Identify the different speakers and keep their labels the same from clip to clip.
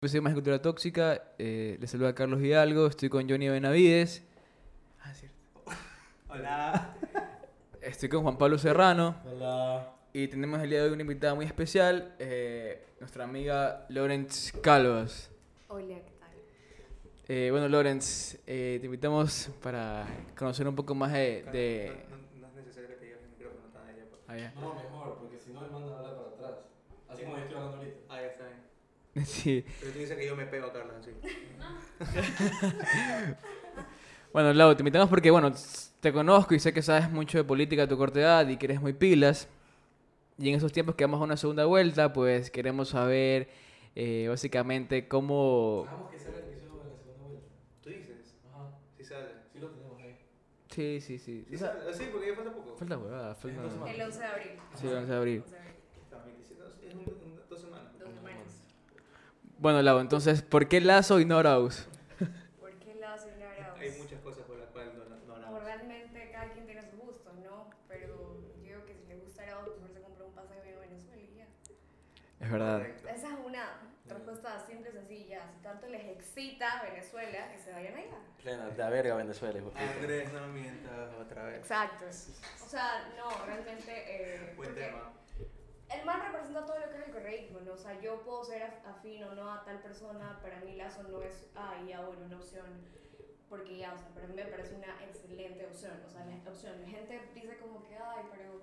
Speaker 1: Pues más de Cultura Tóxica. Eh, les saluda Carlos Hidalgo. Estoy con Johnny Benavides. Ah, es cierto.
Speaker 2: Hola.
Speaker 1: Estoy con Juan Pablo Serrano.
Speaker 2: Hola.
Speaker 1: Y tenemos el día de hoy una invitada muy especial. eh, nuestra amiga Lorenz Calvas.
Speaker 3: Hola, ¿qué tal?
Speaker 1: Eh, bueno, Lorenz, eh, te invitamos para conocer un poco más de. de-
Speaker 2: No, no- no es necesario que digas el micrófono tan allá. por-
Speaker 1: Ah, ya.
Speaker 4: No, mejor, porque si no me mandan a hablar para atrás. Así como yo estoy hablando ahorita.
Speaker 2: Ah, ya está bien.
Speaker 1: Sí.
Speaker 2: Pero tú dices que yo me pego a Carlos así.
Speaker 1: Bueno, Lau, te invitamos porque, bueno, s- te conozco y sé que sabes mucho de política a tu corta edad y que eres muy pilas. Y en esos tiempos que vamos a una segunda vuelta, pues queremos saber eh, básicamente cómo...
Speaker 4: Hagamos que salga el episodio de la segunda vuelta.
Speaker 2: Tú dices,
Speaker 4: Ajá.
Speaker 2: sí sale.
Speaker 4: Sí lo tenemos ahí.
Speaker 1: Sí, sí, sí.
Speaker 2: Sí, sale. ah, sí porque ya falta poco.
Speaker 1: Falta huevada, falta...
Speaker 4: Entonces,
Speaker 3: El 11 de abril.
Speaker 1: Sí, vamos a abrir.
Speaker 3: 11 de abril,
Speaker 2: Está bien, sí, dos- Es un, un- dos semanas.
Speaker 3: dos semanas.
Speaker 1: Bueno, Lau, entonces, ¿por qué Lazo y no Arauz?
Speaker 3: ¿Por qué lado soy Arauz?
Speaker 2: Hay muchas cosas por las cuales no, no, no
Speaker 3: Como
Speaker 2: hablamos.
Speaker 3: realmente cada quien tiene sus gustos, ¿no? Pero yo digo que si le gusta Arauz, mejor se compra un pasaje a Venezuela y ya.
Speaker 1: Es verdad.
Speaker 2: Correcto.
Speaker 3: Esa es una respuesta simple y sencilla. Si tanto les excita Venezuela, que se vayan allá.
Speaker 4: Plena, de verga Venezuela, hijo.
Speaker 2: Andrés, no mientas otra vez.
Speaker 3: Exacto. O sea, no, realmente... eh,
Speaker 2: Buen
Speaker 3: porque
Speaker 2: tema.
Speaker 3: El man representa todo lo que es el correísmo, ¿no? O sea, yo puedo ser af- afín o no a tal persona, para mí Lazo no es, ah, ya bueno, una opción, porque ya, o sea, para mí me parece una excelente opción, o sea, la opción. La gente dice como que, ay, pero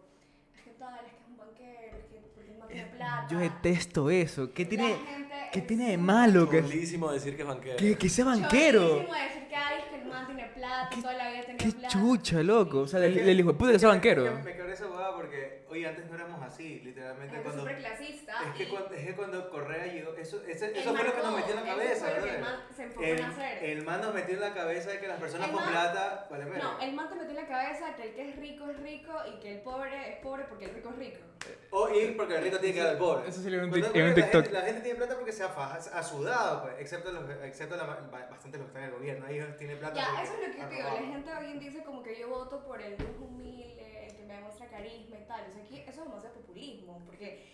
Speaker 3: es que tal, es que es un banquero, es que porque es más que plata.
Speaker 1: Eh, Yo detesto eso. ¿Qué
Speaker 3: La
Speaker 1: tiene,
Speaker 3: gente
Speaker 1: qué
Speaker 3: es
Speaker 1: tiene de
Speaker 3: un
Speaker 1: malo? Que,
Speaker 4: Chulísimo decir que es banquero.
Speaker 1: que, que sea banquero.
Speaker 3: chorrísimo decir que, ay, es que el man tiene plata, toda la vida
Speaker 1: Qué
Speaker 3: tiene plata.
Speaker 1: chucha, loco. O sea, del,
Speaker 2: Es que-
Speaker 1: del hijo de puta que sea
Speaker 2: es que- es que
Speaker 1: banquero.
Speaker 2: Me quedé esa huevada porque, oye, antes no éramos así, literalmente.
Speaker 3: Es
Speaker 2: cuando,
Speaker 3: súper
Speaker 2: es,
Speaker 3: clasista.
Speaker 2: que
Speaker 3: y
Speaker 2: cuando, es que cuando Correa llegó, eso, ese-
Speaker 3: el
Speaker 2: eso fue lo que nos
Speaker 3: marcó,
Speaker 2: metió en la
Speaker 3: eso
Speaker 2: cabeza,
Speaker 3: fue lo que
Speaker 2: brother.
Speaker 3: el man se enfocó en
Speaker 2: El,
Speaker 3: hacer.
Speaker 2: el man nos metió en la cabeza de que las personas
Speaker 3: El
Speaker 2: con
Speaker 3: man-
Speaker 2: plata, vale, verga.
Speaker 3: No, el man te metió en la cabeza que el que es rico es rico y que el pobre es pobre porque el rico es rico.
Speaker 2: O ir porque el rico tiene que dar al pobre.
Speaker 1: Eso sí le veo en
Speaker 2: Cuando
Speaker 1: tic- en un
Speaker 2: la gente-
Speaker 1: TikTok.
Speaker 2: La, gente tiene plata porque se ha, faja- ha sudado, pues, excepto, los, excepto la, ba- bastante los que están en el gobierno. Ellos tienen plata.
Speaker 3: Ya,
Speaker 2: porque
Speaker 3: eso es lo que yo
Speaker 2: han
Speaker 3: te digo. La
Speaker 2: robado.
Speaker 3: gente hoy en día dice como que yo voto por el más humilde, el que me demuestra carisma y tal. O sea, aquí eso es más de populismo, porque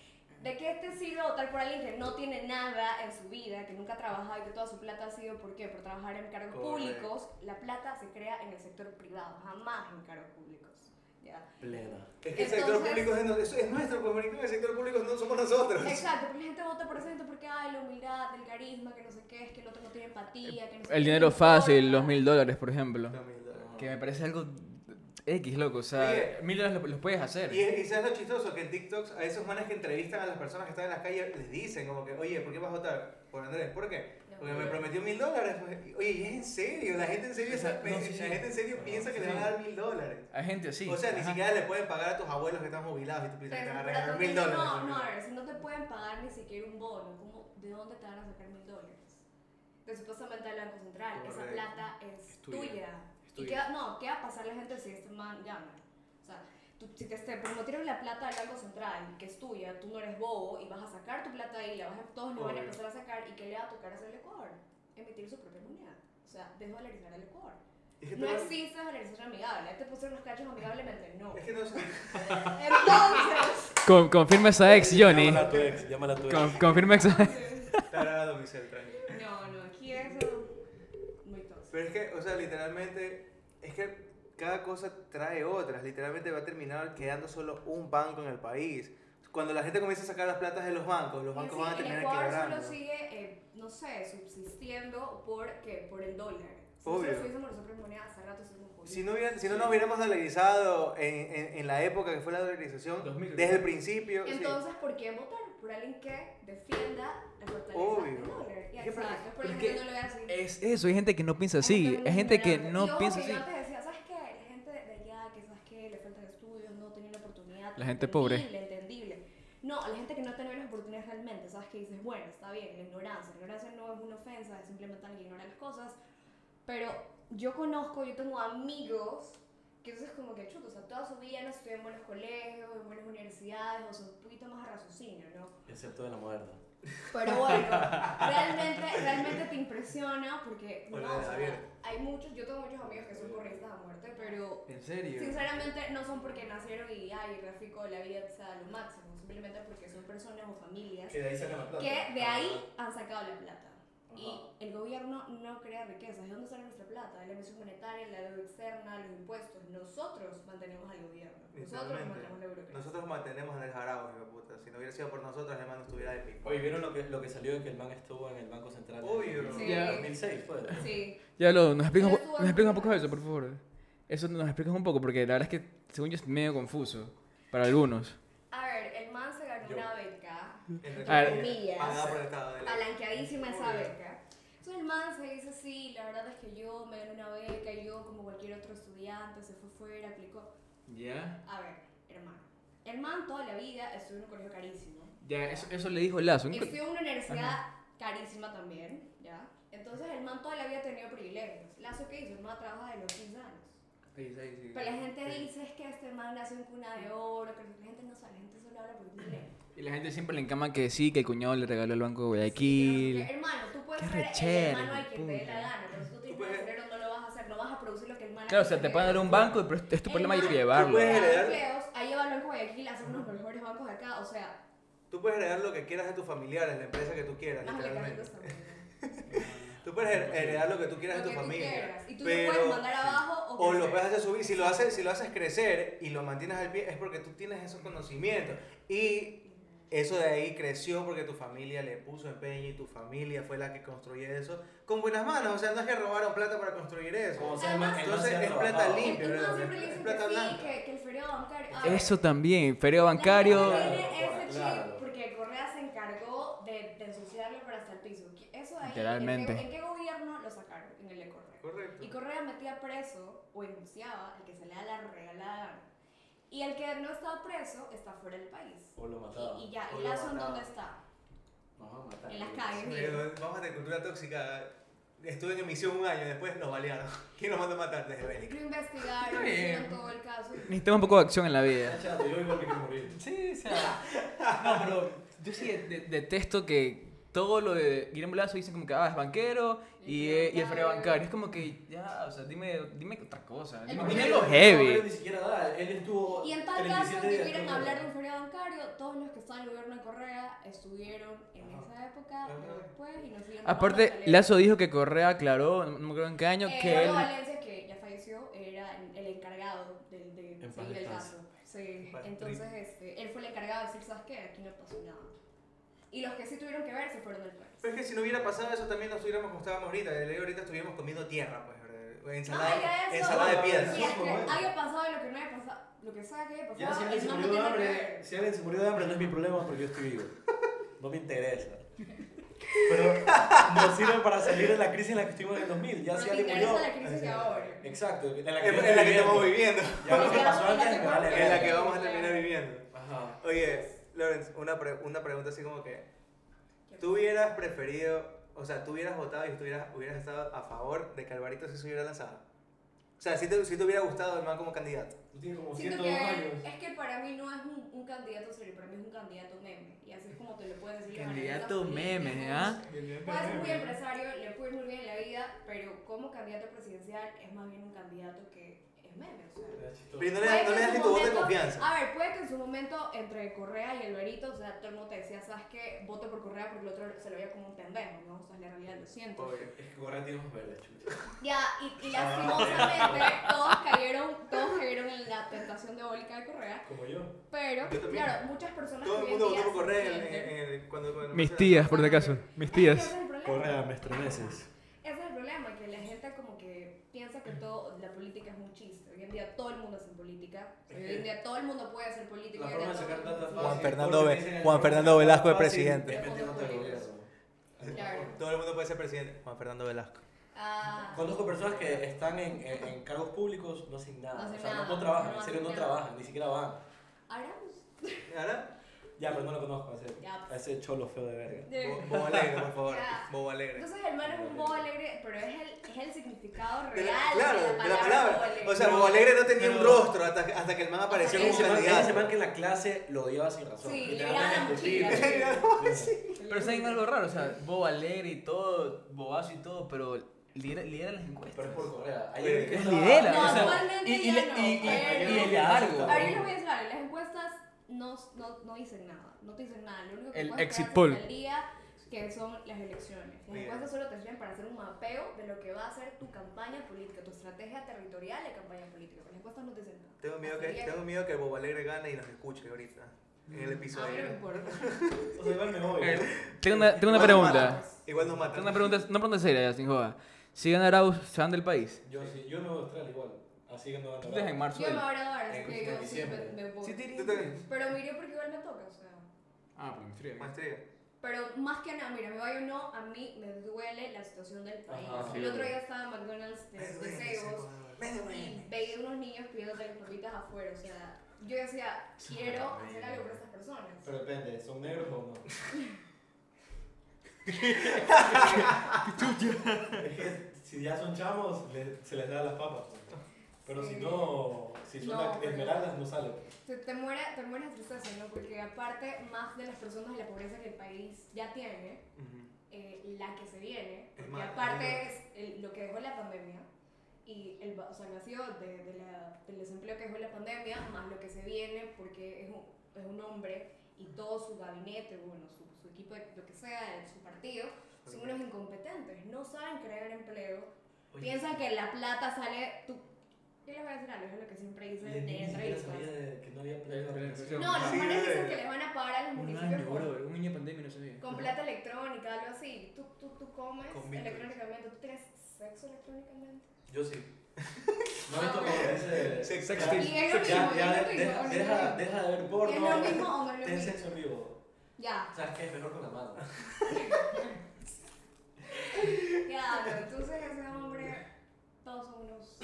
Speaker 3: ¿de este qué te sirve votar por alguien que no tiene nada en su vida, que nunca ha trabajado y que toda su plata ha sido, ¿por qué? Por trabajar en cargos
Speaker 2: Correcto.
Speaker 3: públicos. La plata se crea en el sector privado, jamás en cargos públicos. ¿ya?
Speaker 4: Plena.
Speaker 2: Es que el sector
Speaker 3: Entonces-
Speaker 2: público es, de- eso es nuestro, pues, marico, el sector público no somos nosotros.
Speaker 3: Exacto, porque la gente vota por esa gente porque, ay, la humildad, el carisma, que no sé qué, es que el otro no tiene empatía, que no sé qué,
Speaker 1: El dinero
Speaker 3: no importa.
Speaker 1: fácil, los mil dólares, por ejemplo.
Speaker 2: No.
Speaker 1: Que me parece algo X, loco. O sea,
Speaker 2: Oye.
Speaker 1: mil dólares lo- los puedes hacer.
Speaker 2: Y, es- y sabes lo chistoso, que en TikToks a esos manes que entrevistan a las personas que están en las calles les dicen como que, oye, ¿por qué vas a votar por Andrés? ¿Por qué?
Speaker 3: No,
Speaker 2: Porque me
Speaker 3: pero-
Speaker 2: prometió mil dólares. pues. Y, Oye, y es en serio, la gente en serio,
Speaker 1: O sea,
Speaker 2: se-
Speaker 1: no, sí, sí.
Speaker 2: la gente en serio
Speaker 4: Bueno,
Speaker 2: piensa que
Speaker 4: sí.
Speaker 2: le van a dar mil dólares.
Speaker 1: Hay gente así.
Speaker 2: O sea, ni
Speaker 1: ajá.
Speaker 2: siquiera le pueden pagar a tus abuelos que están jubilados y tú piensas que te
Speaker 3: Pero,
Speaker 2: van a
Speaker 3: pero
Speaker 2: regalar mil
Speaker 3: también-
Speaker 2: dólares.
Speaker 3: No, no, a ver, si no te pueden pagar ni siquiera un bono, ¿cómo, ¿de dónde te van a sacar mil dólares? De supuestamente al Banco Central, esa
Speaker 2: Correcto.
Speaker 3: plata es,
Speaker 2: Es tuya.
Speaker 3: tuya.
Speaker 2: Es
Speaker 3: ¿Y
Speaker 2: tuya.
Speaker 3: qué va, no, ¿qué va a pasar la gente si este man llama? O sea, tú- si te, este, te prometieron la plata al Banco Central, que es tuya, tú no eres bobo y vas a sacar tu plata ahí, la vas a, todos lo van a
Speaker 2: Obvio.
Speaker 3: empezar a sacar, ¿y qué le va a tocar hacer al Ecuador? Emitir su propia moneda. O sea, desvalorizar al Ecuador.
Speaker 2: Es que
Speaker 3: No
Speaker 2: todo-
Speaker 3: existe valorización amigable. Te pusieron los cachos amigablemente, no.
Speaker 2: Es que no sé.
Speaker 3: Entonces.
Speaker 1: Con- confirma esa ex, Johnny.
Speaker 4: Llámala a tu ex, llámala a tu ex.
Speaker 1: Con- confirma esa
Speaker 2: Está grabado, Michelle, tranqui.
Speaker 3: No, no, aquí eso. Muy tóxico.
Speaker 2: Pero es que, o sea, literalmente, es que cada cosa trae otras. Literalmente va a terminar quedando solo un banco en el país. Cuando la gente comienza a sacar las platas de los bancos, los bancos van a
Speaker 3: el
Speaker 2: terminar
Speaker 3: Ecuador
Speaker 2: quebrando.
Speaker 3: solo sigue, eh, no sé, subsistiendo por, ¿qué? por el dólar. Si
Speaker 2: Obvio.
Speaker 3: nosotros tuviésemos nuestra propia moneda, hace rato somos jodidos.
Speaker 2: Si no, hubiera- si no nos hubiéramos dolarizado en, en- en la época que fue la dolarización,
Speaker 1: 2000.
Speaker 2: desde el principio, sí.
Speaker 3: Entonces, ¿por qué votar? Por alguien que defienda la fortaleza
Speaker 2: Obvio.
Speaker 3: del dólar. Y
Speaker 2: Es que para-
Speaker 3: exacto, por
Speaker 1: es
Speaker 3: la
Speaker 1: que
Speaker 3: gente no lo ve así.
Speaker 1: Es eso, hay gente que no piensa
Speaker 3: La
Speaker 1: así.
Speaker 3: muy
Speaker 1: Hay gente que
Speaker 3: ignorante. Y
Speaker 1: no
Speaker 3: ojo,
Speaker 1: piensa
Speaker 3: que
Speaker 1: así.
Speaker 3: Yo antes decía, ¿sabes qué? La gente de allá, que sabes que le faltan estudios, no tenía la oportunidad.
Speaker 1: La gente pobre.
Speaker 3: Entendible, entendible. No, la gente que no tenía las oportunidades realmente, ¿sabes qué? Dices, bueno, está bien, la ignorancia. La ignorancia no es una ofensa, es simplemente alguien que ignora las cosas. Pero yo conozco, yo tengo amigos que entonces como que chuto, o sea, toda su vida no estudian en buenos colegios, en buenas universidades, o sea, un poquito más de raciocinio, ¿no?
Speaker 4: Excepto de la moderna.
Speaker 3: Pero bueno, realmente, realmente te impresiona porque
Speaker 2: Hola,
Speaker 3: no, o sea,
Speaker 2: Javier.
Speaker 3: hay muchos, yo tengo muchos amigos que son corristas a muerte, pero
Speaker 1: ¿En serio?
Speaker 3: sinceramente no son porque nacieron y ay, el gráfico de la vida sea lo máximo, simplemente porque son personas o familias
Speaker 2: Que de ahí sacan la plata.
Speaker 3: que de ahí han sacado la plata. Y el gobierno no crea riqueza. ¿De dónde sale nuestra plata? De la emisión monetaria, la deuda externa, los impuestos. Nosotros mantenemos al gobierno. Nosotros
Speaker 2: Literalmente.
Speaker 3: mantenemos la burocracia.
Speaker 2: Nosotros mantenemos a Andrés Arauz, hijo de puta. Si no hubiera sido por nosotros, el man no estuviera de pico.
Speaker 5: Oye, ¿vieron lo que, lo que salió de que el man estuvo en el Banco Central? en
Speaker 2: Obvio.
Speaker 5: el
Speaker 3: Sí.
Speaker 1: Ya.
Speaker 5: 2006 fue.
Speaker 3: Sí.
Speaker 1: Ya lo, nos explicas,
Speaker 3: Pero
Speaker 1: un po-
Speaker 3: tú
Speaker 1: nos
Speaker 3: vas
Speaker 1: explicas un
Speaker 3: muy
Speaker 1: poco
Speaker 3: atrás.
Speaker 1: eso, por favor. Eso nos explicas un poco, porque la verdad es que, según yo, es medio confuso para algunos.
Speaker 3: A ver, el man se ganó
Speaker 5: Yo.
Speaker 3: una beca.
Speaker 2: Entre
Speaker 1: A ver.
Speaker 2: comillas, Pagada por el Estado de ley.
Speaker 3: Palanqueadísima esa
Speaker 2: Obvio.
Speaker 3: beca. Entonces el man se dice, sí, la verdad es que yo me gané una beca, y yo como cualquier otro estudiante, se fue fuera, aplicó.
Speaker 1: Ya.
Speaker 3: A ver, hermano. El man toda la vida estuvo en un colegio carísimo.
Speaker 1: Ya, eso, eso le dijo Lazo. un co-
Speaker 3: Estudió en una universidad carísima también, ¿ya? Entonces el man toda la vida ha tenido privilegios. Lazo que hizo, el man trabaja de los 15 años. Pero la gente dice es que este man nació en cuna de oro, que la gente no sabe, la gente solo habla por dinero.
Speaker 1: Y la gente siempre le encama que sí, que el cuñado le regaló el banco de
Speaker 3: Porque,
Speaker 1: Guayaquil.
Speaker 3: Hermano, tú puedes
Speaker 1: Qué
Speaker 3: ser
Speaker 1: rechera,
Speaker 3: el hermano al
Speaker 1: hijo
Speaker 3: quien te
Speaker 1: de
Speaker 3: dé la
Speaker 1: puta.
Speaker 3: gana, pero si tú tienes
Speaker 2: Tú puedes-
Speaker 3: dinero no lo vas a hacer, no vas a producir lo que el man
Speaker 1: Claro, o sea, te pueden dar un banco, pero es tu
Speaker 3: El
Speaker 1: problema
Speaker 3: man-
Speaker 1: llevarlo.
Speaker 2: puedes
Speaker 3: Para
Speaker 2: heredar-
Speaker 3: empleos, a llevarlo en Guayaquil, a hacer unos mejores bancos de acá, o sea,
Speaker 2: Tú puedes heredar lo que quieras de tus familiares, la empresa que tú quieras,
Speaker 3: más le
Speaker 2: literalmente.
Speaker 3: cargas también.
Speaker 2: Tú puedes her- heredar lo que tú quieras
Speaker 3: Lo
Speaker 2: de
Speaker 3: que
Speaker 2: tu
Speaker 3: tú
Speaker 2: familia.
Speaker 3: quieras. Y tú lo
Speaker 2: pero
Speaker 3: puedes mandar abajo o
Speaker 2: o lo
Speaker 3: crecer.
Speaker 2: puedes hacer subir. Si lo haces, si lo haces crecer y lo mantienes al pie, es porque tú tienes esos conocimientos. Y eso de ahí creció porque tu familia le puso empeño y tu familia fue la que construyó eso con buenas manos. O sea, no es que robaron plata para construir eso.
Speaker 5: O sea, el man- el man se
Speaker 2: Entonces,
Speaker 5: ha
Speaker 2: es plata
Speaker 5: trabajado.
Speaker 2: limpia.
Speaker 3: El- el man
Speaker 2: ¿verdad?
Speaker 3: siempre le
Speaker 2: Es
Speaker 3: dicen
Speaker 2: plata
Speaker 3: que sí,
Speaker 2: blanca.
Speaker 3: que, que el feriado bancario. ah,
Speaker 1: Eso también, fereo bancario.
Speaker 3: La gente tiene ese
Speaker 5: Claro,
Speaker 3: chip porque Correa se encargó de, de ensuciarlo para hasta el piso. Que- Eso ahí,
Speaker 1: Literalmente.
Speaker 3: ¿en qué, en qué gobierno lo sacaron? En el de Correa. Y
Speaker 2: Correcto.
Speaker 3: Correa metía preso o enunciaba al que se le da la regalada gana. Y el que no estaba preso está fuera del país.
Speaker 5: O lo mataron.
Speaker 3: Y, y ya,
Speaker 2: O
Speaker 3: ¿y
Speaker 2: lo
Speaker 3: Lazo en
Speaker 2: mataron.
Speaker 3: dónde está?
Speaker 5: Nos van a matar.
Speaker 3: En las calles, mira.
Speaker 2: Pero Vamos a tener cultura tóxica. Estuve en emisión un año, después nos balearon. ¿Quién nos mandó a matar desde Bélica?
Speaker 3: Lo investigaron,
Speaker 1: Está bien.
Speaker 3: hicieron todo el caso.
Speaker 1: Necesitamos un poco de acción en la vida.
Speaker 5: Chato, yo igual me quiero morir.
Speaker 1: Sí, o sea. No, pero yo sí de- de- detesto que todo lo de Guillermo Lazo dicen como que ah, es banquero y, eh, y el freo bancario. Es como que ya, o sea, dime, dime otra cosa. Dime,
Speaker 3: El
Speaker 1: dime
Speaker 3: problema-
Speaker 1: algo
Speaker 5: Él
Speaker 1: heavy.
Speaker 5: ni siquiera da. Él estuvo.
Speaker 3: Y en tal caso
Speaker 5: 37
Speaker 3: que
Speaker 5: días
Speaker 3: quieran
Speaker 5: con-
Speaker 3: hablar de un feriado bancario, todos los que estaban en el gobierno de Correa estuvieron en esa época,
Speaker 2: Ajá.
Speaker 3: después y nos siguen
Speaker 1: Aparte, Lazo dijo que Correa aclaró, Eh, no me acuerdo en qué año, que él.
Speaker 3: Eh, Valencia, que ya falleció, era el el encargado de, de
Speaker 5: En paz
Speaker 3: seguir el
Speaker 5: descanse.
Speaker 3: caso. Sí,
Speaker 2: paz,
Speaker 3: entonces este, él fue el encargado de decir, ¿sabes qué? Aquí no pasó nada. Y los que sí tuvieron que ver se fueron del país.
Speaker 2: Pero es que si no hubiera pasado eso también nos estuviéramos como estábamos ahorita. De ley ahorita estuviéramos comiendo tierra, pues, ¿verdad? Ensalada,
Speaker 3: Ay, eso.
Speaker 2: ensalada de
Speaker 3: Y
Speaker 2: piedra.
Speaker 3: es que haya pasado lo que no haya pasado, lo que sea que haya
Speaker 5: Ya, si
Speaker 3: pasado,
Speaker 5: alguien
Speaker 3: el
Speaker 5: se
Speaker 3: man no
Speaker 5: murió de
Speaker 3: tiene que
Speaker 5: hambre,
Speaker 3: ver.
Speaker 5: si alguien se murió de hambre no es mi problema porque yo estoy vivo. No me interesa. Pero nos sirve para salir de la crisis en la que estuvimos en el 2000. Ya
Speaker 3: No
Speaker 5: si
Speaker 3: te
Speaker 5: alguien
Speaker 3: interesa
Speaker 5: murió.
Speaker 3: la crisis de ahora.
Speaker 5: Exacto, en la que, yo
Speaker 2: En,
Speaker 5: estoy
Speaker 2: en la que estamos
Speaker 5: viviendo.
Speaker 2: viviendo.
Speaker 5: Ya lo que
Speaker 3: Ya,
Speaker 5: pasó
Speaker 3: ya
Speaker 5: antes
Speaker 3: te
Speaker 5: me vale.
Speaker 3: acuerdas.
Speaker 2: En la
Speaker 5: verga.
Speaker 2: que vamos a terminar viviendo.
Speaker 5: Ajá.
Speaker 2: Oye, Lawrence, una, pre- una pregunta así como que. ¿Tú hubieras preferido, o sea, tú hubieras votado y estuvieras, hubieras estado a favor de que Alvarito sí se hubiera lanzado? O sea, si te, si te hubiera gustado el man como candidato.
Speaker 4: Tú tienes como
Speaker 3: Siento
Speaker 4: 102
Speaker 3: que
Speaker 4: años.
Speaker 3: es que para mí no es un, un candidato serio, para mí es un candidato meme. Y así es como te lo puedes decir. los
Speaker 1: Candidato
Speaker 3: analistas
Speaker 1: meme,
Speaker 3: políticos.
Speaker 1: ¿ah?
Speaker 3: Puede ser muy empresario, le puede ir muy bien en la vida, pero como candidato presidencial es más bien un candidato que es meme. O sea.
Speaker 4: Era chistoso.
Speaker 2: Pero no le,
Speaker 3: Puede que
Speaker 2: no le
Speaker 3: en
Speaker 2: das ni
Speaker 3: su
Speaker 2: tu voto de
Speaker 3: momento- ah,
Speaker 2: confianza.
Speaker 3: A ver, puede que en su momento entre Correa y Alvarito, o sea, todo el mundo te decía, ¿sabes qué? Voto por Correa porque el otro se lo veía como un pendejo, ¿no? O sea, es la realidad, lo siento.
Speaker 2: Obvio.
Speaker 5: Es que Correa tiene ojos verdes, chucha.
Speaker 3: Ya, y, y
Speaker 2: Ah.
Speaker 3: lastimosamente todos cayeron, todos cayeron en la tentación diabólica de Correa,
Speaker 5: Como yo.
Speaker 3: pero
Speaker 2: Yo también.
Speaker 3: claro, muchas personas
Speaker 2: Todo
Speaker 3: que hoy
Speaker 2: el
Speaker 3: en
Speaker 2: mundo
Speaker 3: día
Speaker 2: votó
Speaker 3: se
Speaker 2: por Correa en,
Speaker 3: sienten-
Speaker 2: en- en- cuando, cuando
Speaker 1: Mis
Speaker 2: empezó.
Speaker 1: tías, por si acaso. Mis
Speaker 3: Es que ese
Speaker 1: tías.
Speaker 3: es el problema.
Speaker 5: Correa, me estremeces.
Speaker 3: Ese es el problema, que la gente como que piensa que todo, la política es un chiste. Hoy en día todo el mundo hace política. Hoy en día todo el mundo puede hacer política.
Speaker 5: La
Speaker 3: hoy en
Speaker 5: forma de
Speaker 3: día
Speaker 5: sacar
Speaker 3: todo el
Speaker 5: plata
Speaker 3: mundo-
Speaker 5: fácil.
Speaker 2: Juan Fernando
Speaker 5: todo lo
Speaker 2: Ve-
Speaker 5: que dicen es
Speaker 2: Juan
Speaker 5: la
Speaker 2: Fernando
Speaker 5: forma
Speaker 2: Velasco de
Speaker 5: fácil
Speaker 2: presidente.
Speaker 5: es meterte al gobierno.
Speaker 3: Claro.
Speaker 2: Todo el mundo puede ser presidente. Juan Fernando Velasco.
Speaker 3: Ah,
Speaker 5: Conozco personas que están en, en- en cargos públicos, no hacen nada.
Speaker 3: No hacen
Speaker 5: o sea, no-
Speaker 3: nada,
Speaker 5: no, trabajan,
Speaker 3: no
Speaker 5: en serio no
Speaker 3: hacen nada.
Speaker 5: trabajan, ni siquiera van.
Speaker 3: Arauz.
Speaker 2: ¿Ahora?
Speaker 5: Ya, pero no lo conozco, a ese,
Speaker 3: Ya,
Speaker 5: a ese cholo feo de verga.
Speaker 3: De-
Speaker 2: Bo- Bobo Alegre, por favor.
Speaker 3: Ya.
Speaker 2: Bobo Alegre.
Speaker 3: Entonces el man es un bobo alegre, pero es el, es el significado
Speaker 2: De la-
Speaker 3: real
Speaker 2: claro,
Speaker 3: de la palabra, bobo alegre.
Speaker 2: O sea,
Speaker 5: No,
Speaker 2: Bobo Alegre no tenía un
Speaker 5: pero-
Speaker 2: rostro hasta, hasta que el man apareció
Speaker 3: Hasta que
Speaker 5: Ese
Speaker 3: ese
Speaker 2: como
Speaker 5: man, ese man
Speaker 2: candidato.
Speaker 5: que en la clase lo odiaba sin razón.
Speaker 3: Sí,
Speaker 5: que
Speaker 3: le
Speaker 5: te van a
Speaker 3: daban
Speaker 5: discutir.
Speaker 3: cuchillas.
Speaker 1: Pero saben algo raro, o sea, bobo alegre y todo, bobazo y todo, pero lidera, lidera las encuestas.
Speaker 5: Pero es por Correa.
Speaker 2: Oye,
Speaker 5: Ayer vi que
Speaker 1: Es
Speaker 5: estaba-
Speaker 1: lidera,
Speaker 3: No,
Speaker 1: o sea,
Speaker 3: actualmente
Speaker 1: y, y,
Speaker 3: ya
Speaker 1: le-
Speaker 3: no,
Speaker 1: y, y-
Speaker 3: pero-
Speaker 1: y el largo.
Speaker 3: Ahora yo les voy a decir algo, las encuestas no, no, no dicen nada, no te dicen nada, lo único que
Speaker 1: El
Speaker 3: puedes
Speaker 1: exit
Speaker 3: quedarte
Speaker 1: poll.
Speaker 3: al día que son las elecciones. Las
Speaker 2: Bien.
Speaker 3: encuestas solo te sirven para hacer un mapeo de lo que va a ser tu campaña política, tu estrategia territorial de campaña política. Pero las encuestas no te dicen nada.
Speaker 2: Tengo miedo que,
Speaker 3: Así
Speaker 2: tengo miedo que Bob Alegre gane y nos escuche ahorita. En
Speaker 3: A mí
Speaker 2: el
Speaker 3: Ah, no me
Speaker 2: episodio.
Speaker 3: importa.
Speaker 5: O sea, igual me voy. ¿eh?
Speaker 1: Tengo una, tengo una
Speaker 2: Igual nos
Speaker 1: pregunta.
Speaker 2: matan. Igual nos
Speaker 1: Tengo
Speaker 2: matan.
Speaker 1: una pregunta, una pregunta seria, ya, sin joda. Si gana Arauz, ¿se van del país?
Speaker 4: Yo sí, yo me voy a Australia igual. Así que no van a
Speaker 1: Tú estás en marzo.
Speaker 3: Yo me
Speaker 1: del-
Speaker 3: voy a dar,
Speaker 4: En-
Speaker 3: que
Speaker 4: en
Speaker 3: yo sí
Speaker 4: diciembre.
Speaker 3: me, me voy.
Speaker 1: Sí,
Speaker 2: Tú te-
Speaker 3: Pero miré porque igual me toca, o sea.
Speaker 1: Ah, pero me frío.
Speaker 2: Maestría.
Speaker 3: Pero más que nada, mira, me vaya o no, a mí me duele la situación del país.
Speaker 4: Ajá,
Speaker 1: sí,
Speaker 3: el otro
Speaker 1: duele.
Speaker 3: día estaba en McDonald's de,
Speaker 2: Me
Speaker 3: de
Speaker 2: duele,
Speaker 3: Seibos
Speaker 2: me
Speaker 3: y
Speaker 2: duele.
Speaker 3: veía unos niños pidiendo las papitas afuera. O sea, yo decía, quiero hacer algo por estas personas.
Speaker 4: Pero depende, ¿son negros o no?
Speaker 5: Es que si ya son chamos, le- se les da las papas. pues. Pero si
Speaker 3: Sí.
Speaker 5: no, si son
Speaker 3: No,
Speaker 5: ac-
Speaker 3: pero-
Speaker 5: esmeraldas, no sale.
Speaker 3: Te, te muere, te muere de tristeza, ¿no? Porque aparte, más de las personas de la pobreza que el país ya tiene, eh, la que se viene,
Speaker 2: Es
Speaker 3: porque
Speaker 2: más,
Speaker 3: aparte
Speaker 2: ahí
Speaker 3: es el- lo que dejó la pandemia, y el, va- o sea, nació de, de la- del desempleo que dejó la pandemia, más lo que se viene, porque es un, es un hombre y todo su gabinete, bueno, su, su equipo, de- lo que sea, de su partido, son unos incompetentes, no saben crear empleo, piensan que la plata sale... Tú, yo les voy a decir algo, es lo que siempre dicen de entrevistas.
Speaker 5: que no había
Speaker 3: No, los
Speaker 2: Sí,
Speaker 3: manes
Speaker 2: bebé.
Speaker 3: dicen que les van a pagar a los municipios por-
Speaker 1: un niño pandemia no sabía.
Speaker 3: con plata electrónica, algo así. Tú, tú, tú comes
Speaker 2: Con Bitcoin.
Speaker 3: electrónicamente, tú tienes sexo electrónicamente.
Speaker 5: Yo sí.
Speaker 4: No me toca ese.
Speaker 3: Y es lo mismo,
Speaker 5: pues Ya,
Speaker 3: es
Speaker 5: ya, deja,
Speaker 3: lo mismo, es lo
Speaker 5: deja,
Speaker 3: mismo.
Speaker 5: deja de ver
Speaker 3: ¿Es lo
Speaker 5: porno.
Speaker 3: mismo o no es lo
Speaker 5: Ten
Speaker 3: mismo?
Speaker 5: sexo en vivo.
Speaker 3: Ya,
Speaker 5: ¿Sabes qué? Es mejor con la mano.
Speaker 3: ya, pero entonces ese hombre, todos son unos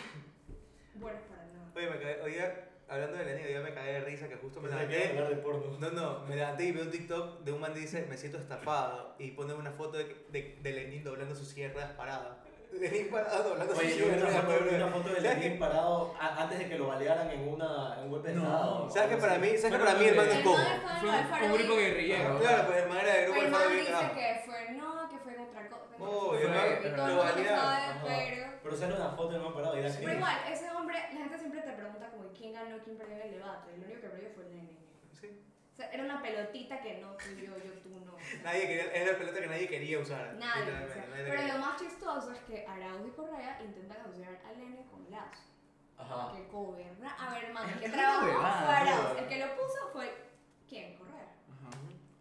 Speaker 3: buenos para nada.
Speaker 2: Oye, me cae, oiga, hablando de Lenin, yo me caí de risa que justo me
Speaker 5: Pensé que iba a
Speaker 2: levanté.
Speaker 5: hablar de porno.
Speaker 2: No, no, me levanté y veo un TikTok de un man que dice, me siento estafado. Y pone una foto de, de, de Lenin doblando su sierra parada. Lenin parado doblando
Speaker 5: Oye,
Speaker 2: su
Speaker 5: yo vi
Speaker 2: sierra.
Speaker 5: una foto, vi una
Speaker 2: parada.
Speaker 5: foto de
Speaker 2: ¿Sabes
Speaker 5: Lenin parado a- antes de que lo balearan en, una, en un golpe de
Speaker 1: No.
Speaker 5: estado.
Speaker 2: ¿Sabes que para mí, sabes que
Speaker 1: Pero
Speaker 2: para mí el man es
Speaker 1: de-
Speaker 3: El
Speaker 2: cojo?
Speaker 3: man
Speaker 1: Fue
Speaker 3: fue al
Speaker 1: un,
Speaker 3: Faraday,
Speaker 1: grupo guerrillero.
Speaker 2: Claro, pues el man era del grupo
Speaker 3: Pero
Speaker 2: del
Speaker 3: el man
Speaker 2: Faraday,
Speaker 3: dice
Speaker 2: carajo.
Speaker 3: que fue, no, que fue en otra cosa. que
Speaker 2: Oh,
Speaker 3: fue
Speaker 1: y el man-
Speaker 3: otra cosa, y todo el
Speaker 2: lo
Speaker 3: mundo
Speaker 2: balearon,
Speaker 3: estaba de acuerdo.
Speaker 5: Pero sale una foto del man parado y da
Speaker 3: Pero
Speaker 5: cringe.
Speaker 3: igual, ese hombre, la gente siempre te pregunta como quién ganó, quién perdió en el debate. El único que perdió fue el Lenin.
Speaker 2: Sí.
Speaker 3: O sea, era una pelotita que no, tú, yo, yo, tú, no.
Speaker 2: Nadie quería, era la pelota que nadie quería usar.
Speaker 3: Nadie. o
Speaker 2: literalmente,
Speaker 3: sea,
Speaker 2: nadie la
Speaker 3: pero
Speaker 2: quería.
Speaker 3: lo más chistoso es que Arauz y Correa intentan asociar a Lenin con Lazo.
Speaker 5: Ajá.
Speaker 3: Que gobierna. A ver, hermano, el que
Speaker 1: Es una
Speaker 3: trabajó fue
Speaker 1: huevada,
Speaker 3: Arauz.
Speaker 1: huevada.
Speaker 3: El que lo puso fue. ¿Quién? Correa.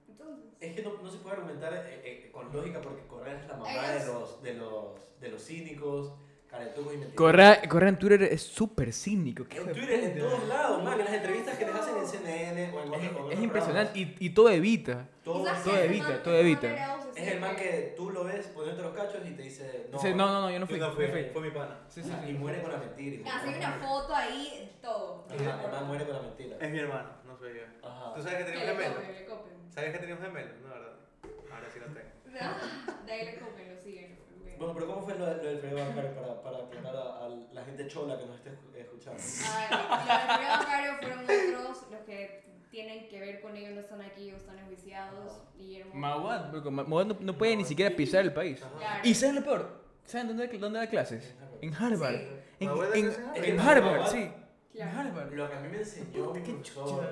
Speaker 3: Entonces.
Speaker 5: Es que no, no se puede argumentar eh, eh, con lógica porque Correa es la mamá
Speaker 3: Ellos-
Speaker 5: de los, de, los, de los cínicos, caretucos y mentirosos.
Speaker 1: Correa, Correa en Twitter es súper cínico. qué
Speaker 5: En
Speaker 1: hijo de
Speaker 5: Twitter, en
Speaker 1: puta.
Speaker 5: todos lados, man, en las entrevistas que les hacen en CNN o en
Speaker 1: Es,
Speaker 5: otros- en otros
Speaker 1: es
Speaker 5: programas.
Speaker 1: impresionante y, y todo evita.
Speaker 5: Todo-
Speaker 3: ¿Y sabes
Speaker 1: todo
Speaker 3: qué? Ese
Speaker 1: evita,
Speaker 3: man-
Speaker 1: todo
Speaker 3: ese man
Speaker 1: evita.
Speaker 3: de Arauz es
Speaker 5: es el man
Speaker 3: que-
Speaker 5: que tú lo ves poniéndote los cachos y te dice, no,
Speaker 1: Dice, No, no, no, yo no
Speaker 2: Yo
Speaker 1: fui.
Speaker 2: no fui,
Speaker 1: yo fui".
Speaker 2: fue mi pana.
Speaker 1: Sí, sí, sí.
Speaker 5: y muere con la mentira.
Speaker 3: Casi una foto ahí, todo.
Speaker 5: Ajá, el man muere con la mentira.
Speaker 2: Es mi hermano, no soy yo.
Speaker 5: Ajá.
Speaker 2: ¿Tú sabes que
Speaker 3: Que
Speaker 2: tenía un
Speaker 3: le
Speaker 2: gemelo?
Speaker 3: copen, le copen.
Speaker 2: ¿Sabías que tenía un gemelo? No, ¿verdad? Ahora sí lo tengo.
Speaker 3: De ahí le copen, lo siguen. lo siguen.
Speaker 5: Bueno, pero ¿cómo fue lo, lo del Fredo Bancario para, para aclarar a, a la gente chola que nos esté escu- eh, escuchando?
Speaker 3: Ay, los primeros fueron otros, los que tienen que ver con ellos no están aquí o están enjuiciados. Guillermo.
Speaker 1: Mawad, porque Ma- Mawad no, no puede ni siquiera pisar el país.
Speaker 3: Claro.
Speaker 1: ¿Y saben lo peor? ¿Saben dónde, dónde da clases? En Harvard.
Speaker 3: Sí.
Speaker 1: En,
Speaker 2: ¿Mawad da
Speaker 1: en-
Speaker 2: clases en Harvard?
Speaker 1: en Harvard,
Speaker 5: Mawad.
Speaker 1: sí. En
Speaker 3: Claro.
Speaker 1: Harvard.
Speaker 5: Lo que a mí me enseñó mi
Speaker 1: Qué
Speaker 5: profesor,
Speaker 1: chucha.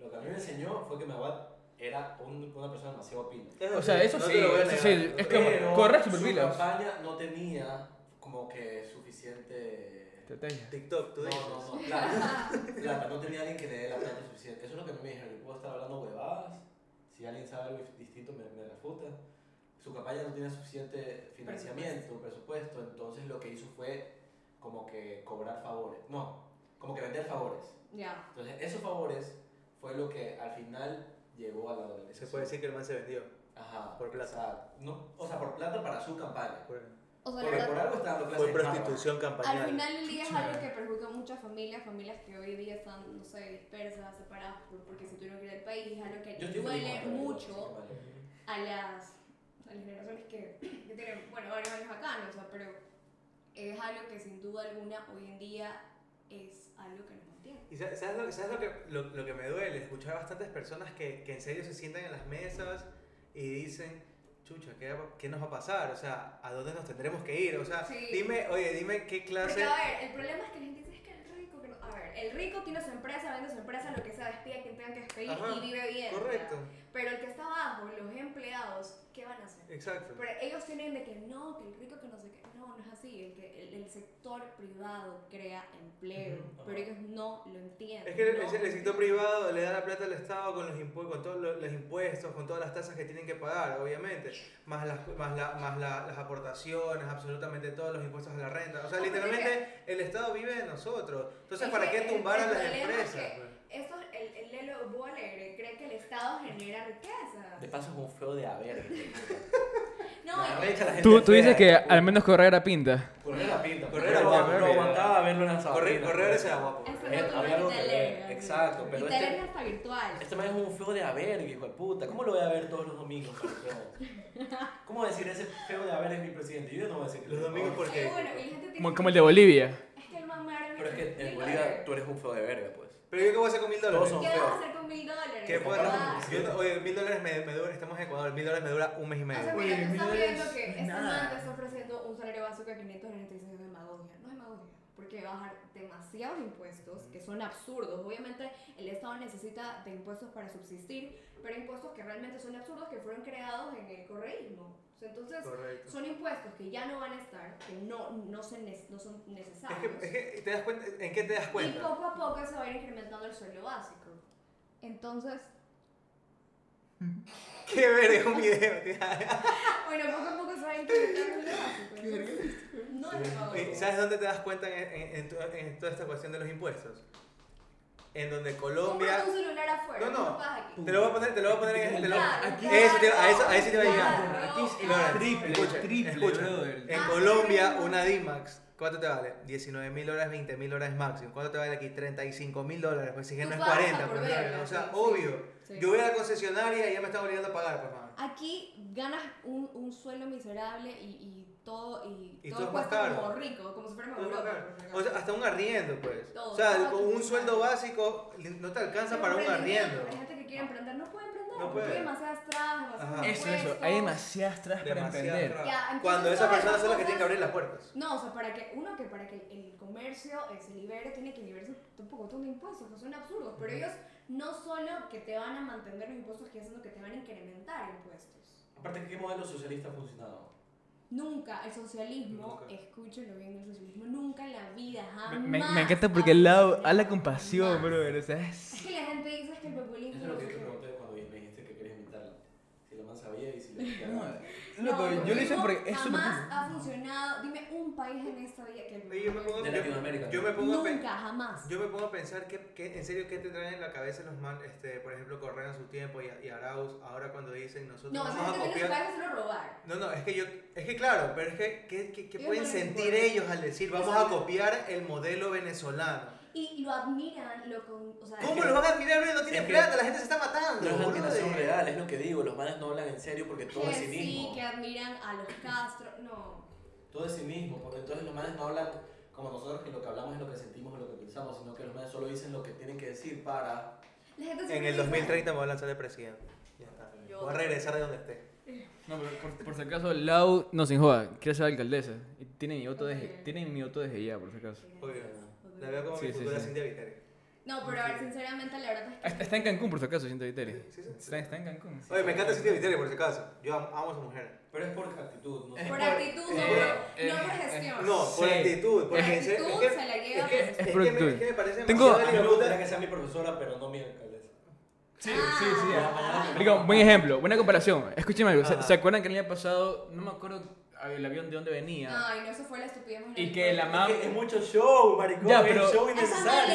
Speaker 5: lo que a mí me enseñó fue que Mawad era un- una persona demasiado pila.
Speaker 1: O sea, eso
Speaker 2: No te
Speaker 1: sí,
Speaker 2: lo voy a
Speaker 1: eso
Speaker 2: negar.
Speaker 1: sí, es que-
Speaker 5: Pero
Speaker 1: corre
Speaker 5: su
Speaker 1: superpila.
Speaker 5: campaña no tenía como que suficiente...
Speaker 1: Estrategia.
Speaker 2: TikTok, tú
Speaker 5: No,
Speaker 2: dices.
Speaker 5: no, no, plata. Plata, no tenía alguien que le dé la plata suficiente. Eso es lo que a mí me dijeron. Yo puedo estar hablando huevadas. Si alguien sabe algo distinto, me, me refuta. Su campaña no tenía suficiente financiamiento, presupuesto. Entonces lo que hizo fue como que cobrar favores. No, como que vender favores.
Speaker 3: Ya.
Speaker 5: Entonces esos favores fue lo que al final llegó a la dolarización.
Speaker 2: Se puede decir que el man se vendió.
Speaker 5: Ajá.
Speaker 2: por plata.
Speaker 5: O sea, no, o sea, por plata para su campaña.
Speaker 2: Fue-
Speaker 3: O sea, la
Speaker 5: Porque por
Speaker 3: verdad,
Speaker 5: algo está dando clases
Speaker 2: Fue
Speaker 5: en Harvard.
Speaker 2: prostitución
Speaker 3: al
Speaker 2: campañal.
Speaker 3: final del día es algo que perjudica a muchas familias, familias que hoy día están, no sé, dispersas, separadas por- porque se tuvieron que ir del país. Es algo
Speaker 5: Yo
Speaker 3: que
Speaker 5: estoy feliz con
Speaker 3: duele
Speaker 5: la
Speaker 3: mucho
Speaker 5: dolarización, vale.
Speaker 3: a las, a las generaciones que, que tienen, bueno, varios años acá, ¿no? O sea, pero es algo que sin duda alguna hoy en día es algo que nos mantiene.
Speaker 2: ¿Y sa- sabes, lo, sabes lo, que, lo, lo que me duele? Escuchar a bastantes personas que, que en serio se sientan en las mesas y dicen, chucha, ¿qué, va- qué nos va a pasar? O sea, ¿a dónde nos tendremos que ir? O sea,
Speaker 3: Sí.
Speaker 2: dime, oye, dime qué
Speaker 3: Porque
Speaker 2: clase...
Speaker 3: a ver, el problema es que la gente dice es que el rico, que no-". a ver, el rico tiene su empresa, vende su empresa, lo que sea, despide a quien tenga que despedir
Speaker 2: Ajá,
Speaker 3: y vive bien.
Speaker 2: Correcto.
Speaker 3: Pero el que está abajo, los empleados, ¿qué ¿qué van a hacer?
Speaker 2: Exacto.
Speaker 3: Pero ellos tienen de que no, que el rico que no sé qué. No, no es así. El, que el, el sector privado crea empleo,
Speaker 4: Ujú.
Speaker 3: pero ellos no lo entienden.
Speaker 2: Es que el,
Speaker 3: no
Speaker 2: el- el sector
Speaker 3: entienden.
Speaker 2: privado le da la plata al Estado con los, impu- con todos los, los impuestos, con todas las tasas que tienen que pagar, obviamente, más las, más la- más la- las aportaciones, absolutamente todos los impuestos a la renta. O sea,
Speaker 3: Ah, pues,
Speaker 2: literalmente el Estado vive de nosotros. Entonces,
Speaker 3: Es
Speaker 2: ¿para
Speaker 3: que
Speaker 2: qué
Speaker 3: el-
Speaker 2: tumbar
Speaker 3: el
Speaker 2: a las
Speaker 3: problema es
Speaker 2: empresas?
Speaker 3: que-
Speaker 2: pues?
Speaker 3: Eso, el, el Lelo Boalegre cree que el Estado genera riqueza.
Speaker 5: De paso es un feo de haber.
Speaker 3: No, es que-
Speaker 1: Tú, tú dices que al menos Correa pinta.
Speaker 5: Correr la pinta.
Speaker 2: Correr era
Speaker 5: no
Speaker 2: guapo,
Speaker 5: aguantaba- no
Speaker 2: era-
Speaker 5: aguantaba verlo en las
Speaker 2: Correr, correr ese agua. pues.
Speaker 3: Eso
Speaker 5: Eh, había
Speaker 3: no había
Speaker 5: algo que
Speaker 3: Italia.
Speaker 5: ver, exacto, pero este-
Speaker 3: Italia es hasta virtual.
Speaker 5: Este man es un feo de haber, hijo de puta. ¿Cómo lo voy a ver todos los domingos? maricón? ¿Cómo decir ese feo de haber es mi presidente? Yo no voy a decir que
Speaker 2: Los
Speaker 5: no.
Speaker 2: domingos
Speaker 3: Es que,
Speaker 2: porque...
Speaker 3: bueno, y la gente
Speaker 1: Como,
Speaker 3: tiene-
Speaker 1: como el de Bolivia.
Speaker 3: Es que el mamá era
Speaker 5: Pero es que en
Speaker 3: mil
Speaker 5: Bolivia
Speaker 3: dólares.
Speaker 5: tú eres un feo de verga, pues.
Speaker 2: Pero yo qué voy a hacer con mil
Speaker 5: Todos
Speaker 2: dólares.
Speaker 5: son-
Speaker 3: ¿Qué
Speaker 5: feos.
Speaker 3: vas a hacer con mil dólares?
Speaker 2: ¿Qué puedo hacer
Speaker 3: Ah.
Speaker 2: con- yo- Oye, mil dólares me, me dura, estamos en Ecuador, mil dólares me dura un mes y
Speaker 3: O sea,
Speaker 2: medio.
Speaker 4: Oye,
Speaker 3: mira, tú
Speaker 4: mil
Speaker 3: estás
Speaker 4: dólares
Speaker 3: viendo que
Speaker 4: no es
Speaker 3: este
Speaker 4: nada.
Speaker 3: man te está ofreciendo un salario básico de 596 de demagogia. No es demagogia, porque va a bajar demasiados impuestos que son absurdos. Obviamente, el Estado necesita de impuestos para subsistir, pero hay impuestos que realmente son absurdos que fueron creados en el correísmo. O sea, Entonces,
Speaker 2: Correcto.
Speaker 3: son impuestos que ya no van a estar, que no, no, se ne- no son
Speaker 2: Es
Speaker 3: necesarios.
Speaker 2: que, es que te das cuenta, ¿en qué te das
Speaker 3: y
Speaker 2: cuenta?
Speaker 3: poco a poco se va a ir incrementando el sueldo básico. Entonces,
Speaker 2: Qué verga un video, tía.
Speaker 3: bueno, poco a poco se va a incrementar el sueldo básico. entonces, no es demagogia.
Speaker 2: Eh, ¿Sabes dónde te das cuenta en, en- en to- en toda esta cuestión de los impuestos? En donde Colombia...
Speaker 3: Compra tu celular afuera.
Speaker 2: No, no.
Speaker 3: lo pagas aquí.
Speaker 2: Te lo voy a poner, te lo voy a poner en este... Lo...
Speaker 3: Claro,
Speaker 2: Aquí-
Speaker 3: claro,
Speaker 2: eso te- a eso- a eso te va a llegar.
Speaker 3: claro,
Speaker 4: Gratis,
Speaker 3: claro.
Speaker 4: triple,
Speaker 2: Escucha,
Speaker 4: triple,
Speaker 2: escucha.
Speaker 4: brother.
Speaker 2: En
Speaker 3: Ah,
Speaker 2: Colombia,
Speaker 3: sí.
Speaker 2: una D-Max, ¿cuánto te vale? 19 mil dólares, 20 mil dólares máximo. ¿Cuánto te vale aquí? 35 mil dólares, pues si que
Speaker 3: Tú
Speaker 2: no es
Speaker 3: pagas
Speaker 2: 40,
Speaker 3: por
Speaker 2: pues,
Speaker 3: verlo,
Speaker 2: claro, O
Speaker 3: sí,
Speaker 2: sea,
Speaker 3: sí.
Speaker 2: obvio.
Speaker 3: Sí.
Speaker 2: Yo voy a la concesionaria y ya me están obligando a pagar, pues, mamá.
Speaker 3: Aquí ganas un, un sueldo miserable y, y todo y,
Speaker 2: Y todo
Speaker 3: todo,
Speaker 2: es más
Speaker 3: cuesta
Speaker 2: caro.
Speaker 3: como rico, como si fuéramos
Speaker 2: Todo es
Speaker 3: Europa.
Speaker 2: más caro.
Speaker 3: por si
Speaker 2: O sea,
Speaker 3: acaso.
Speaker 2: hasta un arriendo, pues.
Speaker 3: Todo,
Speaker 2: o sea,
Speaker 3: todo
Speaker 2: con
Speaker 3: es
Speaker 2: un
Speaker 3: más
Speaker 2: sueldo
Speaker 3: caro.
Speaker 2: básico no te alcanza para un arriendo. Ah.
Speaker 3: Hay gente que quiere emprender, no puede emprender,
Speaker 2: No
Speaker 3: porque
Speaker 2: puede.
Speaker 3: hay demasiadas trabas,
Speaker 2: Ajá.
Speaker 3: demasiados
Speaker 1: Eso, eso. Hay demasiadas tras para
Speaker 2: Demasiado
Speaker 1: emprender.
Speaker 2: raro.
Speaker 3: Ya, entonces
Speaker 2: Cuando esas
Speaker 3: todas
Speaker 2: personas son las que
Speaker 3: cosas-
Speaker 2: tienen que abrir las puertas.
Speaker 3: No, o sea, para que, uno, que para que el comercio eh, se libere, tiene que liberarse un pocotón de impuestos, que son absurdos, pero ellos no solo que te van a mantener los impuestos que hacen, sino que te van a incrementar impuestos.
Speaker 5: Aparte, ¿qué modelo socialista ha funcionado?
Speaker 3: Nunca, el socialismo,
Speaker 2: Nunca.
Speaker 3: escúchenlo bien, el socialismo, nunca en la vida,
Speaker 1: Me,
Speaker 3: jamás.
Speaker 1: me- me encanta porque el lado a la
Speaker 3: jamás.
Speaker 1: compasión, brother. O sea, es-
Speaker 3: Es que la gente dice que el populismo...
Speaker 5: Eso es lo que yo te
Speaker 3: no sé qué.
Speaker 5: pregunté cuando me dijiste que querías invitarla. Si la man sabía y si le quería
Speaker 1: No,
Speaker 5: ganar.
Speaker 1: loco,
Speaker 3: No, el
Speaker 1: yo lo hice
Speaker 3: populismo
Speaker 1: porque es súper
Speaker 3: Jamás ha funcionado, dime un país en esta vida que... el
Speaker 2: Oye, yo me pongo-
Speaker 5: De
Speaker 2: yo-
Speaker 5: Latinoamérica.
Speaker 2: Yo me pongo a pe-
Speaker 3: Nunca, jamás.
Speaker 2: Yo me pongo a pensar que, que, en serio qué te traen en la cabeza los man, este, por ejemplo, Correa en su tiempo y, y Arauz, ahora cuando dicen nosotros
Speaker 3: No, esa
Speaker 2: vamos a
Speaker 3: gente tiene su
Speaker 2: copiar.
Speaker 3: cabeza solo robar.
Speaker 2: No, no, es que yo, es que claro, pero es que, ¿qué, qué- qué
Speaker 3: Ellos
Speaker 2: pueden
Speaker 3: no les
Speaker 2: sentir
Speaker 3: importa.
Speaker 2: ellos al decir vamos a
Speaker 3: Exacto.
Speaker 2: copiar el modelo venezolano?
Speaker 3: Y lo admiran, lo con, o sea,
Speaker 2: ¿Cómo
Speaker 5: que-
Speaker 2: lo van a admirar? bro? No
Speaker 5: es
Speaker 2: tienen
Speaker 5: que-
Speaker 2: plata, la gente se está
Speaker 5: No
Speaker 2: matando.
Speaker 5: es
Speaker 2: boludo.
Speaker 5: admiración real, es lo que digo. Los manes no hablan en serio porque todo
Speaker 3: que
Speaker 5: es
Speaker 3: sí,
Speaker 5: cinismo.
Speaker 3: que admiran a los Castro, no.
Speaker 5: Todo es cinismo, porque entonces los manes no hablan como nosotros que lo que hablamos es lo que sentimos o lo que pensamos, sino que los manes solo dicen lo que tienen que decir para.
Speaker 3: La gente
Speaker 2: En
Speaker 3: siempre
Speaker 2: el
Speaker 3: dice,
Speaker 2: 2030 me voy a lanzar de presidente. Ya está.
Speaker 3: Yo-
Speaker 2: Voy a regresar de donde esté.
Speaker 1: No, pero por, por si acaso, Lau no se enjoda, quiere ser alcaldesa. Y tiene mi voto desde,
Speaker 3: Ok.
Speaker 1: tiene mi voto desde ya, por si acaso.
Speaker 2: Obvio. La veo como
Speaker 1: Sí,
Speaker 2: mi
Speaker 1: sí,
Speaker 2: futura
Speaker 1: sí.
Speaker 2: Cintia Viteri.
Speaker 3: No, pero a ver, sinceramente la verdad
Speaker 1: Ah,
Speaker 3: es
Speaker 1: Está,
Speaker 3: que
Speaker 1: está en Cancún, por si acaso, siento Viteri.
Speaker 2: Sí, sí, sí.
Speaker 1: Está, está en Cancún.
Speaker 2: Oye, me encanta Cintia Viteri, por si acaso. Yo am- amo a su mujer.
Speaker 5: Pero es por actitud, no
Speaker 3: por
Speaker 5: sé.
Speaker 3: actitud,
Speaker 1: eh,
Speaker 3: no, por, no por
Speaker 1: eh,
Speaker 3: gestión.
Speaker 2: No, por
Speaker 1: Sí.
Speaker 2: actitud. Porque
Speaker 3: Por
Speaker 2: en serio,
Speaker 3: actitud
Speaker 2: es que,
Speaker 3: se la
Speaker 2: es
Speaker 3: lleva.
Speaker 2: que, es
Speaker 1: por
Speaker 2: que me-
Speaker 1: actitud.
Speaker 2: es que me parece
Speaker 1: Tengo-
Speaker 2: demasiado
Speaker 5: A mí me
Speaker 2: hijo de
Speaker 5: gustaría
Speaker 2: puta.
Speaker 5: que sea mi profesora, pero no mi alcaldesa.
Speaker 1: Sí,
Speaker 3: Ah.
Speaker 1: sí, sí. Rico, buen ejemplo, buena comparación. Escúcheme algo. ¿se,
Speaker 2: Ajá.
Speaker 1: se acuerdan que el año pasado, no me acuerdo el avión de dónde venía?
Speaker 3: Ay, no, eso fue la estupidez. más
Speaker 1: Y
Speaker 3: grande.
Speaker 1: que la
Speaker 5: Es,
Speaker 1: mamá.
Speaker 5: que es mucho show, maricón.
Speaker 1: ah. Ya,
Speaker 5: es
Speaker 1: pero-
Speaker 5: show
Speaker 3: A esa madre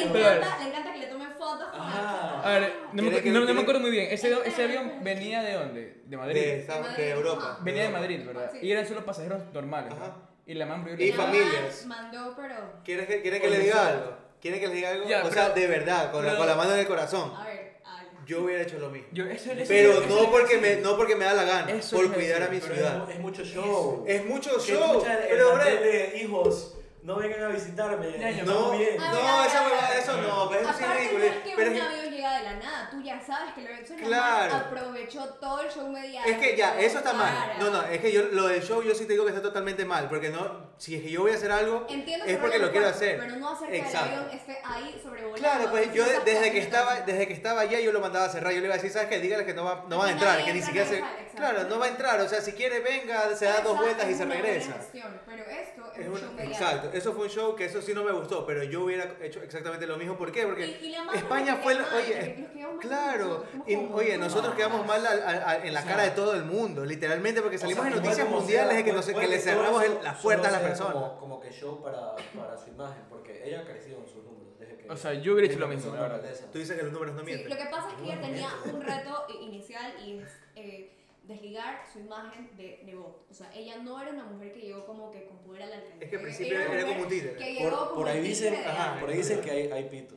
Speaker 5: innecesario.
Speaker 3: le encanta, le encanta que le tomen fotos con
Speaker 5: Ajá.
Speaker 1: A ver, no me,
Speaker 2: ¿Quiere que-
Speaker 1: acu- no- no
Speaker 2: quiere-
Speaker 1: me acuerdo muy bien. Ese, ese avión venía de dónde? De Madrid.
Speaker 2: De, esta-
Speaker 3: Madrid, ah.
Speaker 2: de Europa.
Speaker 3: ajá.
Speaker 1: Venía de Madrid, ¿verdad?
Speaker 3: Sí.
Speaker 1: Y eran solo pasajeros normales.
Speaker 2: Ajá.
Speaker 1: Y la mamá prohibió
Speaker 2: Y
Speaker 1: el-
Speaker 3: La mamá
Speaker 2: familias.
Speaker 3: Mandó, pero.
Speaker 2: ¿Quieres que, quieren que les diga algo? ¿Quieren que les diga algo?
Speaker 1: Ya,
Speaker 2: o
Speaker 1: pero-
Speaker 2: sea, de verdad, con, la,
Speaker 1: pero-
Speaker 2: con la mano en el corazón.
Speaker 3: A ver, ala.
Speaker 2: Yo hubiera hecho lo mismo.
Speaker 1: Yo, eso, eso-
Speaker 2: Pero
Speaker 1: eso-
Speaker 2: no porque, me, no porque me da la gana,
Speaker 1: Eso
Speaker 2: por
Speaker 1: iba a
Speaker 2: cuidar a mi
Speaker 1: decir,
Speaker 5: Pero
Speaker 2: ciudad.
Speaker 5: es, es mucho show.
Speaker 2: Es mucho
Speaker 5: Que
Speaker 2: show,
Speaker 5: escucha el-
Speaker 2: pero
Speaker 5: el
Speaker 2: bro,
Speaker 5: cartel de hijos, no vengan a visitarme.
Speaker 1: Ya, ya,
Speaker 5: no,
Speaker 2: No,
Speaker 5: bien.
Speaker 3: A ver,
Speaker 2: no,
Speaker 3: a ver,
Speaker 2: esa
Speaker 3: a ver.
Speaker 2: huevada, eso no, pero eso Pues sí es
Speaker 3: Aparte, no
Speaker 2: ridículo.
Speaker 3: es que
Speaker 2: Pero
Speaker 3: un
Speaker 2: es-
Speaker 3: avión llega llega de la nada, tú ya sabes que Lorenzo Herrera
Speaker 2: Claro.
Speaker 3: aprovechó todo el show mediático.
Speaker 2: Es que ya, eso está mal.
Speaker 3: Para.
Speaker 2: No, no, es que yo lo del show yo sí te digo que está totalmente mal, porque no, si es que yo voy a hacer algo,
Speaker 3: Entiendo
Speaker 2: es
Speaker 3: cerrar
Speaker 2: porque
Speaker 3: el
Speaker 2: lo quiero
Speaker 3: aeropuerto,
Speaker 2: hacer.
Speaker 3: Pero no hacer que
Speaker 2: Exacto.
Speaker 3: el avión esté ahí sobrevolando.
Speaker 2: Claro, pues yo de-
Speaker 3: Esas
Speaker 2: desde que
Speaker 3: cosas
Speaker 2: estaba,
Speaker 3: también.
Speaker 2: desde que estaba allá yo lo mandaba a cerrar, yo le iba a decir, ¿sabes qué? Dígale que no va, no va
Speaker 3: Nadie
Speaker 2: a entrar, que ni
Speaker 3: entra,
Speaker 2: siquiera se...
Speaker 3: nadie sale, exacto.
Speaker 2: Claro, no va a entrar, o sea, si quiere venga, se da
Speaker 3: Exacto,
Speaker 2: dos vueltas y
Speaker 3: es
Speaker 2: se
Speaker 3: una buena
Speaker 2: regresa.
Speaker 3: gestión, Pero esto es,
Speaker 2: Es
Speaker 3: un
Speaker 2: un-
Speaker 3: show mediático.
Speaker 2: exacto, eso fue un show que eso sí no me gustó, pero yo hubiera hecho exactamente lo mismo. ¿Por qué? Porque
Speaker 3: Y- y la mano
Speaker 2: España
Speaker 3: que
Speaker 2: fue, la-
Speaker 3: queda mal,
Speaker 2: oye,
Speaker 3: que nos quedamos mal
Speaker 2: claro,
Speaker 3: nosotros, somos
Speaker 2: y,
Speaker 3: como
Speaker 2: oye,
Speaker 3: una
Speaker 2: nosotros
Speaker 3: mala.
Speaker 2: quedamos mal al- al- al- en la
Speaker 5: O
Speaker 2: cara
Speaker 5: sea,
Speaker 2: de todo el mundo, literalmente, porque salimos
Speaker 5: O sea,
Speaker 2: en
Speaker 5: igual
Speaker 2: noticias
Speaker 5: como
Speaker 2: mundiales
Speaker 5: sea,
Speaker 2: de que, nos-
Speaker 5: puede-
Speaker 2: que
Speaker 5: puede
Speaker 2: le
Speaker 5: todo
Speaker 2: cerramos el-
Speaker 5: eso
Speaker 2: las puertas a las
Speaker 5: solo sea
Speaker 2: personas.
Speaker 5: Como, como que show para, para su imagen, porque ella ha crecido en sus números. Desde que,
Speaker 1: O sea, yo hubiera hecho
Speaker 5: desde
Speaker 1: lo
Speaker 5: que
Speaker 1: mismo,
Speaker 5: empezó
Speaker 1: la
Speaker 5: como
Speaker 1: verdad.
Speaker 5: alcaldesa.
Speaker 2: Tú dices que los números no
Speaker 3: Sí,
Speaker 2: mienten.
Speaker 3: lo que pasa es que ella
Speaker 5: Bueno,
Speaker 3: tenía
Speaker 5: eso.
Speaker 3: un reto i- inicial y es eh, desligar su imagen de Nebot. O sea, ella no era una mujer que llegó como que con poder a la alcaldía.
Speaker 2: Es que al
Speaker 3: Ella
Speaker 2: principio
Speaker 3: una
Speaker 2: era
Speaker 3: mujer
Speaker 2: como un títere.
Speaker 3: que llegó
Speaker 5: Por,
Speaker 3: como
Speaker 5: por ahí
Speaker 3: el
Speaker 5: dicen,
Speaker 3: títere de
Speaker 2: ajá,
Speaker 3: algo.
Speaker 5: por ahí dicen que hay, hay pito.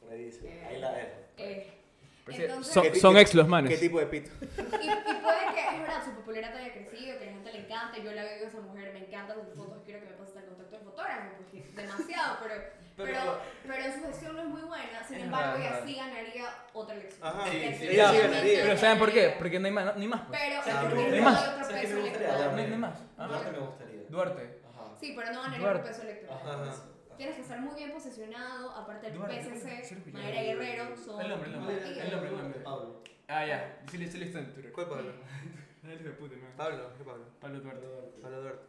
Speaker 5: Por ahí dicen, ahí la dejo.
Speaker 3: Eh,
Speaker 1: Pero sí,
Speaker 3: entonces,
Speaker 1: son-
Speaker 2: ¿Qué ti-
Speaker 1: son
Speaker 2: qué-
Speaker 1: ex los
Speaker 2: ¿Qué
Speaker 1: manes.
Speaker 2: tipo de pito?
Speaker 3: Y, y puede que, es verdad, su popularidad haya crecido, que la gente le encanta, yo la veo a esa mujer, me encantan sus fotos, quiero que me pases el contacto del fotógrafo, porque es demasiado, pero, pero, pero en su gestión no es muy buena, sin
Speaker 1: Es
Speaker 3: embargo,
Speaker 1: verdad,
Speaker 3: ella
Speaker 1: es
Speaker 3: sí ganaría otra elección.
Speaker 2: Ajá.
Speaker 5: Sí,
Speaker 3: Porque
Speaker 5: sí,
Speaker 3: definitivamente
Speaker 2: ella sí
Speaker 3: ella
Speaker 2: ganaría.
Speaker 1: Pero ¿saben por qué? Porque no hay más. No hay más. pues.
Speaker 3: Pero
Speaker 5: ¿Sabes qué
Speaker 3: el
Speaker 5: me
Speaker 3: gobierno
Speaker 5: gustaría?
Speaker 3: no
Speaker 1: más?
Speaker 3: da otro
Speaker 5: ¿Sabes qué
Speaker 3: peso
Speaker 1: No
Speaker 5: me gustaría?
Speaker 3: electoral.
Speaker 1: hay no hay más.
Speaker 5: Ah, No,
Speaker 1: Ajá.
Speaker 5: Duarte me gustaría.
Speaker 1: Duarte.
Speaker 5: Ajá.
Speaker 3: Sí, pero no ganaría
Speaker 1: Duarte.
Speaker 3: otro peso electoral.
Speaker 5: Ajá.
Speaker 2: Ajá.
Speaker 3: Tienes que estar muy bien posicionado, aparte del
Speaker 1: Duarte,
Speaker 3: PSC,
Speaker 1: Duarte.
Speaker 3: Madera Guerrero, son...
Speaker 1: El nombre, el nombre,
Speaker 3: partidos.
Speaker 1: el nombre, el nombre.
Speaker 5: Pablo.
Speaker 1: Ah, ya. Sí, sí, listo en Twitter.
Speaker 2: ¿Cuál Pablo?
Speaker 1: Ay, hijo de puta, man.
Speaker 2: Pablo, ¿qué Pablo?
Speaker 1: Pablo Duarte.
Speaker 2: Pablo Duarte.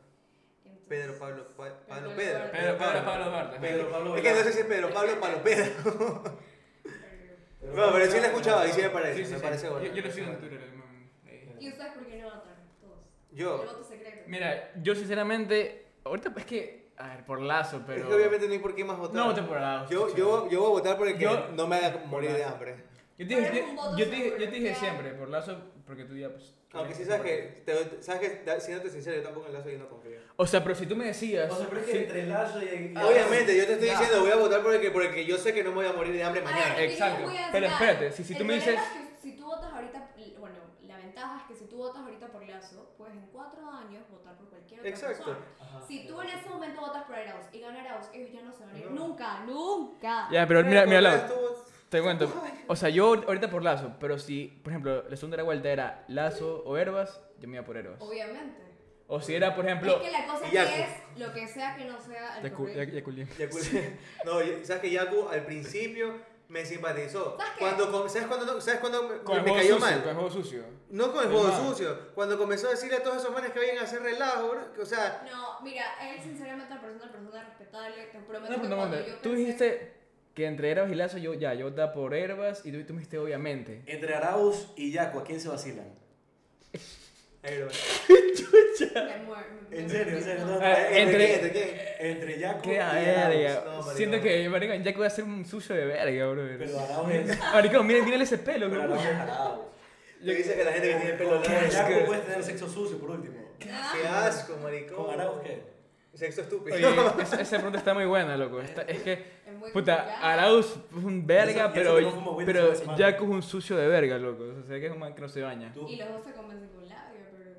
Speaker 3: Entonces,
Speaker 2: Pedro, Pablo, Pa- Pablo,
Speaker 3: Pablo
Speaker 2: Pedro.
Speaker 3: Duarte.
Speaker 1: Pedro, Pablo, Pablo Duarte. ajá.
Speaker 5: Pedro Pablo
Speaker 2: Es que no sé si es
Speaker 5: Velasco.
Speaker 2: Pedro Pablo, Pablo, Pedro.
Speaker 3: eh,
Speaker 2: No, pero sí lo he escuchado y sí me parece,
Speaker 1: Sí, sí,
Speaker 2: me
Speaker 1: sí.
Speaker 2: parece bueno.
Speaker 1: Yo yo lo
Speaker 2: me
Speaker 1: sigo en
Speaker 2: parece
Speaker 1: Twitter. el man, ahí.
Speaker 3: ¿Y ustedes por qué no votaron? Todos.
Speaker 2: bueno.
Speaker 3: El
Speaker 2: Yo.
Speaker 3: voto secreto.
Speaker 1: Mira, yo sinceramente. Ahorita es que. A ver, por lazo, pero.
Speaker 2: Es que obviamente no hay por qué más votar.
Speaker 1: No voté por lazo.
Speaker 2: Yo, yo, yo voy a votar por el que
Speaker 1: Yo-
Speaker 2: no me haga morir de hambre.
Speaker 1: Yo te dije,
Speaker 3: Pero es
Speaker 1: yo-
Speaker 3: un voto
Speaker 1: yo te dije-
Speaker 3: seguro,
Speaker 1: yo te dije
Speaker 3: claro.
Speaker 1: siempre, por lazo, porque tú ya pues... tú
Speaker 2: Aunque
Speaker 1: ya-
Speaker 2: sí sabes que, te, sabes que da- siéndote sincero, yo tampoco en el lazo yo no confío.
Speaker 1: O sea, pero si tú me decías...
Speaker 5: O sea, pero es que
Speaker 1: sí,
Speaker 5: entre Lazo y.
Speaker 2: Obviamente, yo te estoy
Speaker 1: Ya.
Speaker 2: diciendo, voy a votar por el que, por el que yo sé que no me voy a morir de hambre
Speaker 3: A
Speaker 2: mañana.
Speaker 3: ver,
Speaker 1: Eh, Exacto.
Speaker 3: yo les voy a
Speaker 1: Pero
Speaker 3: decir
Speaker 1: espérate,
Speaker 3: algo.
Speaker 1: si- si
Speaker 3: El
Speaker 1: tú me
Speaker 3: problema
Speaker 1: dices-
Speaker 3: es que si tú votas ahorita, bueno, la ventaja es que si tú votas ahorita por Lazo, puedes en cuatro años votar por cualquier otra
Speaker 2: Exacto.
Speaker 3: persona.
Speaker 1: Ah,
Speaker 5: Ajá.
Speaker 3: Si tú en ese momento votas por Arauz y gana Arauz, ellos ya no se van a ir.
Speaker 2: No.
Speaker 3: Nunca, nunca.
Speaker 1: Ya, pero mira, mira,
Speaker 2: Pero
Speaker 1: Lau,
Speaker 2: tú-
Speaker 1: te cuento. O sea, yo ahorita por lazo, pero si, por ejemplo, la segunda vuelta era lazo o herbas, yo me iba por herbas.
Speaker 3: Obviamente.
Speaker 1: O si era, por
Speaker 3: Es
Speaker 1: ejemplo...
Speaker 3: que la cosa
Speaker 2: y
Speaker 3: es
Speaker 2: ya
Speaker 3: que
Speaker 2: fue.
Speaker 3: es lo que sea que no sea el
Speaker 1: Yacu-
Speaker 3: correcto.
Speaker 1: ya- Yaculín.
Speaker 2: Yaku- pues, no, yo- sabes que Yaku al principio me simpatizó.
Speaker 3: ¿Sabes qué?
Speaker 2: Cuando, com- ¿Sabes cuando, no- ¿sabes cuando me,
Speaker 1: Con el
Speaker 2: me
Speaker 1: juego
Speaker 2: cayó
Speaker 1: sucio, pues.
Speaker 2: mal?
Speaker 1: Con el juego sucio.
Speaker 2: No con el
Speaker 1: Pero
Speaker 2: juego
Speaker 1: nada.
Speaker 2: sucio. Cuando comenzó a decirle a todos esos manes que vayan a hacer relajo, bro, que, o sea,
Speaker 3: No, mira, él sinceramente es una persona, persona respetable, te prometo
Speaker 1: No,
Speaker 3: que
Speaker 1: pero no,
Speaker 3: cuando
Speaker 1: no,
Speaker 3: yo
Speaker 1: tú
Speaker 3: pensé-
Speaker 1: dijiste que entre herbas y lazo yo ya, yo votaba por herbas y tú, tú me dijiste obviamente.
Speaker 5: Entre Arauz y Yaco, ¿a quién se vacilan?
Speaker 2: ahí lo ves.
Speaker 3: me muero, me-
Speaker 5: En
Speaker 3: me-
Speaker 5: serio, en
Speaker 3: me-
Speaker 5: serio,
Speaker 3: no.
Speaker 5: no.
Speaker 1: Eh,
Speaker 2: ¿Entre
Speaker 1: entre-
Speaker 2: quién? ¿Entre quién?
Speaker 5: Entre Yaco y
Speaker 1: Qué a
Speaker 5: Arauz.
Speaker 1: verga.
Speaker 2: no, marica,
Speaker 1: Siento
Speaker 2: no.
Speaker 1: que, marica, ya que voy a hacer un sucio de verga, bro.
Speaker 5: Pero Arauz es.
Speaker 1: Marica, miren, miren ese pelo,
Speaker 5: Pero
Speaker 1: bro.
Speaker 5: Arauz es Arauz.
Speaker 2: Yo dice que la gente que tiene el pelo
Speaker 5: Con
Speaker 2: largo.
Speaker 5: Yaco puedes tener sexo sucio, por último.
Speaker 2: Qué asco, maricón.
Speaker 5: ¿Con Arauz qué?
Speaker 2: Sexo estúpido.
Speaker 1: Oye, es- esa pregunta está muy buena, loco. Está- es que,
Speaker 3: Es muy
Speaker 1: puta,
Speaker 3: complicado.
Speaker 1: Arauz es un verga,
Speaker 5: Y eso- y eso
Speaker 1: pero,
Speaker 5: que no fumo weed
Speaker 1: pero
Speaker 5: esa semana.
Speaker 1: Jaco es un sucio de verga, loco. O sea, sé que es un man que no se baña.
Speaker 5: Tú.
Speaker 3: Y los dos se convencen con labio, pero.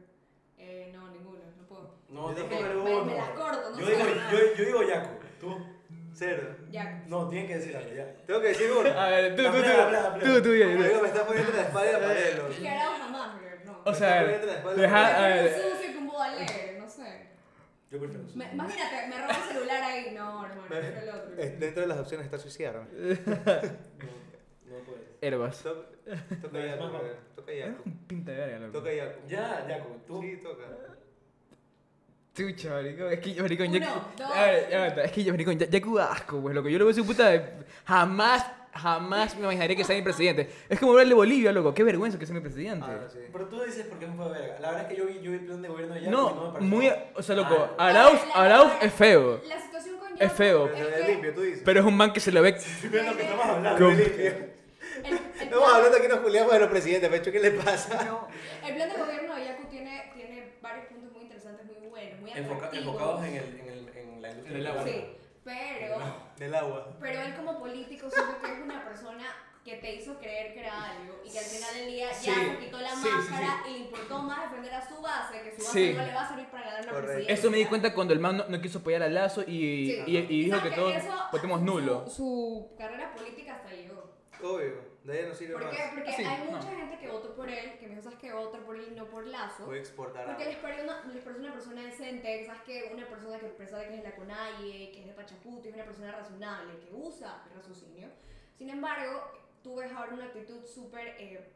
Speaker 3: Eh, no, ninguno, no puedo.
Speaker 5: No,
Speaker 2: Yo
Speaker 5: no, no,
Speaker 2: dije
Speaker 3: me,
Speaker 5: no,
Speaker 3: me
Speaker 5: no.
Speaker 3: las corto, no
Speaker 5: Yo
Speaker 3: sé.
Speaker 5: digo,
Speaker 3: nada.
Speaker 5: yo, yo digo Yaco. Tú.
Speaker 2: Cero.
Speaker 3: Ya.
Speaker 5: No, tienen que decir algo, ya.
Speaker 2: Tengo que decir uno.
Speaker 1: A ver, tú, tú,
Speaker 5: Habla, habla,
Speaker 1: tú,
Speaker 5: habla.
Speaker 1: tú, tú, tú, ya, ya.
Speaker 2: Marico, me está poniendo la espalda a la pared, loco.
Speaker 3: Y que Arauz jamás, bro, no.
Speaker 1: O sea, a ver, deja, a
Speaker 3: Me
Speaker 1: ver,
Speaker 3: pongo sucio con boda alegre, no sé.
Speaker 5: Yo prefiero eso.
Speaker 3: Me- imagínate, me robó el celular ahí. No, hermano,
Speaker 2: Me-
Speaker 3: pero el otro.
Speaker 2: Eh, Dentro de las opciones está suicidarme.
Speaker 5: No, no puedes.
Speaker 1: Herbas.
Speaker 2: To- Toca
Speaker 5: No, es
Speaker 2: Yaku,
Speaker 5: más bajo.
Speaker 2: bro. toca
Speaker 1: Eres
Speaker 2: Yaku.
Speaker 1: un pinta de verga, loco.
Speaker 2: Toca Yaku.
Speaker 5: Ya, Yaco, tú.
Speaker 2: Sí, toca.
Speaker 1: Chucha, marico, es que yo, marico,
Speaker 3: Uno,
Speaker 1: Jaco-
Speaker 3: dos.
Speaker 1: A ver, aguanta, es que yo, marico, Jaco da asco, pues, loco, yo lo veo su puta de- jamás, jamás me imaginaría que sea mi presidente, es como hablarle de Bolivia, loco, qué vergüenza que sea mi presidente.
Speaker 2: Ah, sí.
Speaker 5: Pero tú dices por qué me fue de verga. La verdad es que yo vi, yo vi el plan de gobierno de Yaco y no me
Speaker 1: No,
Speaker 5: pareció.
Speaker 1: muy, o sea, loco,
Speaker 5: Ah,
Speaker 1: Arauz,
Speaker 3: La-
Speaker 1: Arauz es feo,
Speaker 3: La situación con
Speaker 1: Es feo.
Speaker 2: Pero se ve limpio, tú dices.
Speaker 1: pero es un man que se lo ve,
Speaker 5: Mira lo que estamos hablando.
Speaker 2: Se ve limpio. No vamos hablando aquí nos juliamos de los presidentes, Pecho, ¿qué le pasa?
Speaker 3: El plan de gobierno de Yaku tiene, tiene varios puntos muy interesantes, muy buenos, muy
Speaker 5: Enfoca-
Speaker 3: atractivos.
Speaker 5: enfocados en, el, en, el, en la industria.
Speaker 1: En el agua.
Speaker 5: petrolera.
Speaker 3: Sí, pero,
Speaker 2: Del agua.
Speaker 3: pero él como político siento que es una persona que te hizo creer que era algo y que al final del día
Speaker 1: Sí,
Speaker 3: ya se quitó la
Speaker 1: sí, sí,
Speaker 3: máscara y le importó más defender a su base, que su base
Speaker 1: Sí.
Speaker 3: no le va a servir para ganar una
Speaker 2: Correcto.
Speaker 3: presidencia.
Speaker 1: eso me di cuenta cuando el man no, no quiso apoyar a Lazo y,
Speaker 3: Sí.
Speaker 1: y, y dijo
Speaker 3: ¿Sabes
Speaker 1: que
Speaker 3: qué?
Speaker 1: todos
Speaker 3: Eso-
Speaker 1: votemos nulo.
Speaker 3: Su, su carrera política hasta llegó.
Speaker 2: Obvio, de ahí no sirve
Speaker 3: ¿Por
Speaker 2: más.
Speaker 3: qué? Porque
Speaker 1: Ah, Sí,
Speaker 3: hay
Speaker 1: no.
Speaker 3: mucha gente que votó por él, que me sabes que votó por él y no por Lazo.
Speaker 2: Voy a exportar
Speaker 3: Porque
Speaker 2: algo.
Speaker 3: les parece, una, les parece una persona decente, sabes que una persona que pensaba que es de la CONAIE, que es de Pachacuti, es una persona razonable, que usa el raciocinio. Sin embargo, tú ves ahora una actitud súper eh,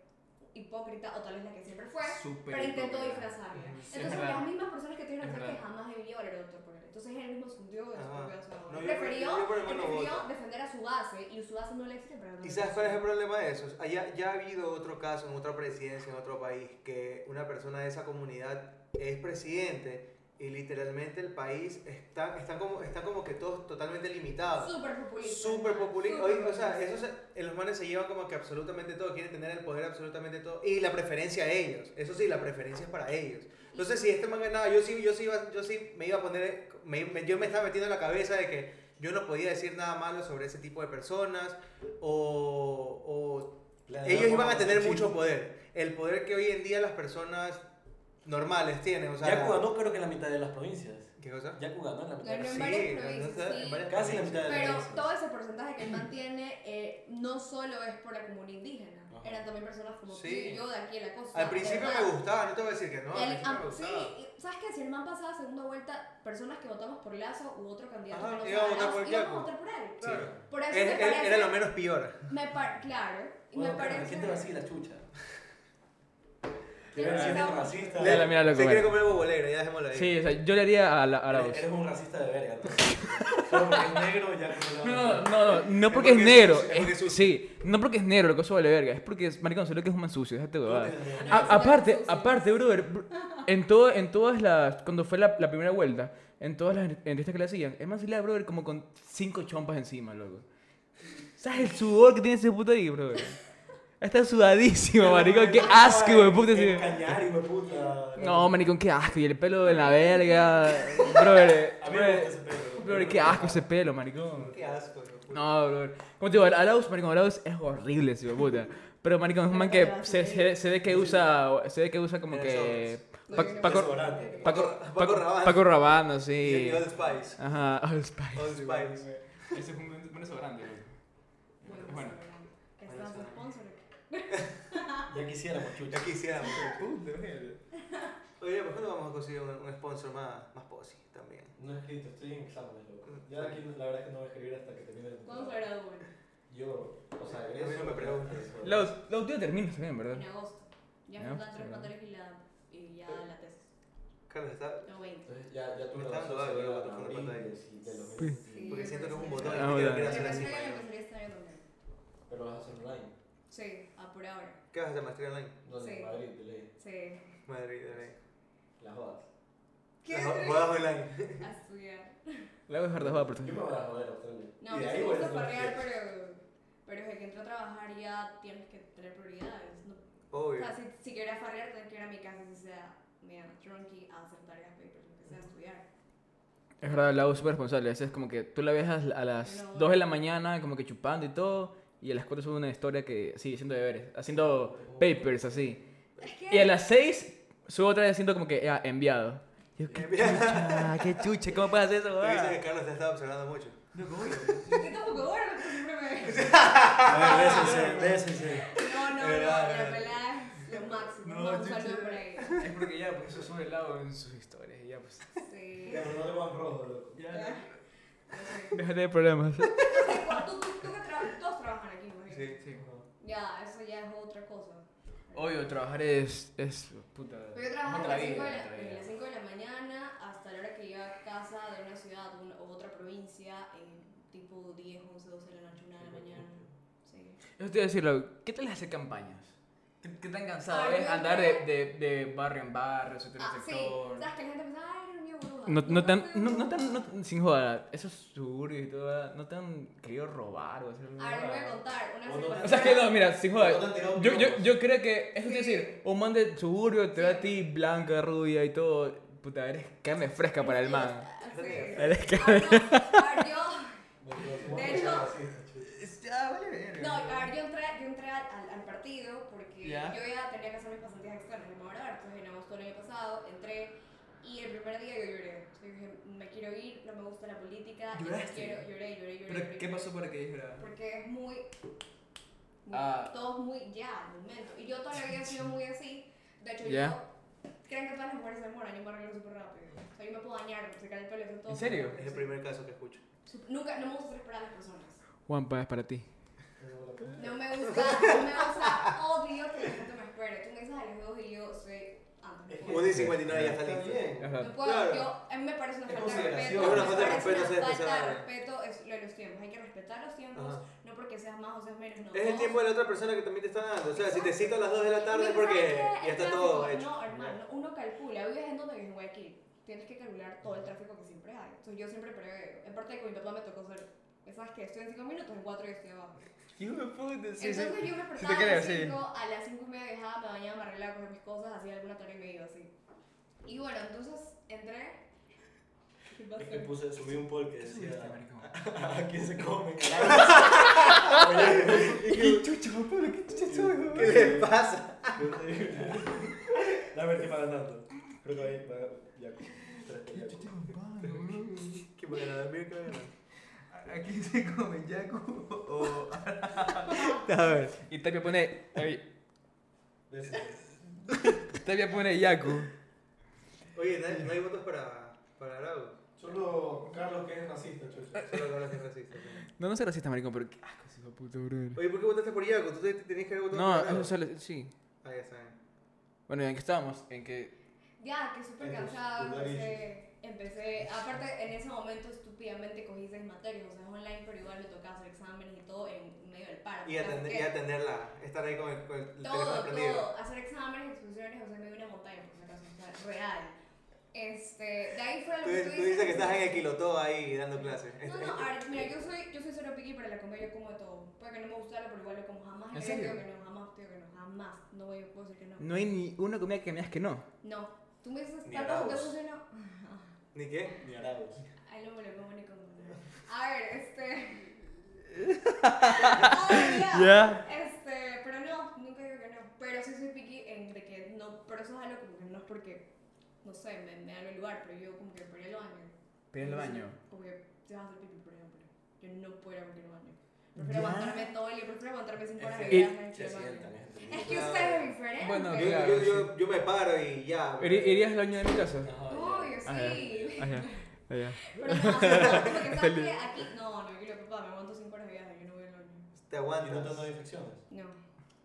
Speaker 3: hipócrita, o tal vez la que siempre fue,
Speaker 1: Súper
Speaker 3: pero intentó
Speaker 1: hipócrita.
Speaker 3: disfrazarla.
Speaker 2: Ujú, sí,
Speaker 3: Entonces,
Speaker 1: es
Speaker 3: las
Speaker 1: raro.
Speaker 3: mismas personas que tienen
Speaker 1: Es
Speaker 3: razón que
Speaker 1: raro.
Speaker 3: jamás debió haber votado por él. Entonces, él mismo se hundió de su
Speaker 2: Ajá.
Speaker 3: propia ciudadanía.
Speaker 2: No, yo por-
Speaker 3: prefirió,
Speaker 2: yo por el
Speaker 3: él
Speaker 2: bueno
Speaker 3: prefirió
Speaker 2: voto.
Speaker 3: defender a su base, y su base no le existe para
Speaker 2: ¿Y
Speaker 3: defender
Speaker 2: sabes
Speaker 3: a
Speaker 2: cuál es
Speaker 3: su-
Speaker 2: el problema de eso? Allá, ya ha habido otro caso en otra presidencia, en otro país, que una persona de esa comunidad es presidente y literalmente el país está, está, como, está como que todos totalmente limitados.
Speaker 3: Súper populista.
Speaker 2: Súper
Speaker 3: ¿no?
Speaker 2: populista.
Speaker 3: Súper
Speaker 2: Oye, O sea,
Speaker 3: populista.
Speaker 2: esos, eh, los manes se llevan como que absolutamente todo, quieren tener el poder absolutamente todo. Y la preferencia a ellos. Eso sí, la preferencia es para ellos. Entonces, si este man ganaba, yo sí, yo sí, iba, yo sí me iba a poner, me- me- yo me estaba metiendo en la cabeza de que yo no podía decir nada malo sobre ese tipo de personas o, o ellos iban a tener mucho poder. El poder que hoy en día las personas normales tienen, o sea...
Speaker 5: Ya ganó creo que la mitad de las provincias.
Speaker 2: ¿Qué cosa?
Speaker 5: Ya ganó en la mitad. de las
Speaker 3: Pero en
Speaker 2: Sí,
Speaker 5: provincias.
Speaker 3: varias
Speaker 2: ganó
Speaker 3: provincias,
Speaker 2: esta- en
Speaker 3: sí.
Speaker 2: varias
Speaker 5: Casi la
Speaker 2: provincias.
Speaker 5: mitad de las
Speaker 3: Pero
Speaker 5: provincias.
Speaker 3: todo ese porcentaje que él mantiene eh, no solo es por la comunidad indígena,
Speaker 5: Ajá.
Speaker 3: eran también personas como tú
Speaker 2: Sí.
Speaker 3: y yo de aquí de la costa.
Speaker 2: Al principio me gustaba, no te voy a decir que no, al
Speaker 3: El,
Speaker 2: principio me
Speaker 3: sí,
Speaker 2: gustaba.
Speaker 3: y ¿sabes qué? Si el man pasaba segunda vuelta, personas que votamos por Lazo u otro candidato
Speaker 2: Ajá,
Speaker 3: que no
Speaker 2: iba a
Speaker 3: sea
Speaker 2: votar
Speaker 3: Lazo,
Speaker 2: por
Speaker 3: íbamos a
Speaker 2: Yacu.
Speaker 3: votar por él.
Speaker 2: Claro.
Speaker 3: Por eso
Speaker 2: Era-
Speaker 3: me
Speaker 2: era-
Speaker 3: parece,
Speaker 2: era lo menos peor.
Speaker 3: me par- claro, y
Speaker 5: Bueno,
Speaker 3: me
Speaker 5: pero
Speaker 3: parece...
Speaker 5: ¿Quién te va a decir la chucha?
Speaker 3: Yo
Speaker 5: Te va a decir
Speaker 3: pensaba-
Speaker 5: un racista.
Speaker 1: Le- Dale, míralo
Speaker 2: Se
Speaker 1: comer.
Speaker 2: quiere comer bobolera, ya dejémoslo ahí.
Speaker 1: Sí, o sea, yo le haría a la, a la voz.
Speaker 5: Eres, eres un racista de verga. entonces. Solo porque es negro ya como la-
Speaker 1: No, no, no, no porque
Speaker 2: Es
Speaker 1: es
Speaker 2: porque es
Speaker 1: negro.
Speaker 2: sucio, es porque es
Speaker 1: es-
Speaker 2: sucio.
Speaker 1: sí, no porque es negro, lo que eso vale verga. Es porque es maricón, solo que es un man sucio, déjate huevada.
Speaker 5: No,
Speaker 3: Ah,
Speaker 1: A- aparte,
Speaker 3: sucio.
Speaker 1: aparte, brother, br- en, todo, en todas las. Cuando fue la, la primera vuelta, en todas las entrevistas que le hacían, es más, le da, brother, como con cinco chompas encima, loco. ¿Sabes el sudor que tiene ese puto ahí, brother? Está sudadísimo, maricón, qué asco,
Speaker 5: eh,
Speaker 1: weón, puta. ese-
Speaker 5: Cañar, hijo de puta.
Speaker 1: No, maricón, qué asco, y el pelo de la verga. Brother,
Speaker 5: A mí me gusta
Speaker 1: brother,
Speaker 5: ese pelo.
Speaker 1: brother, qué asco ese pelo, maricón.
Speaker 2: Qué asco. hijo de puta.
Speaker 1: No, bro. Como te digo, Alaus, maricón, Alaus es horrible, ese hijo de puta. Pero maricón es un man que se, se, se ve que usa, se ve que usa como que Pa- Paco
Speaker 5: Desodorante.
Speaker 1: Paco
Speaker 2: Paco
Speaker 1: Paco
Speaker 2: Rabanne.
Speaker 1: Paco Rabanne,
Speaker 2: Y
Speaker 1: sí.
Speaker 2: Old Spice.
Speaker 1: Ajá, All Spice.
Speaker 2: Old Spice.
Speaker 1: Ese es un buen sobrante,
Speaker 3: Bueno,
Speaker 1: Bueno.
Speaker 3: que estaba su sponsor.
Speaker 5: Ya quisiéramos, chucha.
Speaker 2: Ya quisiéramos. Oye, ¿por qué no vamos a conseguir un, un sponsor más, más posi también?
Speaker 5: No he escrito, estoy en exámenes, loco. Ya aquí la verdad es que no voy a escribir hasta que termine el
Speaker 3: ¿Cuándo se graduó? En
Speaker 5: Yo, o sea,
Speaker 2: A mí no me preguntes.
Speaker 5: eso.
Speaker 1: Laus, Laus, tú ya terminas también, ¿verdad?
Speaker 3: agosto. Ya
Speaker 1: Ya,
Speaker 3: faltan tres
Speaker 1: sí.
Speaker 3: materias y la, y ya la tesis.
Speaker 2: Carlos, está...
Speaker 3: No, 20.
Speaker 5: Entonces ya, ya tú
Speaker 2: Me
Speaker 5: lo
Speaker 2: está
Speaker 5: vas
Speaker 2: dando
Speaker 5: a
Speaker 2: algo,
Speaker 5: hacer
Speaker 2: yo
Speaker 5: a
Speaker 2: lo toco en
Speaker 5: abril
Speaker 2: la pantalla.
Speaker 5: de- del
Speaker 1: Sí.
Speaker 5: 2021.
Speaker 2: Porque siento que es un botón
Speaker 1: Ah,
Speaker 2: y te
Speaker 1: bueno.
Speaker 2: quiero
Speaker 3: Yo
Speaker 2: hacer así.
Speaker 3: pensé que la
Speaker 2: para-
Speaker 3: maestría estaría online.
Speaker 5: Pero vas a hacer online.
Speaker 3: Sí, ah, por ahora.
Speaker 2: ¿Qué vas a hacer, maestría online?
Speaker 5: ¿Dónde?
Speaker 3: Sí.
Speaker 5: En Madrid, de ley.
Speaker 3: Sí.
Speaker 2: Madrid, dale.
Speaker 5: Las jodas.
Speaker 3: ¿Qué?
Speaker 2: Las jo- Bodas online.
Speaker 3: A estudiar.
Speaker 1: Laus es verdad, va por
Speaker 5: Yo me voy a joder a Australia.
Speaker 3: No,
Speaker 5: Y
Speaker 3: pues
Speaker 5: de ahí
Speaker 3: me
Speaker 5: pues,
Speaker 3: sí
Speaker 5: voy a
Speaker 3: gusta
Speaker 5: hacer una
Speaker 3: farrear,
Speaker 5: fiesta.
Speaker 3: pero, pero desde que entré a trabajar ya tienes que tener prioridades. ¿no? O
Speaker 2: Obvio.
Speaker 3: sea, si, si quieres farrear, tienes que ir a mi casa, si sea media drunky, a hacer tareas, papers, lo que sea, estudiar.
Speaker 1: Es verdad, Laus es súper responsable. A veces como que tú la ves a, a las
Speaker 3: No.
Speaker 1: 2 de la mañana, como que chupando y todo. Y a las 4 sube una historia que, sí, haciendo deberes, haciendo papers así.
Speaker 3: Es
Speaker 1: Y a
Speaker 3: que
Speaker 1: las 6 subo otra vez siento como que ya, enviado. Yo, qué chucha, qué chucha, ¿cómo puedes hacer eso?
Speaker 2: Tú dices que
Speaker 1: weón?
Speaker 2: Carlos te está observando mucho.
Speaker 3: yo tampoco duermo, porque pues, siempre me.
Speaker 5: A ver, bésense, bésense.
Speaker 3: No, no, no,
Speaker 2: Verdad,
Speaker 3: la
Speaker 2: verdad.
Speaker 3: pelada es lo máximo.
Speaker 1: No,
Speaker 3: No, un
Speaker 1: yo-
Speaker 3: saludo
Speaker 1: yo-
Speaker 3: por ahí.
Speaker 1: Es porque ya, por eso sube el lado en sus historias. y Ya, pues.
Speaker 3: Sí.
Speaker 5: Pero no te pongas rojo, loco.
Speaker 1: Ya,
Speaker 3: Ya. No sé.
Speaker 1: déjate de problemas.
Speaker 3: No sé, ¿cuál- tú- tú- tú que tra- Todos trabajan aquí, ¿no?
Speaker 2: Sí.
Speaker 3: Ya, eso ya es otra cosa.
Speaker 1: Obvio, trabajar es. es puta.
Speaker 3: Pero yo trabajaba
Speaker 1: otra
Speaker 3: de
Speaker 1: vida,
Speaker 3: las
Speaker 1: otra
Speaker 3: 5 de,
Speaker 1: vida.
Speaker 3: la, 5 de la mañana hasta la hora que iba a casa de una ciudad o una- o otra provincia, en tipo 10, 11, 12 de la noche, 1 de la mañana. Sí.
Speaker 1: Yo te voy a decirlo, ¿qué tal es hacer campañas? ¿Qué, qué tan cansado
Speaker 3: Ay,
Speaker 1: es
Speaker 3: Ah, yo
Speaker 1: andar
Speaker 3: creo-
Speaker 1: de, de, de barrio en barrio, sector
Speaker 3: Ah,
Speaker 1: en
Speaker 3: sí.
Speaker 1: sector?
Speaker 3: ¿Sabes que la gente pensaba, ay, eres una bruja?
Speaker 1: No, no tan,
Speaker 3: fui
Speaker 1: no,
Speaker 3: bruja.
Speaker 1: no tan, no tan- sin joder, esos suburbios y todo, ¿verdad? no te han querido robar o hacer
Speaker 3: A ver, les voy a
Speaker 1: nada.
Speaker 3: contar. Una
Speaker 5: O no
Speaker 3: vez
Speaker 5: tan-
Speaker 1: O sea, que no, mira, sin joder.
Speaker 5: No te han tirado
Speaker 1: Yo, yo,
Speaker 5: piropos.
Speaker 1: yo creo que, eso te
Speaker 3: Sí.
Speaker 1: decir, un man de suburbio te ve a ti blanca, rubia y todo. Puta, eres carne fresca para el man.
Speaker 3: Ah, sí.
Speaker 1: Eres
Speaker 3: Ah, no, a ver, yo- De hecho-
Speaker 1: Ya, vale, verga.
Speaker 3: No, a ver, yo entré, yo entré al, al- al partido porque
Speaker 1: Ya.
Speaker 3: yo ya tenía que hacer mis pasantías externas en Maurar, entonces en agosto del año pasado entré y el primer día yo lloré. Yo dije, me quiero ir, no me gusta la política, y no
Speaker 1: ¿Lloraste?
Speaker 3: quiero, lloré, lloré, lloré.
Speaker 1: Pero,
Speaker 3: lloré.
Speaker 1: ¿qué pasó para que dijera?
Speaker 3: Porque es muy... muy-
Speaker 5: Ah.
Speaker 3: todos muy ya al momento. Y yo todavía había sido muy así. De hecho,
Speaker 1: Ya.
Speaker 3: yo. ¿Creen que todas las mujeres se demoran? Yo me arreglo súper rápido. O sea, yo me puedo bañar, secar el pelo, hacer todo.
Speaker 1: ¿En serio?
Speaker 2: Es el primer caso que escucho.
Speaker 3: Sup- Nunca, no me gusta hacer esperar a las personas.
Speaker 1: Juanpa es para ti.
Speaker 3: No me gusta, no me gusta, odio que la gente me espere. Tú me dices a las dos y yo soy antes. no puedo.
Speaker 2: Uno y 59 ya está
Speaker 5: Está
Speaker 2: listo.
Speaker 5: bien.
Speaker 1: Ajá.
Speaker 3: No puedo,
Speaker 2: Claro.
Speaker 3: yo, a mí me parece una
Speaker 5: Es
Speaker 3: falta de respeto.
Speaker 5: consideración.
Speaker 2: Es una
Speaker 3: me
Speaker 2: falta de
Speaker 3: parece
Speaker 2: respeto
Speaker 3: una
Speaker 2: ser
Speaker 3: falta de
Speaker 2: especial.
Speaker 3: respeto es lo de los tiempos. Hay que respetar los tiempos,
Speaker 2: Ajá.
Speaker 3: no porque seas más o seas menos. No.
Speaker 2: Es el
Speaker 3: No.
Speaker 2: tiempo de la otra persona que también te está dando. O sea, si te cito a las 2 de la tarde
Speaker 3: Mira,
Speaker 2: es porque
Speaker 3: ¿sabes qué?
Speaker 2: ya
Speaker 3: El
Speaker 2: está
Speaker 3: tráfico,
Speaker 2: todo hecho.
Speaker 3: No, hermano, uno calcula. Vives en donde vives en Guayaquil. Tienes que calcular todo el tráfico que siempre hay. Entonces yo siempre preveo. En parte de que mi papá me tocó ser. ¿Sabes qué? Estoy en 5 minutos, en 4 yo estoy abajo. Entonces yo me
Speaker 1: te
Speaker 3: despertaba a
Speaker 1: creo,
Speaker 3: las
Speaker 1: sí.
Speaker 3: 5, a las 5 y media dejaba, me bañaba, me arreglaba, cogía mis cosas, hacía alguna tarea y me iba así. Y bueno, entonces entré. ¿Qué
Speaker 5: Es que
Speaker 2: Eh,
Speaker 3: pasó?
Speaker 5: puse, subí un poll que
Speaker 6: Este
Speaker 5: decía ¿A quién se come?
Speaker 1: ¿Qué chucho, Pablo? ¿Qué chucho soy,
Speaker 2: ¿Qué le pasa?
Speaker 5: La verti para tanto. Creo que ahí para Yaco. Tres de Yaco.
Speaker 2: Que me ganó dormir, que me ganó.
Speaker 6: Aquí se come Yaku o
Speaker 2: A ver.
Speaker 1: Y Tapia pone. ay,
Speaker 5: De ese.
Speaker 1: Tapia pone Yaku.
Speaker 2: Oye, ¿no hay, no hay votos para, para Araujo?
Speaker 4: Solo Carlos que es racista, chucho.
Speaker 2: Solo Carlos es racista. sí.
Speaker 1: No, no seas racista, maricón, pero qué asco ese hijo de puta, bro.
Speaker 2: Oye, ¿por qué votaste por Iago? Tú te- tenías que haber
Speaker 1: No,
Speaker 2: votado por Araujo.
Speaker 1: eso sale. Sí.
Speaker 2: Ah, ya saben.
Speaker 1: Bueno, ¿en qué estábamos? En que.
Speaker 2: pues,
Speaker 3: Ya, que súper
Speaker 5: Entonces,
Speaker 3: cansada,
Speaker 5: tú la
Speaker 3: empecé, empecé, aparte en ese momento estúpidamente cogí seis materias, o sea, es online, pero igual me tocaba hacer exámenes y todo en medio del paro.
Speaker 2: Y
Speaker 3: o sea,
Speaker 2: atender,
Speaker 3: que
Speaker 2: y atenderla, estar ahí con el, con el teléfono
Speaker 3: Todo,
Speaker 2: prendido.
Speaker 3: todo, hacer exámenes, exposiciones, o sea, me dio una montaña, por si acaso, o sea, real. Este, de ahí fue lo
Speaker 2: Tú,
Speaker 3: que
Speaker 2: tú dices que estás en el quilotó ahí dando clases.
Speaker 3: No, no, a ver, mira, yo soy, yo soy cero piqui para la comida, yo como de todo. Puede que no me gustara, pero igual lo como jamás.
Speaker 1: ¿En
Speaker 3: eh,
Speaker 1: serio?
Speaker 3: Digo que no, jamás, digo que no, jamás. No voy a puedo decir que no.
Speaker 1: No hay ni una comida que me digas que no.
Speaker 3: No, tú me dices
Speaker 5: Ni
Speaker 3: tantas
Speaker 5: araos.
Speaker 3: cosas y no.
Speaker 2: ¿Ni qué?
Speaker 5: Ni Arauz.
Speaker 3: Ahí no me lo como ni como. A ver, este. Ay, ya.
Speaker 1: Ya.
Speaker 3: Este, pero no, nunca digo que no. Pero sí soy piqui en de que no, pero eso es algo como que no es porque, no sé, me, me da el lugar, pero yo como que por el baño.
Speaker 1: Pero el baño.
Speaker 3: Como que te vas a hacer pipi, por ejemplo. Yo no puedo ir a cualquier baño. Prefiero aguantarme todo el día, prefiero aguantarme cinco horas de
Speaker 1: Y-
Speaker 3: viaje en
Speaker 5: Se
Speaker 3: el
Speaker 5: sientan,
Speaker 3: baño.
Speaker 5: es
Speaker 3: Es
Speaker 5: entendible.
Speaker 3: que ustedes es diferente.
Speaker 1: Bueno,
Speaker 2: Yo,
Speaker 1: claro.
Speaker 2: yo, yo, yo me paro y ya.
Speaker 1: ¿Iri- ¿Irías al baño de mi casa?
Speaker 5: Ajá,
Speaker 3: Uy,
Speaker 1: Ah,
Speaker 3: sí.
Speaker 1: Allá. Allá.
Speaker 3: Pero no, o sea, como que sabes que aquí. No, no, yo le digo, papá, me aguanto 5 horas de viaje, yo no voy al baño.
Speaker 2: Te
Speaker 5: ya. ¿Y no te han
Speaker 2: aguantas.
Speaker 5: dado infecciones?
Speaker 3: No.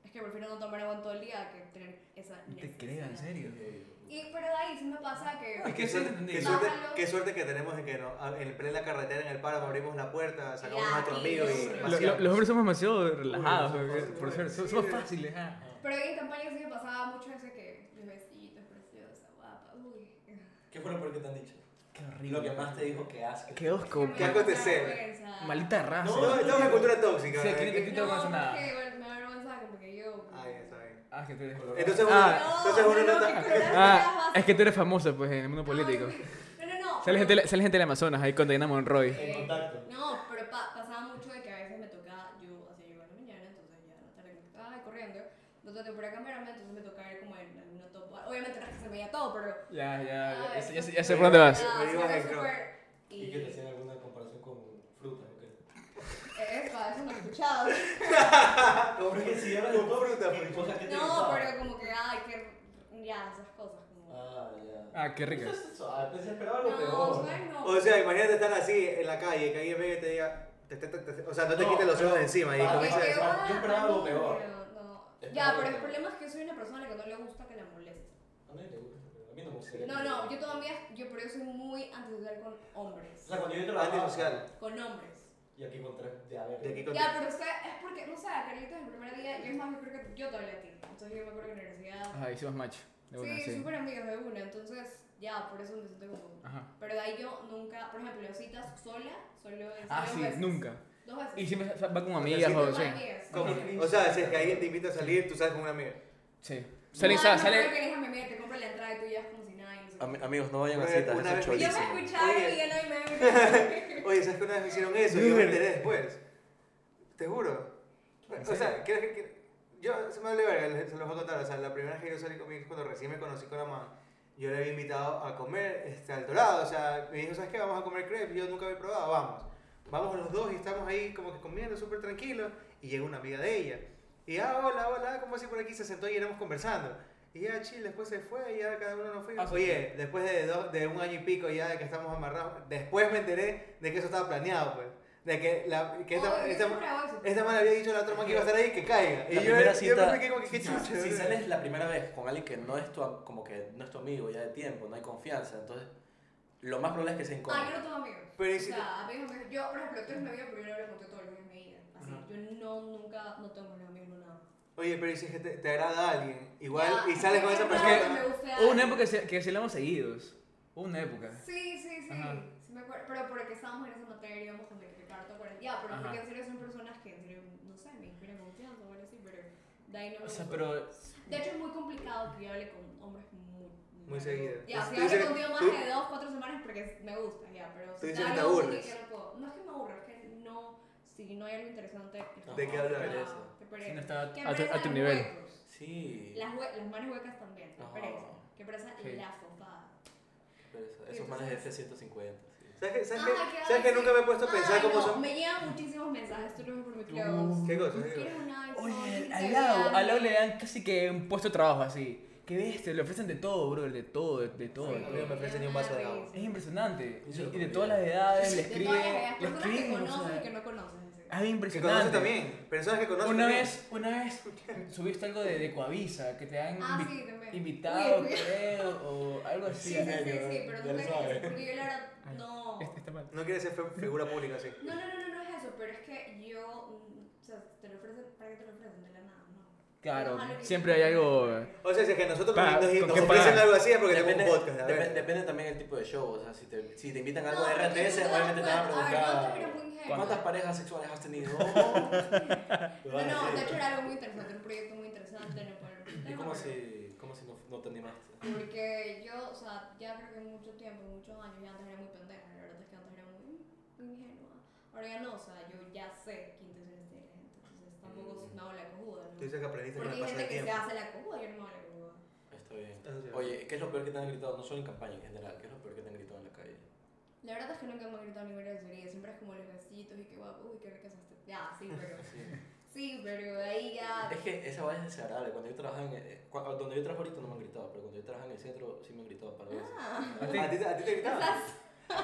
Speaker 3: Es que prefiero no tomar agua en todo el día que tener esa. necesidad.
Speaker 1: serio.
Speaker 5: Eh,
Speaker 3: Y pero de ahí sí me pasa que.
Speaker 1: Es
Speaker 2: Qué
Speaker 1: que-
Speaker 2: suerte,
Speaker 1: entendí.
Speaker 2: qué, suerte,
Speaker 3: Bájalo.
Speaker 2: qué suerte que tenemos en que no, a- en plena carretera en el páramo abrimos la puerta, sacamos
Speaker 3: Ya,
Speaker 2: a nuestro
Speaker 3: sí,
Speaker 2: amigo
Speaker 3: yo
Speaker 2: y
Speaker 3: sé.
Speaker 1: Lo- lo-
Speaker 2: paseamos.
Speaker 1: los hombres somos demasiado relajados,
Speaker 2: somos
Speaker 1: porque-
Speaker 2: fáciles,
Speaker 1: por ser, so-
Speaker 2: sí.
Speaker 1: somos fáciles. ah.
Speaker 3: Pero ahí en campaña sí me pasaba mucho eso que. Mis besitos, preciosa, guapa. Uy.
Speaker 5: ¿Qué fue lo peor que te han dicho?
Speaker 1: Qué
Speaker 5: Lo que más te dijo que asco.
Speaker 1: Qué asco.
Speaker 3: me
Speaker 2: ¿Qué
Speaker 3: da
Speaker 1: qué
Speaker 2: asco te
Speaker 3: mucha
Speaker 2: sé?
Speaker 3: vergüenza.
Speaker 1: Maldita raza.
Speaker 2: No, estamos en cultura tóxica.
Speaker 1: Sí,
Speaker 2: ¿eh?
Speaker 1: aquí- aquí-
Speaker 3: No,
Speaker 1: te voy a hacer nada.
Speaker 3: porque igual me da vergüenza como que yo.
Speaker 2: Ah, ya está bien.
Speaker 1: Ah, es que tú eres
Speaker 2: Entonces uno,
Speaker 1: Ah.
Speaker 2: entonces uno no,
Speaker 3: no,
Speaker 2: está-
Speaker 3: qué color
Speaker 1: Ah,
Speaker 3: vas a-
Speaker 1: es que tú eres famoso, pues, en el mundo político.
Speaker 3: No, no, no.
Speaker 1: Sale gente, sale gente del Amazonas ahí con Diana Monroy.
Speaker 5: En contacto.
Speaker 3: No, pero pa- pasaba mucho de que a veces me tocaba, yo hacía yoga en la mañana, entonces ya en la tarde me estaba ahí corriendo, no traté por cámara, entonces me tocaba ir como en alguna top. Obviamente no es que se me veía todo, pero.
Speaker 1: Ya, Ah, ya,
Speaker 3: Ay,
Speaker 1: ya, sé- ya, sé- ya
Speaker 3: súper-
Speaker 1: sé por dónde vas.
Speaker 3: Ah,
Speaker 2: Me ibas
Speaker 3: súper,
Speaker 2: en cama.
Speaker 3: súper. Y.
Speaker 5: ¿Y que te hacían alguna comparación con fruta? ¿o qué?
Speaker 3: eh, Epa, eso no he escuchado.
Speaker 5: Porque Ah, si hablas de
Speaker 2: Con fruta,
Speaker 5: cosas-
Speaker 2: pues.
Speaker 5: cosas que te
Speaker 3: No,
Speaker 5: gustaban.
Speaker 3: pero como que, ay, que. Ya, esas cosas. Como...
Speaker 5: Ah, ya.
Speaker 1: Ah, qué rico.
Speaker 5: Eso es suave, pues, esperaba algo
Speaker 3: No,
Speaker 5: peor.
Speaker 3: suave no.
Speaker 2: O sea, imagínate estar así en la calle, que alguien venga y te diga, te- te- te- te- o sea, no te
Speaker 5: No,
Speaker 2: quites los ojos de
Speaker 5: pero-
Speaker 2: encima y
Speaker 5: Ah,
Speaker 3: Porque
Speaker 5: comienza
Speaker 2: comiences
Speaker 5: a
Speaker 3: qué
Speaker 5: decir,
Speaker 3: va,
Speaker 5: yo esperaba algo
Speaker 3: no,
Speaker 5: peor.
Speaker 3: no.
Speaker 5: Esperaba
Speaker 3: Ya,
Speaker 5: algo
Speaker 3: pero el
Speaker 5: peor.
Speaker 3: problema es que yo soy una persona que no le gusta que la moleste.
Speaker 5: A nadie le gusta, pero a mí no me gustaría.
Speaker 3: No, no, yo todavía, yo pero yo soy muy antisocial con
Speaker 5: O
Speaker 3: hombres.
Speaker 5: sea, cuando yo trabajaba-
Speaker 2: antisocial.
Speaker 3: Con hombres.
Speaker 5: Y aquí con tres de a ver.
Speaker 2: De aquí con-
Speaker 3: Ya, pero usted es porque, no sé, a Carlitos el primer día, yo es más, yo creo que yo te hablé a ti. Entonces yo me acuerdo que en la universidad.
Speaker 1: Ajá, hicimos match. Ah, De una,
Speaker 3: Sí,
Speaker 1: sí.
Speaker 3: súper amigos de una, entonces ya, por eso me siento como.
Speaker 1: Ajá.
Speaker 3: Pero de ahí yo nunca, por ejemplo, citas sola, solo es.
Speaker 1: Ah,
Speaker 3: dos
Speaker 1: sí,
Speaker 3: veces.
Speaker 1: nunca.
Speaker 3: Dos veces.
Speaker 1: Y siempre sa- va con
Speaker 2: sea,
Speaker 1: amigas
Speaker 2: sí
Speaker 1: o
Speaker 3: Con
Speaker 1: sí.
Speaker 3: amigas.
Speaker 2: ¿Cómo?
Speaker 3: No,
Speaker 2: O sea, si es que alguien te invita a salir, tú sales con una amiga.
Speaker 1: Sí. Salen,
Speaker 3: no,
Speaker 1: sa-
Speaker 3: no,
Speaker 1: salen-
Speaker 3: creo que eres a mi amiga, te compra la entrada y tú ya es como si nada. y no sé qué.
Speaker 5: amigos, no vayan
Speaker 2: a citas, eso es
Speaker 3: Yo
Speaker 2: buenísimo.
Speaker 3: me escuchaba y
Speaker 2: Oye.
Speaker 3: Miguel hoy me
Speaker 2: Oye, ¿sabes que una vez me hicieron eso? Y yo me enteré después. Te juro. O sea, ¿quieres que.? que- Yo se me vale verga, les- se los voy a contar. O sea, la primera vez que yo salí conmigo, cuando recién me conocí con la mamá, yo le había invitado a comer este, al dorado. O sea, me dijo, ¿sabes qué? Vamos a comer crepes. Yo nunca había probado, vamos. Vamos los dos y estamos ahí como que comiendo súper tranquilos. Y llega una amiga de ella. Y ya, hola, hola, ¿cómo así por aquí? Se sentó y éramos conversando. Y ya, chill, después se fue y ya cada uno nos fuimos.
Speaker 4: Ah, sí.
Speaker 2: Oye, después de, dos- de un año y pico ya de que estamos amarrados, después me enteré de que eso estaba planeado, pues. De que, la, que esta,
Speaker 3: Oye,
Speaker 2: esta,
Speaker 3: siempre hago eso.
Speaker 2: esta man le había dicho a la otra man que iba a estar ahí que caiga. Y
Speaker 5: La
Speaker 2: yo,
Speaker 5: primera
Speaker 2: yo
Speaker 5: cita,
Speaker 2: me quedé como que qué
Speaker 5: si-
Speaker 2: chucha.
Speaker 5: si,
Speaker 2: bro.
Speaker 5: sales la primera vez con alguien que no es tu, am- como que no es tu amigo ya de tiempo, no hay confianza, entonces lo más probable es que se
Speaker 3: Ah, yo no
Speaker 5: incómodo.
Speaker 3: tengo amigos.
Speaker 2: Pero
Speaker 3: o
Speaker 2: si
Speaker 3: sea, amigos, amigos. Yo, por ejemplo, tú eres mi amigo, pero yo no hablo contigo todos los días de mi vida. Así,
Speaker 2: Ajá.
Speaker 3: yo no, nunca, no tengo más amigos, no nada.
Speaker 2: Oye, pero ¿y si es que te, te agrada alguien, igual,
Speaker 3: Ya,
Speaker 2: y sales con
Speaker 3: es
Speaker 2: esa
Speaker 3: raro
Speaker 2: persona.
Speaker 3: que me guste
Speaker 1: Hubo una
Speaker 3: alguien.
Speaker 1: época que se- que vacilamos seguidos. Hubo una época.
Speaker 3: Sí, sí, sí.
Speaker 1: Ajá.
Speaker 3: sí me acuerdo, pero porque estábamos en esa materia, íbamos con el Ricardo Cuarenta. Ya, pero
Speaker 1: Ajá.
Speaker 3: porque en serio son personas que, en serio, no sé, me inspiran confianza o algo así, pero de ahí no me
Speaker 1: O sea,
Speaker 3: gusta.
Speaker 1: pero.
Speaker 3: De hecho, es muy complicado que yo hable con hombres muy.
Speaker 2: Muy seguido.
Speaker 3: Ya, si
Speaker 2: Tú
Speaker 3: hablo
Speaker 2: dices-
Speaker 3: contigo más
Speaker 2: tú-
Speaker 3: de dos, cuatro semanas porque me gusta, ya, pero.
Speaker 2: tú dices que te
Speaker 3: hablo con
Speaker 2: aburres.
Speaker 3: alguien que no puedo- No es que me aburra, es que no. Si no hay algo interesante.
Speaker 5: Ajá,
Speaker 2: ¿De qué
Speaker 3: no,
Speaker 2: hablar?
Speaker 5: pereza.
Speaker 3: Qué
Speaker 1: Si
Speaker 3: pereza.
Speaker 1: no estaba
Speaker 3: Qué
Speaker 1: a tu,
Speaker 3: pereza
Speaker 1: a tu
Speaker 3: los
Speaker 1: nivel.
Speaker 3: huecos.
Speaker 5: Sí.
Speaker 3: Las, hue- las manos huecas también, qué
Speaker 5: Ajá.
Speaker 3: pereza. Qué pereza
Speaker 1: Sí.
Speaker 3: la fofada.
Speaker 5: Pero eso- esos manes de F-150. sí.
Speaker 2: ¿Sabes, que, sabes,
Speaker 3: Ajá,
Speaker 2: que,
Speaker 3: que
Speaker 2: sabes que
Speaker 3: ahora
Speaker 2: nunca me he puesto a pensar
Speaker 3: Ay,
Speaker 2: cómo
Speaker 3: no,
Speaker 2: son? Uh,
Speaker 3: Me llegan muchísimos mensajes, tú no por mi close.
Speaker 2: ¿Qué cosa?
Speaker 3: ¿Quieres un iPhone?
Speaker 1: Oye,
Speaker 3: ¿Quieres
Speaker 1: al
Speaker 3: que
Speaker 1: lado,
Speaker 3: viaje?
Speaker 1: al lado le dan casi que un puesto de trabajo así. Qué bestia, le ofrecen de todo, bro, de todo, de, de
Speaker 3: Sí,
Speaker 1: todo. de
Speaker 2: a mí no me
Speaker 1: todo.
Speaker 2: ofrecen ni un vaso de agua.
Speaker 1: Es impresionante.
Speaker 5: Yo lo
Speaker 1: Y de
Speaker 5: comí.
Speaker 1: todas las edades le
Speaker 3: De todas las
Speaker 1: escriben.
Speaker 3: ideas,
Speaker 1: Le
Speaker 3: personas que
Speaker 1: escriben. o
Speaker 3: conoces
Speaker 1: sea,
Speaker 3: y que no conoces. en
Speaker 1: ah,
Speaker 3: serio.
Speaker 1: es
Speaker 2: Que conoces
Speaker 1: impresionante.
Speaker 2: también. Personas que conoces
Speaker 1: Una
Speaker 2: también.
Speaker 1: vez, una vez subiste algo de, de Coavisa, que te han
Speaker 3: Ah,
Speaker 1: invi-
Speaker 3: sí, también.
Speaker 1: invitado,
Speaker 3: Uy, uy.
Speaker 1: creo, o algo así.
Speaker 3: Sí, sí, sí, sí, pero
Speaker 5: Ya
Speaker 3: no
Speaker 5: lo
Speaker 3: me
Speaker 5: sabe.
Speaker 3: porque yo la verdad no.
Speaker 1: Este- este mal.
Speaker 2: No quieres ser fe- figura pública así.
Speaker 3: No, no, no, no, no es eso, pero es que yo, mm, o sea, te lo ofrecen, ¿para qué te lo ofrecen? De la nada, no.
Speaker 1: Claro,
Speaker 3: Ojalá que-
Speaker 1: siempre hay algo.
Speaker 2: O sea, si es que nosotros
Speaker 1: Pa-
Speaker 2: nos,
Speaker 1: ¿con
Speaker 2: nos
Speaker 1: qué
Speaker 2: ofrecen
Speaker 1: pagas?
Speaker 2: algo así es porque
Speaker 5: Depende,
Speaker 2: tenemos un podcast. A ver.
Speaker 5: depende- depende también el tipo de show, o sea, si te, si te invitan a algo
Speaker 3: No,
Speaker 5: de
Speaker 3: porque
Speaker 5: RTS,
Speaker 3: tú te das
Speaker 5: obviamente te van a
Speaker 3: cuenta- A ver, no te
Speaker 5: preguntar
Speaker 3: miras muy ingenuo.
Speaker 5: ¿cuántas parejas sexuales has tenido? Te
Speaker 3: No,
Speaker 5: van a
Speaker 3: no, de
Speaker 5: decir.
Speaker 3: hecho era algo muy interesante, un proyecto muy interesante, no puedo.
Speaker 5: ¿Y cómo si, cómo si no, no te animaste?
Speaker 3: Porque yo, o sea, ya creo que mucho tiempo, muchos años, ya antes era muy pendeja, la verdad es que antes era muy muy ingenua. Ahora ya no, o sea, yo ya sé qué intenciones tiene la gente, entonces tampoco
Speaker 5: Mm.
Speaker 3: me hago la cojuda, ¿no?
Speaker 2: Tú dices que aprendiste con
Speaker 3: Porque
Speaker 2: el
Speaker 3: hay
Speaker 2: paso del
Speaker 3: gente que se
Speaker 2: tiempo.
Speaker 3: hace la cojuda, yo no me hago la cojuda.
Speaker 5: Está bien.
Speaker 2: Eso Ah, sí.
Speaker 5: Oye, ¿qué es lo peor que te han gritado? No solo en campaña en general, ¿qué es lo peor que te han gritado en la calle?
Speaker 3: La verdad es que nunca me han gritado ninguna grosería, siempre es como los besitos y qué guapo, uy, qué rica estás. Ya, sí, pero,
Speaker 5: Sí.
Speaker 3: sí, pero ahí ya...
Speaker 5: Es que esa vaina es desagradable. Cuando yo trabajaba en. eh, cua- donde yo trabajo ahorita no me han gritado, pero cuando yo trabajaba en el centro sí me han gritado para veces.
Speaker 3: Ah,
Speaker 2: ¿A ti, a ti te- a ti te gritaban?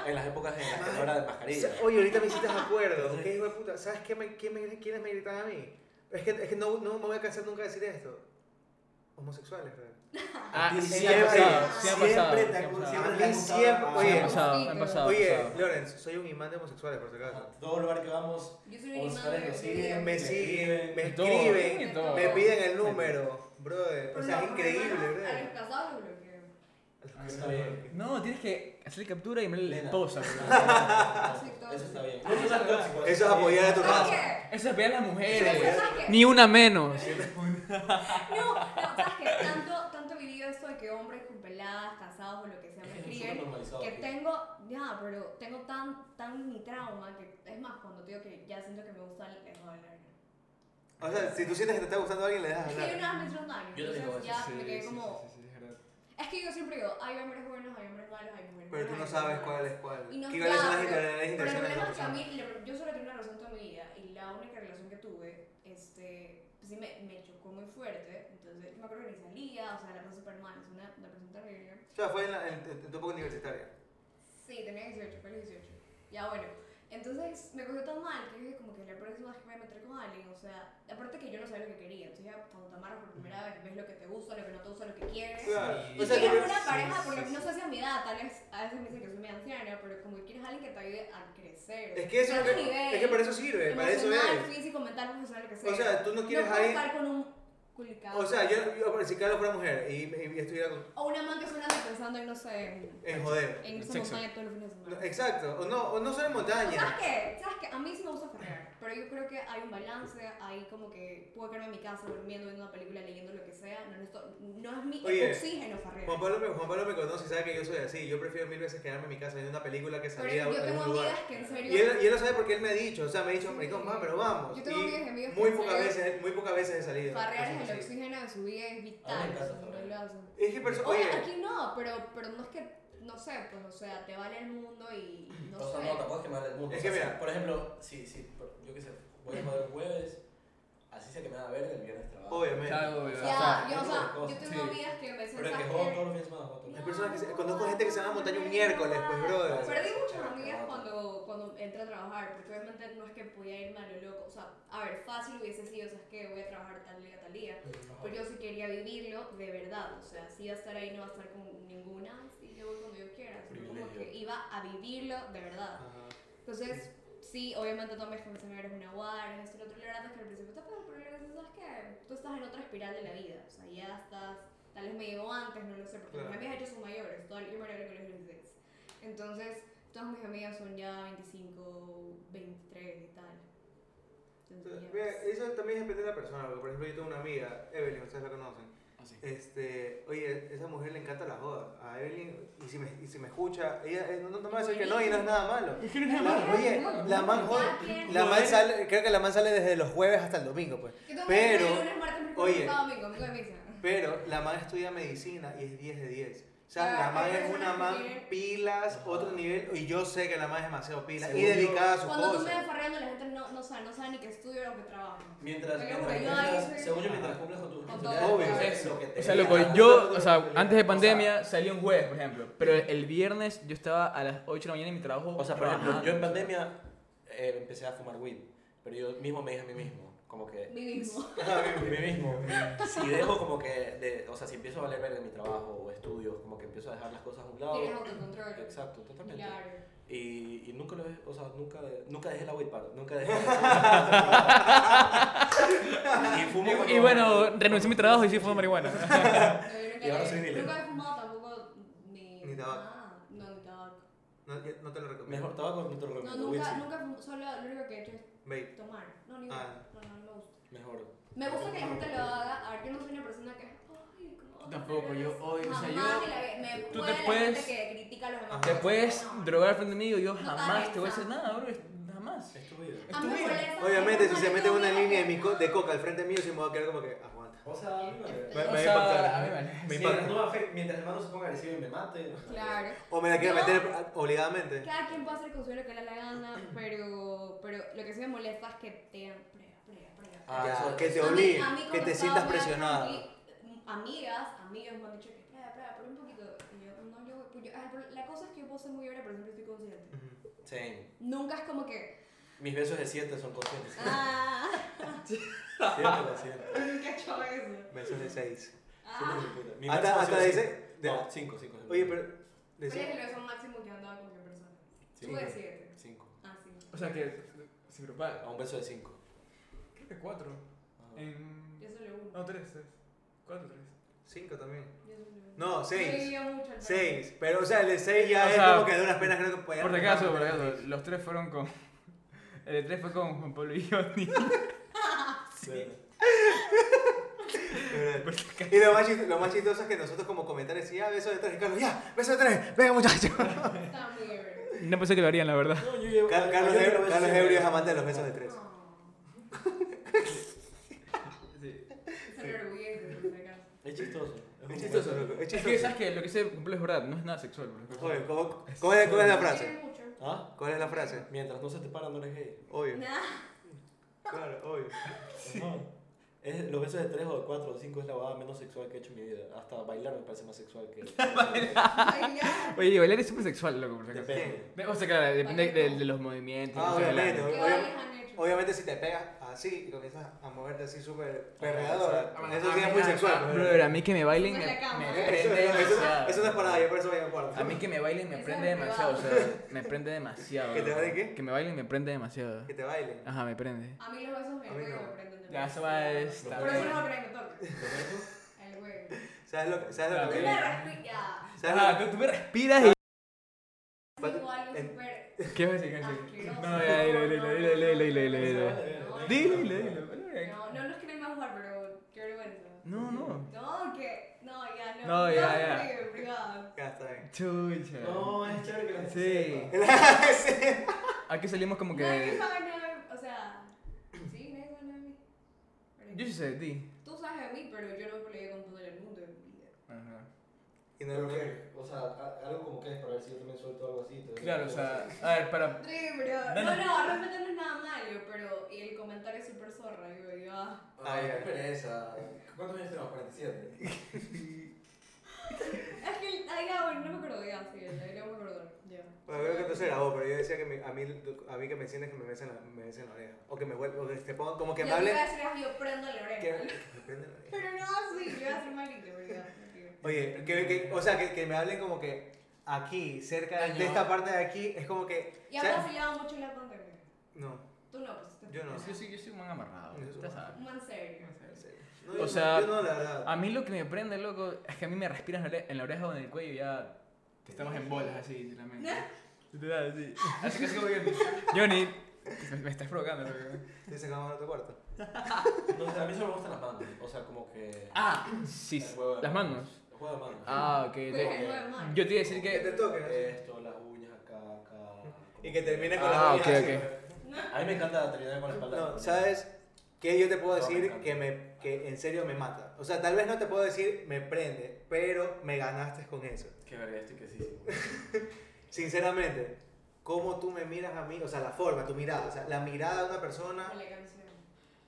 Speaker 5: En las épocas en las que no era de mascarilla.
Speaker 2: Oye, ahorita me hiciste acuerdo. ¿Qué hijo de puta? ¿Sabes qué me, qué me- quiénes me gritaban a mí? Es que, es que no, no me voy a cansar nunca de decir esto. Homosexuales, bro.
Speaker 1: Ah,
Speaker 5: ti
Speaker 1: sí,
Speaker 5: siempre-
Speaker 1: ha pasado, sí ha
Speaker 2: siempre
Speaker 1: pasado,
Speaker 5: Ah,
Speaker 2: te
Speaker 1: sí ha pasado.
Speaker 2: acu- siempre-
Speaker 5: te han
Speaker 2: mí
Speaker 5: gustado-
Speaker 2: siempre-
Speaker 5: Ah,
Speaker 1: Sí,
Speaker 2: oye,
Speaker 1: ha pasado, ha pasado, ha
Speaker 2: Oye,
Speaker 1: pasado.
Speaker 2: Lorenz, soy un imán de homosexuales, por si acaso.
Speaker 5: A todo lugar que vamos,
Speaker 3: Yo soy un
Speaker 5: homosexuales
Speaker 3: imán
Speaker 5: nos
Speaker 3: de-
Speaker 5: siguen,
Speaker 2: Me
Speaker 5: Ah. me
Speaker 2: siguen,
Speaker 5: escriben.
Speaker 2: me
Speaker 1: Y todo.
Speaker 2: escriben,
Speaker 1: Y todo.
Speaker 2: me piden el número, brother. O
Speaker 3: Pero no, por
Speaker 2: sea, es
Speaker 3: lo
Speaker 2: increíble,
Speaker 3: menos A los
Speaker 2: brother.
Speaker 3: casados los bloqueo.
Speaker 5: Está bien.
Speaker 1: No, tienes que hacerle captura y enviarle a la
Speaker 5: Lena.
Speaker 1: esposa. bro.
Speaker 5: Eso está bien. Eso no es tóxico,
Speaker 2: Eso es
Speaker 5: está bien.
Speaker 2: apoyar a tu raza.
Speaker 3: Oye,
Speaker 1: Eso es ver a las
Speaker 3: pero
Speaker 1: mujeres.
Speaker 3: ¿sabes qué?
Speaker 1: Ni una menos.
Speaker 3: No, no, sabes que tanto, tanto he vivido esto de que hombres con peladas, casados o lo que sea me
Speaker 5: Es que es
Speaker 3: escriben,
Speaker 5: súper normalizado,
Speaker 3: que
Speaker 5: tío.
Speaker 3: tengo, ya, pero tengo tan, tan mi trauma que es más cuando te digo que ya siento que me gusta el el hablar.
Speaker 2: O sea, si tú sientes que te está gustando alguien, le dejas
Speaker 3: Es que yo
Speaker 2: hablar.
Speaker 3: una vez me hice un daño,
Speaker 5: Yo tengo
Speaker 3: entonces
Speaker 5: eso,
Speaker 3: ya me quedé como, es que yo siempre digo, hay hombres buenos, hay hombres malos, hay mujeres
Speaker 2: Pero tú no
Speaker 3: buenas, hay
Speaker 2: sabes
Speaker 3: mujeres
Speaker 2: cuál
Speaker 3: malas".
Speaker 2: es cuál.
Speaker 3: Y no,
Speaker 2: ¿Qué cuáles son
Speaker 3: claro,
Speaker 2: las
Speaker 3: pero- Pero el
Speaker 2: intenciones intenciones
Speaker 3: problema es que
Speaker 2: de la
Speaker 3: a
Speaker 2: persona?
Speaker 3: mí, la- yo solo tengo una relación toda mi vida y la única relación que tuve, este, pues sí me, me chocó muy fuerte. Entonces, yo me acuerdo que ni salía, o sea, la pasé súper mal, es una, una persona terrible.
Speaker 2: O sea, fue en, la, en, en- en tu época universitaria.
Speaker 3: Sí, tenía 18, fue 18. Ya bueno. Entonces me cogió tan mal que dije como que la próxima vez que me voy a meter con alguien, o sea, aparte que yo no sabía lo que quería, entonces ya cuando te amarras por primera vez, ves lo que te gusta, lo que no te gusta, lo que quieres.
Speaker 2: Claro.
Speaker 5: Sí.
Speaker 3: Y
Speaker 2: O sea,
Speaker 3: quieres
Speaker 2: tú-
Speaker 3: una pareja, porque no sé si a mi edad, tal vez a veces me dicen que soy medio anciana, pero como que quieres a alguien que te ayude a crecer.
Speaker 2: es que eso es lo
Speaker 3: otro
Speaker 2: que-
Speaker 3: nivel,
Speaker 2: es que para eso sirve, para eso
Speaker 3: emocional,
Speaker 2: es.
Speaker 3: físico, mental, profesional, lo que sea.
Speaker 2: O sea, tú no quieres
Speaker 3: no
Speaker 2: a
Speaker 3: puedo
Speaker 2: alguien.
Speaker 3: estar con un culicado.
Speaker 2: O sea, yo, yo si Carlos fuera mujer y, y- y estuviera con-
Speaker 3: O una man que suena pensando en, no sé, en,
Speaker 2: en joder.
Speaker 3: en irse a
Speaker 1: Sexo.
Speaker 3: montaña todos los fines de semana.
Speaker 2: Eh, No, exacto, o no, o no solo en
Speaker 3: O ¿Sabes
Speaker 2: montaña.
Speaker 3: qué? ¿Sabes qué? A mí sí me gusta farrear, pero yo creo que hay un balance, hay como que puedo quedarme en mi casa durmiendo, viendo una película, leyendo lo que sea, no, necesito- no es mi
Speaker 2: Oye,
Speaker 3: oxígeno farrear.
Speaker 2: Juan Pablo, me, Juan Pablo me conoce y sabe que yo soy así. Yo prefiero mil veces quedarme en mi casa viendo una película que
Speaker 3: Pero
Speaker 2: salir a
Speaker 3: yo
Speaker 2: algún
Speaker 3: tengo
Speaker 2: lugar.
Speaker 3: amigas que en serio...
Speaker 2: Y él, y él lo sabe porque él me ha dicho, o sea, me ha dicho,
Speaker 3: Sí.
Speaker 2: maricón, mamá, pero vamos.
Speaker 3: Yo tengo
Speaker 2: y
Speaker 3: amigas y amigos que
Speaker 2: muy
Speaker 3: en
Speaker 2: pocas
Speaker 3: serio-
Speaker 2: veces, muy pocas veces he salido.
Speaker 3: Farrear
Speaker 2: Eso
Speaker 3: es el
Speaker 2: sí.
Speaker 3: oxígeno de su vida, es
Speaker 5: A mí
Speaker 3: vital.
Speaker 5: me encanta
Speaker 3: o sea, no
Speaker 5: farrear.
Speaker 3: lo hacen.
Speaker 2: Es que, perso-
Speaker 3: Oye,
Speaker 2: oye,
Speaker 3: aquí no, pero, pero no es que, no sé, pues, o sea, te vale el mundo y no
Speaker 5: O sea,
Speaker 3: sé.
Speaker 5: no, tampoco es que me vale el mundo.
Speaker 2: Es que
Speaker 5: O sea,
Speaker 2: mira.
Speaker 5: Por ejemplo, si, si, por- yo qué sé, voy a jugar el jueves, así sea que me van a ver el viernes
Speaker 2: personas que se- conozco gente que se va a la montaña un miércoles, pues, brother.
Speaker 3: Perdí muchas amigas cuando, cuando entré a trabajar, porque obviamente no es que podía irme a lo loco. O sea, a ver, fácil hubiese sido, o sea, es que voy a trabajar tal día, tal día. Pero yo sí quería vivirlo de verdad, o sea, si iba a estar ahí no va a estar con ninguna, si yo voy cuando yo quiera, sino como
Speaker 5: Privilegio.
Speaker 3: que iba a vivirlo de verdad.
Speaker 2: Ajá.
Speaker 3: Entonces, sí, obviamente tú me dijeron, eres una guarda, eres esto, lo otro, la verdad es que al principio está feo, pero luego dices, sabes que tú estás en otra espiral de la vida, o sea, ya estás, tal vez me llegó antes, no lo sé, porque mis
Speaker 2: Claro.
Speaker 3: amigas ya son mayores, todas, yo me gradué con los 26. Entonces, todas mis amigas son ya 25, 23 y tal. Entonces, ya,
Speaker 2: Mira,
Speaker 3: pues,
Speaker 2: eso también depende de la persona, porque por ejemplo yo tengo una amiga, Evelyn, ustedes la conocen.
Speaker 1: Así.
Speaker 2: Este, oye, esa mujer le encanta la joda. A Evelyn, y si me, y si me escucha, ella eh, no, no me va a decir que no y no es nada malo.
Speaker 4: Es que no es nada
Speaker 2: La-
Speaker 4: malo.
Speaker 2: oye, la man joda. La man sale, creo que la man sale desde los jueves hasta el domingo, pues.
Speaker 3: Yo tengo
Speaker 2: pero-
Speaker 3: que ir lunes, martes, miércoles,
Speaker 2: oye.
Speaker 3: sábado, domingo, domingo de misa.
Speaker 2: Pero la man estudia medicina y es 10 de 10. O sea,
Speaker 3: Ah,
Speaker 2: la man
Speaker 3: hay
Speaker 2: es
Speaker 3: personas
Speaker 2: una
Speaker 3: que
Speaker 2: man
Speaker 3: tienen-
Speaker 2: pilas,
Speaker 5: Ajá.
Speaker 2: otro nivel, y yo sé que la man es demasiado pila y
Speaker 5: Según yo,
Speaker 2: dedicada a su
Speaker 3: Cuando tú me vas
Speaker 2: cosa.
Speaker 3: farreando, la gente no, no sabe, no sabe ni que estudio o que trabajo.
Speaker 5: Mientras,
Speaker 3: Oye,
Speaker 5: mientras,
Speaker 3: güey, yo
Speaker 5: mientras-
Speaker 3: ahí soy-
Speaker 5: según yo, mientras cumples con tus
Speaker 3: Con todo.
Speaker 5: responsabilidades,
Speaker 2: Obvio.
Speaker 5: es lo que te
Speaker 1: O sea, loco,
Speaker 5: digan.
Speaker 1: yo, o sea, antes de pandemia salía un jueves, por ejemplo, pero el viernes yo estaba a las 8 de la mañana en mi trabajo.
Speaker 5: O sea, por ejemplo,
Speaker 1: trabajando.
Speaker 5: yo en pandemia eh, empecé a fumar weed, pero yo mismo me dije a mí mismo, como que
Speaker 3: Mi mismo.
Speaker 5: a mí mismo. Si dejo como que, de- o sea, si empiezo a valer verga mi trabajo o estudios, como que empiezo a dejar las cosas a un lado.
Speaker 3: Tienes autocontrol.
Speaker 5: Exacto, totalmente.
Speaker 3: Claro.
Speaker 5: Y, y nunca lo he, o sea, nunca, nunca dejé la weed para, nunca dejé. y fumo
Speaker 1: Y, y
Speaker 5: como-
Speaker 1: bueno, renuncié a mi trabajo y sí fue marihuana.
Speaker 3: No, yo nunca
Speaker 5: Y ahora
Speaker 3: le-
Speaker 5: soy dealer.
Speaker 3: Nunca he fumado tampoco ni.
Speaker 2: Ni tabaco.
Speaker 3: nada. No, ni tabaco.
Speaker 2: No, ya- no te lo recomiendo.
Speaker 5: Mejor tabaco no te lo
Speaker 3: No,
Speaker 5: recomiendo, weed
Speaker 3: nunca,
Speaker 5: sí.
Speaker 3: nunca he fumado. Solo lo único que he hecho es
Speaker 2: Babe.
Speaker 3: tomar. No, ni
Speaker 2: Ah.
Speaker 3: No, no, no me gusta.
Speaker 5: Mejor.
Speaker 3: Me gusta que la gente lo haga. A ver, yo no soy una persona que. "Ay, ¿cómo vas a
Speaker 1: Tampoco,
Speaker 3: hacer
Speaker 1: yo
Speaker 3: eso?".
Speaker 1: odio, Pues, o sea,
Speaker 3: Jamás
Speaker 1: yo-
Speaker 3: que la- Me
Speaker 1: tú te
Speaker 3: puede la
Speaker 1: puedes-
Speaker 3: gente que critica a los demás.
Speaker 1: Te puedes
Speaker 3: No.
Speaker 1: drogar frente a mí y yo
Speaker 3: No
Speaker 1: jamás
Speaker 3: pares,
Speaker 1: te voy a hacer
Speaker 3: no.
Speaker 1: nada, bro. Jamás.
Speaker 5: Es tu vida.
Speaker 3: A mí me molesta.
Speaker 2: Obviamente, si se mete una línea de, mi co-
Speaker 3: cote
Speaker 2: de coca al frente mío, sí me voy a quedar como que aguanta.
Speaker 5: O sea, a mí me-
Speaker 2: Me, me
Speaker 1: O
Speaker 2: va a
Speaker 1: sea,
Speaker 2: impactar.
Speaker 1: a mí me-
Speaker 2: Me
Speaker 5: mientras,
Speaker 2: impacta.
Speaker 5: no afecte, mientras el hermano se ponga agresivo y me mate.
Speaker 3: Claro.
Speaker 2: O me la quiero
Speaker 3: No.
Speaker 2: meter ah, obligadamente.
Speaker 3: Cada quien puede hacer con su lo que le da la gana, pero, pero lo que sí me molesta es que te digan prueba, prueba, prueba.
Speaker 5: Ah,
Speaker 2: Ya,
Speaker 5: eso-
Speaker 2: que te
Speaker 3: A mí-
Speaker 2: obligue,
Speaker 3: a mí
Speaker 2: que
Speaker 3: cuando
Speaker 2: te
Speaker 3: estaba
Speaker 2: sientas
Speaker 3: hablando,
Speaker 2: presionado.
Speaker 3: mi- mm, Amigas, amigas me han dicho que prueba, prueba, por un poquito. Y yo, no, yo, pues yo- ah, pero la cosa es que yo puedo ser muy ahora, pero siempre estoy consciente.
Speaker 2: Ujú.
Speaker 5: Same.
Speaker 3: Nunca es como que,
Speaker 5: Mis besos de siete son conscientes.
Speaker 3: ah,
Speaker 5: Siempre conscientes.
Speaker 3: nunca he hecho eso.
Speaker 2: Besos de 6.
Speaker 3: Ah,
Speaker 5: Mi
Speaker 2: Hasta,
Speaker 5: máximo ha
Speaker 2: hasta
Speaker 5: sido
Speaker 2: dice.
Speaker 5: cinco.
Speaker 2: de-
Speaker 5: No, cinco, cinco.
Speaker 2: Oye, pero.
Speaker 3: pero es
Speaker 2: Decía,
Speaker 3: el beso máximo que andaba con qué persona.
Speaker 5: Sí.
Speaker 3: Tuve siete.
Speaker 5: Cinco.
Speaker 3: Ah, sí.
Speaker 1: O sea que, si grupal,
Speaker 5: A un beso de cinco. Ah,
Speaker 1: creo que 4.
Speaker 3: Yo
Speaker 5: Eh,
Speaker 1: En...
Speaker 3: solo uno.
Speaker 1: No, 3, 3. 4, 3.
Speaker 2: 5 también.
Speaker 3: Yo solo uno.
Speaker 2: No,
Speaker 3: Yo
Speaker 2: 6.
Speaker 3: vivía mucho al
Speaker 2: 6. Pero, o sea, el de 6 ya
Speaker 1: O
Speaker 2: es
Speaker 1: sea,
Speaker 2: como que de unas penas creo que puede.
Speaker 1: Por si acaso, por si acaso, los tres fueron con. El de tres fue con Juan Pablo y Johnny.
Speaker 5: Sí.
Speaker 1: Por si acaso.
Speaker 2: Y lo más, chis- lo más chistoso es que nosotros como comentar decía, "Ah, besos de 3, y Carlos, ya, besos de 3, venga muchachos.
Speaker 3: parecer. Estaba muy ebrio.
Speaker 1: No pensé que lo harían, la verdad.
Speaker 5: No, yo llevo.
Speaker 2: Car- Carlos, Ebrio- Carlos Ebrio es amante de los besos de 3.
Speaker 3: No.
Speaker 1: Sí.
Speaker 3: Se enorgullece, por si acaso.
Speaker 5: Es chistoso.
Speaker 2: Es chistoso, loco, es
Speaker 1: Es que,
Speaker 2: chistoso.
Speaker 1: ¿sabes que Lo que se cumple es verdad, no es nada sexual, bro.
Speaker 2: Oye, ¿cómo- ¿cómo es cuál es la frase?
Speaker 3: Quiere mucho.
Speaker 5: ¿Ah?
Speaker 2: ¿Cuál es la frase?
Speaker 5: Mientras no se te para, no eres gay.
Speaker 2: Obvio.
Speaker 3: Nah.
Speaker 2: Claro, obvio.
Speaker 5: Ajá. Es, los besos de tres o de cuatro o de cinco es la bobada menos sexual que he hecho en mi vida. Hasta bailar me parece más sexual que.
Speaker 3: Ay, ya.
Speaker 1: Oye, y bailar es súper sexual, loco, por si acaso.
Speaker 5: Depende.
Speaker 1: O sea, claro, depende de, de los movimientos.
Speaker 2: Ah,
Speaker 1: no sé, de la-
Speaker 2: obviamente,
Speaker 3: ¿Qué
Speaker 2: obviamente.
Speaker 3: bailes han hecho?
Speaker 2: Obviamente si te pegas así y comienzas a moverte así súper
Speaker 5: exacto.
Speaker 2: perreador,
Speaker 1: Ah, bueno,
Speaker 2: eso
Speaker 1: a
Speaker 2: sí
Speaker 1: mí-
Speaker 2: es muy
Speaker 1: ah,
Speaker 2: sexual. pero-
Speaker 1: Brother, a mí que me bailen me,
Speaker 3: Sube la cama.
Speaker 1: me
Speaker 2: Eh,
Speaker 1: prende
Speaker 2: Eso, eso, eso,
Speaker 1: demasiado.
Speaker 2: eso no es para nada, yo por eso voy a mi cuarto.
Speaker 1: A mí que me bailen me
Speaker 3: Eso
Speaker 1: prende
Speaker 3: es
Speaker 1: demasiado, o sea,
Speaker 3: privado.
Speaker 1: me prende demasiado.
Speaker 2: ¿Que te
Speaker 1: bro.
Speaker 2: bailen qué?
Speaker 1: Que me bailen me prende demasiado.
Speaker 2: Que te bailen.
Speaker 1: Ajá, me prende.
Speaker 3: A mí los besos me
Speaker 2: A mí
Speaker 3: huevo
Speaker 2: no.
Speaker 3: me prenden de
Speaker 1: Ya,
Speaker 3: luz.
Speaker 1: eso va esta
Speaker 3: Por eso
Speaker 1: vez.
Speaker 3: no creen que toque. El huevo.
Speaker 2: ¿Sabes lo que? ¿Sabes
Speaker 1: Claro,
Speaker 2: lo
Speaker 3: Tú
Speaker 2: que?
Speaker 1: bien.
Speaker 3: me respiras. ya.
Speaker 2: ¿Sabes lo que?
Speaker 1: Ah, tú me respiras y...
Speaker 2: Pat-
Speaker 3: Digo algo
Speaker 2: en-
Speaker 3: súper
Speaker 1: ¿Qué vas a decir? ¿Qué vas a decir?
Speaker 3: asqueroso.
Speaker 1: No, ya, dilo, dilo, dilo, dilo, dilo, dilo, dilo.
Speaker 3: No,
Speaker 1: Dilo, dilo, dilo, dilo.
Speaker 3: No, no nos queremos jugar, pero qué vergüenza.
Speaker 1: No, no.
Speaker 3: No, que. No, ya, no.
Speaker 1: No, ya,
Speaker 3: no,
Speaker 1: ya.
Speaker 3: privado, privado.
Speaker 2: Ya está bien.
Speaker 1: Chucha.
Speaker 5: No, es chévere que la gente
Speaker 1: Sí.
Speaker 5: sepa.
Speaker 1: Aquí salimos como
Speaker 3: Nadie
Speaker 1: que...
Speaker 3: sabe nada de- O sea. Sí, nadie sabe nada de mí. Pero-
Speaker 1: Yo sí sé de ti.
Speaker 3: Tú sabes de mí, pero yo no peleé con todo el mundo en mi vida.
Speaker 1: Ajá.
Speaker 2: Y no
Speaker 5: Pero
Speaker 2: lo
Speaker 5: que- O sea, a- algo como que es para ver si yo también suelto algo así. entonces-
Speaker 1: Claro, o sea, a ver, para...
Speaker 3: Sí, pero.
Speaker 1: No,
Speaker 3: No,
Speaker 1: no.
Speaker 3: no, realmente no es nada malo, pero y el comentario es súper zorra. Digo, yo, ah,
Speaker 5: Ay,
Speaker 2: Ah,
Speaker 5: qué
Speaker 2: ya.
Speaker 5: pereza. ¿Cuántos años tenemos? 47.
Speaker 3: Es que el- ay, ya, bueno, no me acuerdo, ya, sí, el aire no me acuerdo. Ya.
Speaker 2: Bueno, creo que entonces era vos, pero yo decía que me- a, mí, a mí que me enciendes que me besen la, me besen la oreja. O que me vuelvan, o que te pongan, como que me
Speaker 3: Yo te
Speaker 2: hablen.
Speaker 3: iba a decir, ah, yo prendo la
Speaker 2: que-
Speaker 3: oreja.
Speaker 2: me prenden la oreja.
Speaker 3: Pero no, sí, yo iba a ser malito, ¿verdad?
Speaker 2: Oye, que, que- o sea, que, que me hablen como que aquí, cerca de, de esta parte de aquí, es como que.
Speaker 3: Y ahora se lleva mucho la pandemia.
Speaker 2: No,
Speaker 3: Tú no, pues. te-
Speaker 2: yo no.
Speaker 3: Ajá.
Speaker 2: Sí,
Speaker 1: Yo soy, yo soy un man amarrado,
Speaker 2: Eso.
Speaker 1: ya sabes.
Speaker 3: Man serio.
Speaker 2: en serio. No, yo
Speaker 1: O
Speaker 2: no,
Speaker 1: sea,
Speaker 2: yo no, la verdad.
Speaker 1: A mí lo que me prende, loco, es que a mí me respiras en la ore- en la oreja o en el cuello y ya te estamos en bolas así, literalmente. Literal, así. Así que así como Johnny. Johnny, me, me estás provocando, loco.
Speaker 2: Te sacamos en otro cuarto.
Speaker 5: No sé, a mí solo me gustan las manos. O sea, como que.
Speaker 1: Ah, sí.
Speaker 5: el juego de
Speaker 1: Las manos.
Speaker 5: El juego de manos.
Speaker 1: Ah, ok.
Speaker 3: Pero
Speaker 1: te-
Speaker 3: es nueve más.
Speaker 1: Yo te iba a decir
Speaker 2: Que
Speaker 1: que.
Speaker 2: te toquen. así.
Speaker 1: Eh,
Speaker 5: Esto, las uñas acá, acá.
Speaker 2: Y que termine con
Speaker 1: Ah,
Speaker 2: la
Speaker 1: ok, ok.
Speaker 5: A mí me encanta terminar con la espalda.
Speaker 2: No, ¿sabes? Que yo te puedo
Speaker 5: No, me
Speaker 2: decir
Speaker 5: encanta.
Speaker 2: que, me, que en serio me mata. O sea, tal vez no te puedo decir me prende, pero me ganaste con eso.
Speaker 5: Qué verga, estoy que sí.
Speaker 2: Sinceramente, cómo tú me miras a mí, o sea, la forma, tu mirada, o sea, la mirada de una persona
Speaker 3: Con la canción.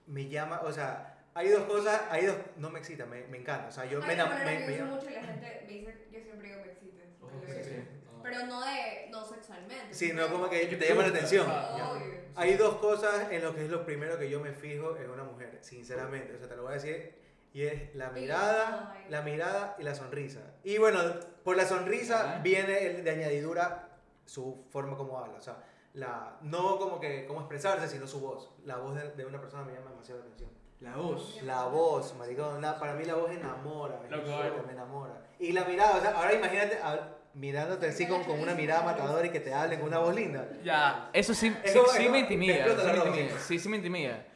Speaker 2: me llama, o sea, hay dos cosas, hay dos, no me excita, me, me encanta, o sea, yo
Speaker 3: Hay
Speaker 2: me
Speaker 3: una
Speaker 2: enam-
Speaker 3: palabra
Speaker 2: me-
Speaker 3: que
Speaker 2: me
Speaker 3: uso
Speaker 2: llama-
Speaker 3: mucho y la gente me dice, yo siempre digo me excita. porque lo
Speaker 5: sí,
Speaker 3: digo.
Speaker 5: sí.
Speaker 3: Pero no de, no sexualmente.
Speaker 2: Sí, no como que
Speaker 1: Yo
Speaker 2: te llama la
Speaker 1: pregunto,
Speaker 2: atención.
Speaker 1: ajá.
Speaker 3: Obvio.
Speaker 2: Hay dos cosas en lo que es lo primero que yo me fijo en una mujer, sinceramente, o sea, te lo voy a decir, y es la
Speaker 3: Sí,
Speaker 2: mirada,
Speaker 3: ay.
Speaker 2: la mirada y la sonrisa. Y bueno, por la sonrisa
Speaker 1: Ajá.
Speaker 2: viene el de añadidura su forma como habla, o sea, la, no como que cómo expresarse, sino su voz. La voz de, de una persona me llama demasiado la atención.
Speaker 6: La voz.
Speaker 2: La voz, maricón, la- para mí la voz enamora,
Speaker 1: Loco,
Speaker 2: yo
Speaker 1: eh.
Speaker 2: me enamora. Y la mirada, o sea, ahora imagínate a- mirándote así con, con una mirada matadora y que te hablen con una voz linda.
Speaker 1: Ya, eso sí,
Speaker 2: Es
Speaker 1: sí,
Speaker 2: como-
Speaker 1: sí
Speaker 2: es
Speaker 1: me
Speaker 2: como-
Speaker 1: intimida.
Speaker 2: te
Speaker 1: Sí
Speaker 2: explota la
Speaker 1: me
Speaker 2: ropa.
Speaker 1: intimida. Sí, sí me intimida.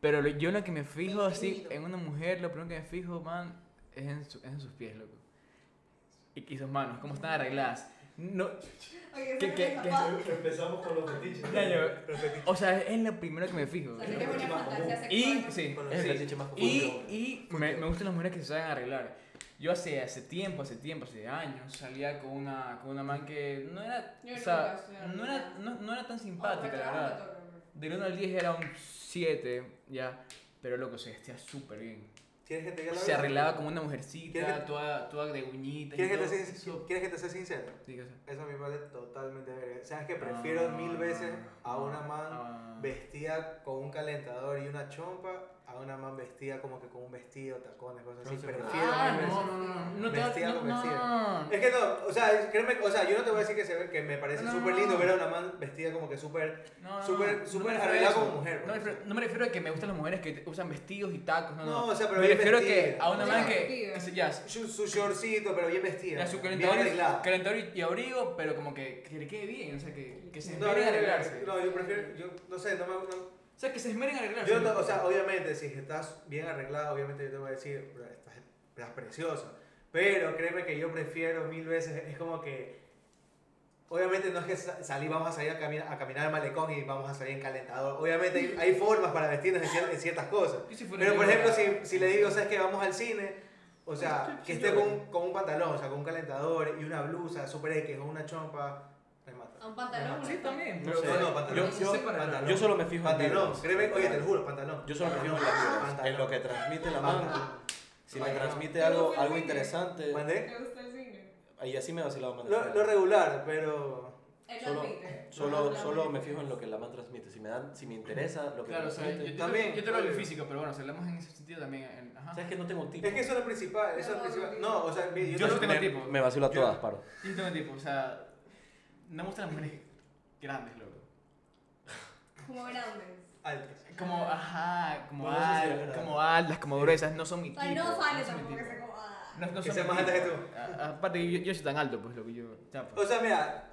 Speaker 1: Pero lo- yo lo que me fijo así
Speaker 3: Intimido.
Speaker 1: en una mujer, lo primero que me fijo, man, es en, su- es en sus pies, loco. Y, y sus manos, cómo están arregladas. No, ¿Qué-
Speaker 3: Oye, ¿qué,
Speaker 1: qué-
Speaker 3: qué,
Speaker 1: qué-
Speaker 5: Empezamos con los fetiches.
Speaker 1: ya yo- o sea, es lo primero que me fijo. Y, sí,
Speaker 5: Con los
Speaker 1: es
Speaker 5: fetiches más profundos.
Speaker 1: Y, y me, me gustan las mujeres que se saben arreglar. Yo hace, hace tiempo, hace tiempo, hace años, salía con una, con una man que no era,
Speaker 3: Yo
Speaker 1: o
Speaker 3: no
Speaker 1: sea,
Speaker 3: lo conocía,
Speaker 1: no
Speaker 3: la
Speaker 1: era,
Speaker 3: verdad.
Speaker 1: no, no era tan simpática, la verdad. Del 1 al 10 era un 7, ya. Pero loco, se vestía súper bien.
Speaker 2: ¿Quieres que te diga la
Speaker 1: Se
Speaker 2: verdad?
Speaker 1: arreglaba como una
Speaker 2: ¿Quieres
Speaker 1: mujercita,
Speaker 2: que-
Speaker 1: toda, toda de uñitas. y
Speaker 2: ¿Quieres que,
Speaker 1: todo.
Speaker 2: te sea,
Speaker 1: Eso-
Speaker 2: ¿Quieres que te sea sincero?
Speaker 1: diga eso.
Speaker 2: Eso a mí me vale totalmente verga. Sabes que prefiero
Speaker 1: Ah,
Speaker 2: mil veces a una man
Speaker 1: ah.
Speaker 2: vestida con un calentador y una chompa a una man vestida como que con un vestido, tacones, cosas así.
Speaker 5: Entonces,
Speaker 2: Prefiero
Speaker 1: Ah,
Speaker 2: mil
Speaker 1: no,
Speaker 2: veces.
Speaker 1: no, no, no. No te
Speaker 2: Vestida
Speaker 1: no,
Speaker 2: con
Speaker 1: no,
Speaker 2: vestido.
Speaker 1: no, no.
Speaker 2: Es que no, o sea, créeme, o sea, yo no te voy a decir que, se ve, que me parece
Speaker 1: No, no,
Speaker 2: súper
Speaker 1: no.
Speaker 2: lindo ver a una man vestida como que súper...
Speaker 1: No, no,
Speaker 2: Súper-
Speaker 1: no me
Speaker 2: súper
Speaker 1: refiero a
Speaker 2: arreglada
Speaker 1: eso.
Speaker 2: como mujer,
Speaker 1: No me,
Speaker 2: pues.
Speaker 1: refiero, no me refiero a que me gustan las mujeres que usan vestidos y tacos. No, no.
Speaker 2: No, o sea, pero
Speaker 1: me
Speaker 2: bien
Speaker 1: refiero a que
Speaker 2: vestida.
Speaker 1: a una
Speaker 3: Sí,
Speaker 1: man que.
Speaker 3: vestida.
Speaker 1: que se- ya,
Speaker 2: Su, su shortcito, pero bien vestida.
Speaker 1: ya, su
Speaker 2: bien
Speaker 1: calentador, y-
Speaker 2: arreglada.
Speaker 1: calentador y- y abrigo, pero como que, que le quede bien. O sea, que, que se
Speaker 2: No,
Speaker 1: esmeren
Speaker 2: no,
Speaker 1: en arreglarse.
Speaker 2: no, yo prefiero, yo no sé, no me... no-
Speaker 1: O sea, que se esmeren en arreglarse.
Speaker 2: Yo no- o sea, obviamente, si estás bien arreglada, obviamente yo te voy a decir, "Bro, estás, estás preciosa. Pero créeme que yo prefiero mil veces, es como que. Obviamente no es que sa- salí, vamos a salir a caminar, a caminar al malecón y vamos a salir en calentador. Obviamente hay, hay formas para vestirnos en, cier- en ciertas cosas.
Speaker 1: Yo si fuera
Speaker 2: Pero por
Speaker 1: yo,
Speaker 2: ejemplo,
Speaker 1: ah,
Speaker 2: si, si le digo, ¿sabes que Vamos al cine, o sea,
Speaker 1: Sí,
Speaker 2: que
Speaker 1: sí,
Speaker 2: esté
Speaker 1: yo.
Speaker 2: con, un- con un pantalón, o sea, con un calentador y una blusa super X o una chompa, me mata.
Speaker 3: A un pantalón.
Speaker 1: Ah, pues Sí, también.
Speaker 5: No
Speaker 1: pero-
Speaker 5: sé.
Speaker 2: No, no, pantalón.
Speaker 1: Yo-
Speaker 5: Yo,
Speaker 1: yo- pantalón.
Speaker 5: yo solo me fijo en
Speaker 2: Pantalón,
Speaker 5: libros.
Speaker 2: créeme, oye, te lo juro, pantalón.
Speaker 5: Yo solo me fijo en las
Speaker 2: Ah,
Speaker 5: vibras, en lo que transmite la mano. Si me
Speaker 2: Vaya.
Speaker 5: transmite algo, algo interesante.
Speaker 2: Ah. ¿Mandé?
Speaker 3: ¿Te gusta el cine?
Speaker 5: Y así me he vacilado más.
Speaker 2: Lo, lo regular, pero.
Speaker 3: Él lo
Speaker 5: Solo-
Speaker 3: admite.
Speaker 5: Solo, solo me fijo en lo que la man transmite. Si me, dan, si me interesa lo que
Speaker 1: Claro, o sea, yo,
Speaker 5: transmite.
Speaker 1: yo,
Speaker 2: También,
Speaker 1: también, yo te lo el
Speaker 2: obvio.
Speaker 1: físico, pero bueno, hablamos en ese sentido también. en- ajá.
Speaker 5: ¿Sabes que no tengo tipo?
Speaker 2: Es que eso es lo principal, eso es lo principal. No, o sea, mira, yo,
Speaker 1: Yo
Speaker 2: no-
Speaker 1: sí tengo
Speaker 5: me,
Speaker 1: tipo.
Speaker 5: me vacilo a
Speaker 1: Yo-
Speaker 5: todas, paro.
Speaker 1: Yo no tengo tipo, o sea, no me gustan las mujeres grandes, loco.
Speaker 3: Como grandes.
Speaker 2: altos.
Speaker 1: Como, ajá, como,
Speaker 5: Bueno, eso sí
Speaker 1: al-
Speaker 5: es verdad.
Speaker 1: como altas, como gruesas, no son mi
Speaker 3: O
Speaker 1: tipo.
Speaker 3: sea, no sale
Speaker 1: son mi
Speaker 3: tampoco que
Speaker 1: tipo.
Speaker 3: se como. ah.
Speaker 1: No, no
Speaker 2: Que
Speaker 1: son
Speaker 2: sean
Speaker 1: mi
Speaker 2: más altas
Speaker 1: tipo.
Speaker 2: que tú.
Speaker 1: A- Aparte, yo, yo soy tan alto, pues, lo que yo. ya, pues.
Speaker 2: O sea, mira,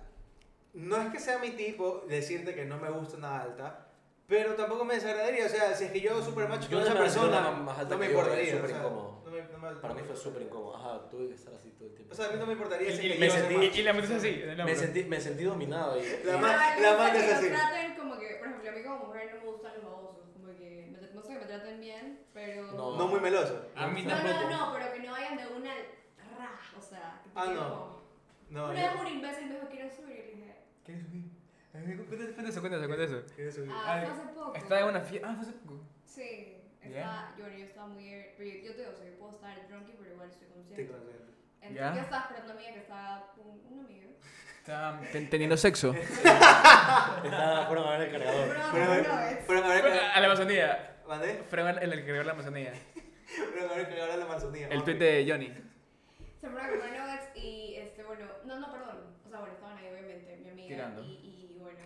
Speaker 2: no es que sea mi tipo decirte que no me gusta una alta, pero tampoco me desagradaría. O sea, si es que yo super macho
Speaker 5: Yo
Speaker 2: con
Speaker 5: no
Speaker 2: esa
Speaker 5: me vacilo
Speaker 2: persona,
Speaker 5: una más alta
Speaker 2: no me
Speaker 5: que yo,
Speaker 2: importaría.
Speaker 5: es súper
Speaker 2: o sea,
Speaker 5: incómodo.
Speaker 2: no me- no me-
Speaker 5: Para mí fue súper incómodo. Ajá, tuve que estar así todo el tiempo.
Speaker 2: O sea, a mí no me importaría si
Speaker 1: Y-
Speaker 2: es
Speaker 1: y-
Speaker 2: que
Speaker 5: me
Speaker 2: yo sea
Speaker 5: sentí-
Speaker 2: macho.
Speaker 1: y, y la metes así. en el
Speaker 5: me,
Speaker 1: hombro.
Speaker 5: sentí, me sentí dominado. Y,
Speaker 2: La
Speaker 3: Pero
Speaker 2: ma-
Speaker 3: a mí
Speaker 2: la
Speaker 3: me
Speaker 2: man
Speaker 3: gusta
Speaker 2: es
Speaker 3: que
Speaker 2: así.
Speaker 3: me traten como que, por ejemplo, a mí como mujer no me gustan los babosos. Como que, me, no sé, que me traten bien, pero.
Speaker 5: No.
Speaker 2: No muy meloso.
Speaker 1: A mí
Speaker 3: No,
Speaker 1: tampoco.
Speaker 3: no, no, pero que no vayan de una ra, o sea, que te
Speaker 2: Ah,
Speaker 3: quede
Speaker 2: no.
Speaker 3: como-
Speaker 2: No,
Speaker 3: Una
Speaker 2: yo-
Speaker 3: vez un imbécil me dijo, quiero subir, y le dije,
Speaker 1: ¿Quieres subir? Ay, Cuéntate cuéntate eso, cuéntate eso, cuéntate eso.
Speaker 2: eso-
Speaker 3: ah,
Speaker 1: Ay,
Speaker 3: fue hace poco.
Speaker 1: Estaba en una fiesta. Ah, fue hace poco.
Speaker 3: Sí,
Speaker 1: Ya.
Speaker 3: eh, estaba, yo, yo estaba muy, pero yo, yo te digo, o sea, yo puedo estar drunky, pero igual estoy
Speaker 2: Te
Speaker 3: consciente.
Speaker 2: conocen.
Speaker 3: Enrique
Speaker 1: Ya.
Speaker 3: estaba esperando a mí que estaba con un amigo.
Speaker 1: Está um, ten- teniendo sexo.
Speaker 5: Está, fueron a ver el cargador.
Speaker 3: Pero
Speaker 2: Fueron
Speaker 3: no,
Speaker 2: a
Speaker 3: es.
Speaker 2: fueron a ver el
Speaker 1: A la Amazonía.
Speaker 2: ¿Mandé?
Speaker 1: Fregar el que creó la Amazonía.
Speaker 2: Fueron a ver el cargador de la Amazonía.
Speaker 1: El
Speaker 2: ok.
Speaker 1: tweet de Johnny.
Speaker 3: Se fueron a comer nuggets y este, bueno, no, no, perdón. O sea, bueno, estaban ahí obviamente, mi amiga.
Speaker 1: Tirando.
Speaker 3: Y, y bueno,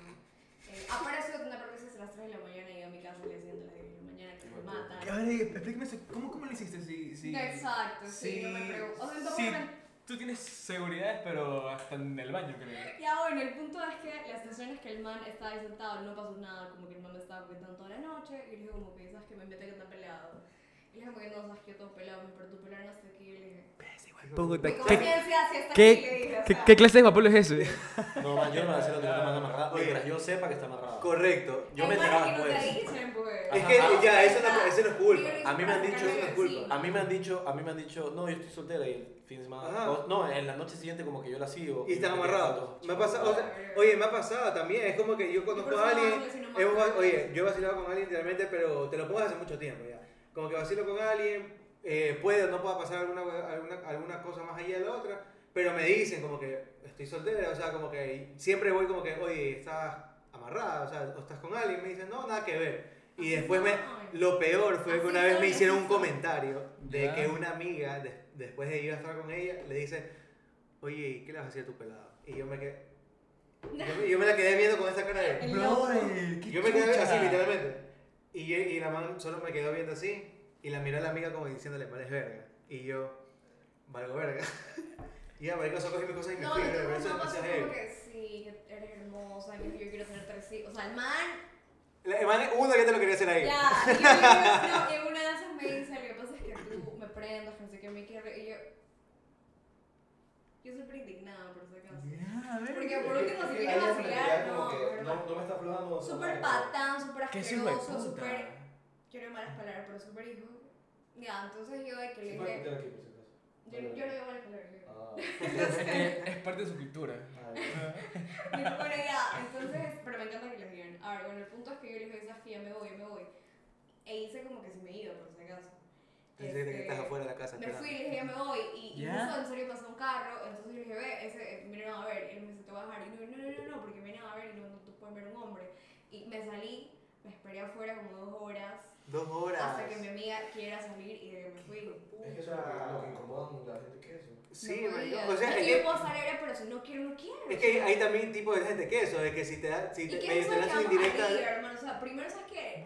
Speaker 3: eh, apareció de una permiso a las 3 de la mañana y yo a mi casa le siguiente a las 10 de la mañana que me
Speaker 6: A
Speaker 3: matan.
Speaker 6: ver, eh, explíqueme eso. ¿Cómo, cómo lo hiciste? Si, si...
Speaker 3: Exacto, sí, no me
Speaker 6: Sí,
Speaker 3: pregunto. O sea,
Speaker 6: sí.
Speaker 3: entonces,
Speaker 6: Tú tienes seguridades, pero hasta en el baño, creo.
Speaker 3: Ya bueno, el punto es que la situación es que el man estaba ahí sentado, no pasó nada, como que el man me estaba contando toda la noche y le dije como que sabes que me mete que está peleado. Y le dije como que no sabes que yo todo pelado, me pero tu pelado no está aquí. Y le dije,
Speaker 1: Puta,
Speaker 3: mi
Speaker 1: ¿Qué,
Speaker 3: conciencia sí está
Speaker 1: qué-
Speaker 3: aquí. Le dije, o
Speaker 1: qué-
Speaker 3: sea,
Speaker 1: qué clase de papel es ese?
Speaker 5: No, man, yo no voy a decir dónde está la mano amarrada.
Speaker 2: Oye.
Speaker 5: Mientras yo sepa que está amarrada.
Speaker 2: Correcto.
Speaker 5: Yo me
Speaker 3: hay
Speaker 5: enteraba
Speaker 3: manes que no te
Speaker 5: después.
Speaker 3: dicen, pues.
Speaker 2: Es que
Speaker 5: Ajá.
Speaker 2: ya, eso no, eso no es
Speaker 3: Y yo le
Speaker 2: culpa.
Speaker 3: dije,
Speaker 5: A mí me han
Speaker 3: "Para
Speaker 5: dicho, eso no
Speaker 2: es
Speaker 3: sacarme de
Speaker 2: culpa.
Speaker 3: encima".
Speaker 5: A mí me han dicho, a mí me han dicho, no, yo estoy soltera y el fin de semana.
Speaker 2: Ajá.
Speaker 5: o- no, en la noche siguiente como que yo la sigo.
Speaker 2: Y están
Speaker 5: me
Speaker 2: amarrados.
Speaker 5: quedé
Speaker 2: Me
Speaker 5: con dos
Speaker 2: ha pasado, o
Speaker 5: chicas.
Speaker 2: sea, oye, me ha pasado también. Es como que yo
Speaker 3: Y por
Speaker 2: conozco
Speaker 3: eso
Speaker 2: a
Speaker 3: no
Speaker 2: alguien.
Speaker 3: vacilo, sino más
Speaker 2: hemos va-
Speaker 3: tarde.
Speaker 2: oye, yo he vacilado con alguien literalmente, pero te lo pongo hace mucho tiempo ya. Como que vacilo con alguien, eh, puede o no pueda pasar alguna, alguna, alguna cosa más allá de la otra, pero me dicen como que estoy soltera, o sea, como que siempre voy como que, oye, estás amarrada, o sea, o estás con alguien, me dicen, no, nada que ver. Y después me, lo peor fue que
Speaker 3: Así
Speaker 2: una vez me
Speaker 3: son,
Speaker 2: hicieron
Speaker 3: así
Speaker 2: un
Speaker 3: son.
Speaker 2: comentario de
Speaker 1: Ya.
Speaker 2: que una amiga, de- después de ir a estar con ella, le dice, oye, ¿y qué le vas a hacer a tu pelado? Y yo me quedé, yo me, yo me la quedé viendo con esa cara de...
Speaker 3: El loco.
Speaker 6: eh,
Speaker 2: Yo me quedé así, literalmente. Y, yo- y la man solo me quedó viendo así y la miró a la amiga como diciéndole, vales verga. Y yo, valgo verga. y ya, marico, solo cogí mis cosas y me
Speaker 3: No,
Speaker 2: fui.
Speaker 3: yo
Speaker 2: pero
Speaker 3: tengo
Speaker 2: eso
Speaker 3: una
Speaker 2: es
Speaker 3: pasó
Speaker 2: demasiado
Speaker 3: como
Speaker 2: heavy.
Speaker 3: que sí, que eres hermosa, que yo quiero tener tres hijos. O sea, el man
Speaker 2: La- el man es uno que te lo quería hacer ahí.
Speaker 3: Ya, y yo le digo, no, y una de esas me dice, lo que pasa es que tú me prendas, que no sé qué, me quiero, y yo... Yo súper indignada, por si acaso.
Speaker 6: Ya, a ver.
Speaker 3: Porque por
Speaker 5: Porque
Speaker 3: último, si
Speaker 5: Eh, ahí ya
Speaker 3: quieres
Speaker 5: se me
Speaker 3: vacilar,
Speaker 5: queda como
Speaker 3: no,
Speaker 5: que,
Speaker 3: pero...
Speaker 5: no, no me está aflojando.
Speaker 3: Súper
Speaker 5: patada
Speaker 3: patán, súper
Speaker 1: ¿Qué hijo de
Speaker 3: asqueroso,
Speaker 1: puta?
Speaker 3: súper... Quiero malas palabras, pero súper hijo. Ya, entonces yo de que le
Speaker 5: Sí, puede
Speaker 3: dije...
Speaker 5: quitar aquí, por si acaso.
Speaker 3: Yo, yo no digo malas palabras. yo-
Speaker 5: Ah,
Speaker 1: Es que es parte de su cultura.
Speaker 5: ah, ya.
Speaker 3: Y yo, bueno, ya, entonces, pero me encanta que les digan. A ver, bueno, el punto es que yo les dije, sabes que ya me voy, ya me voy. E hice como que si me iba, por si acaso.
Speaker 2: Dice que
Speaker 3: Este,
Speaker 2: estás afuera de la casa.
Speaker 3: Me
Speaker 2: esperando.
Speaker 3: fui, le dije, ya me voy. Y, y
Speaker 1: Ya.
Speaker 3: justo en serio pasó un carro. Entonces yo le dije, ve, ese, eh, mira, no, a ver. Y él me dice, te voy a dejar. Y yo, no, no, no, no, porque me vienen a ver y no, no te pueden ver un hombre. Y me salí, me esperé afuera como dos horas.
Speaker 2: Dos horas.
Speaker 3: Hasta que mi amiga quiera salir y de que me fui.
Speaker 5: Es que eso es lo que- lo que incomoda a la gente que es eso.
Speaker 2: Sí,
Speaker 3: no
Speaker 2: marico.
Speaker 3: podía.
Speaker 2: O sea,
Speaker 3: es
Speaker 2: es
Speaker 3: que yo
Speaker 2: que,
Speaker 3: puedo salir, pero si no quiero, no quiero.
Speaker 2: es que hay también tipo de gente que eso, de que si te da, si
Speaker 3: ¿Y
Speaker 2: te,
Speaker 3: qué es
Speaker 2: te
Speaker 3: eso que
Speaker 2: lanzan
Speaker 3: vamos
Speaker 2: indirecta.
Speaker 3: a ir, hermano? O sea, primero, ¿sabes qué?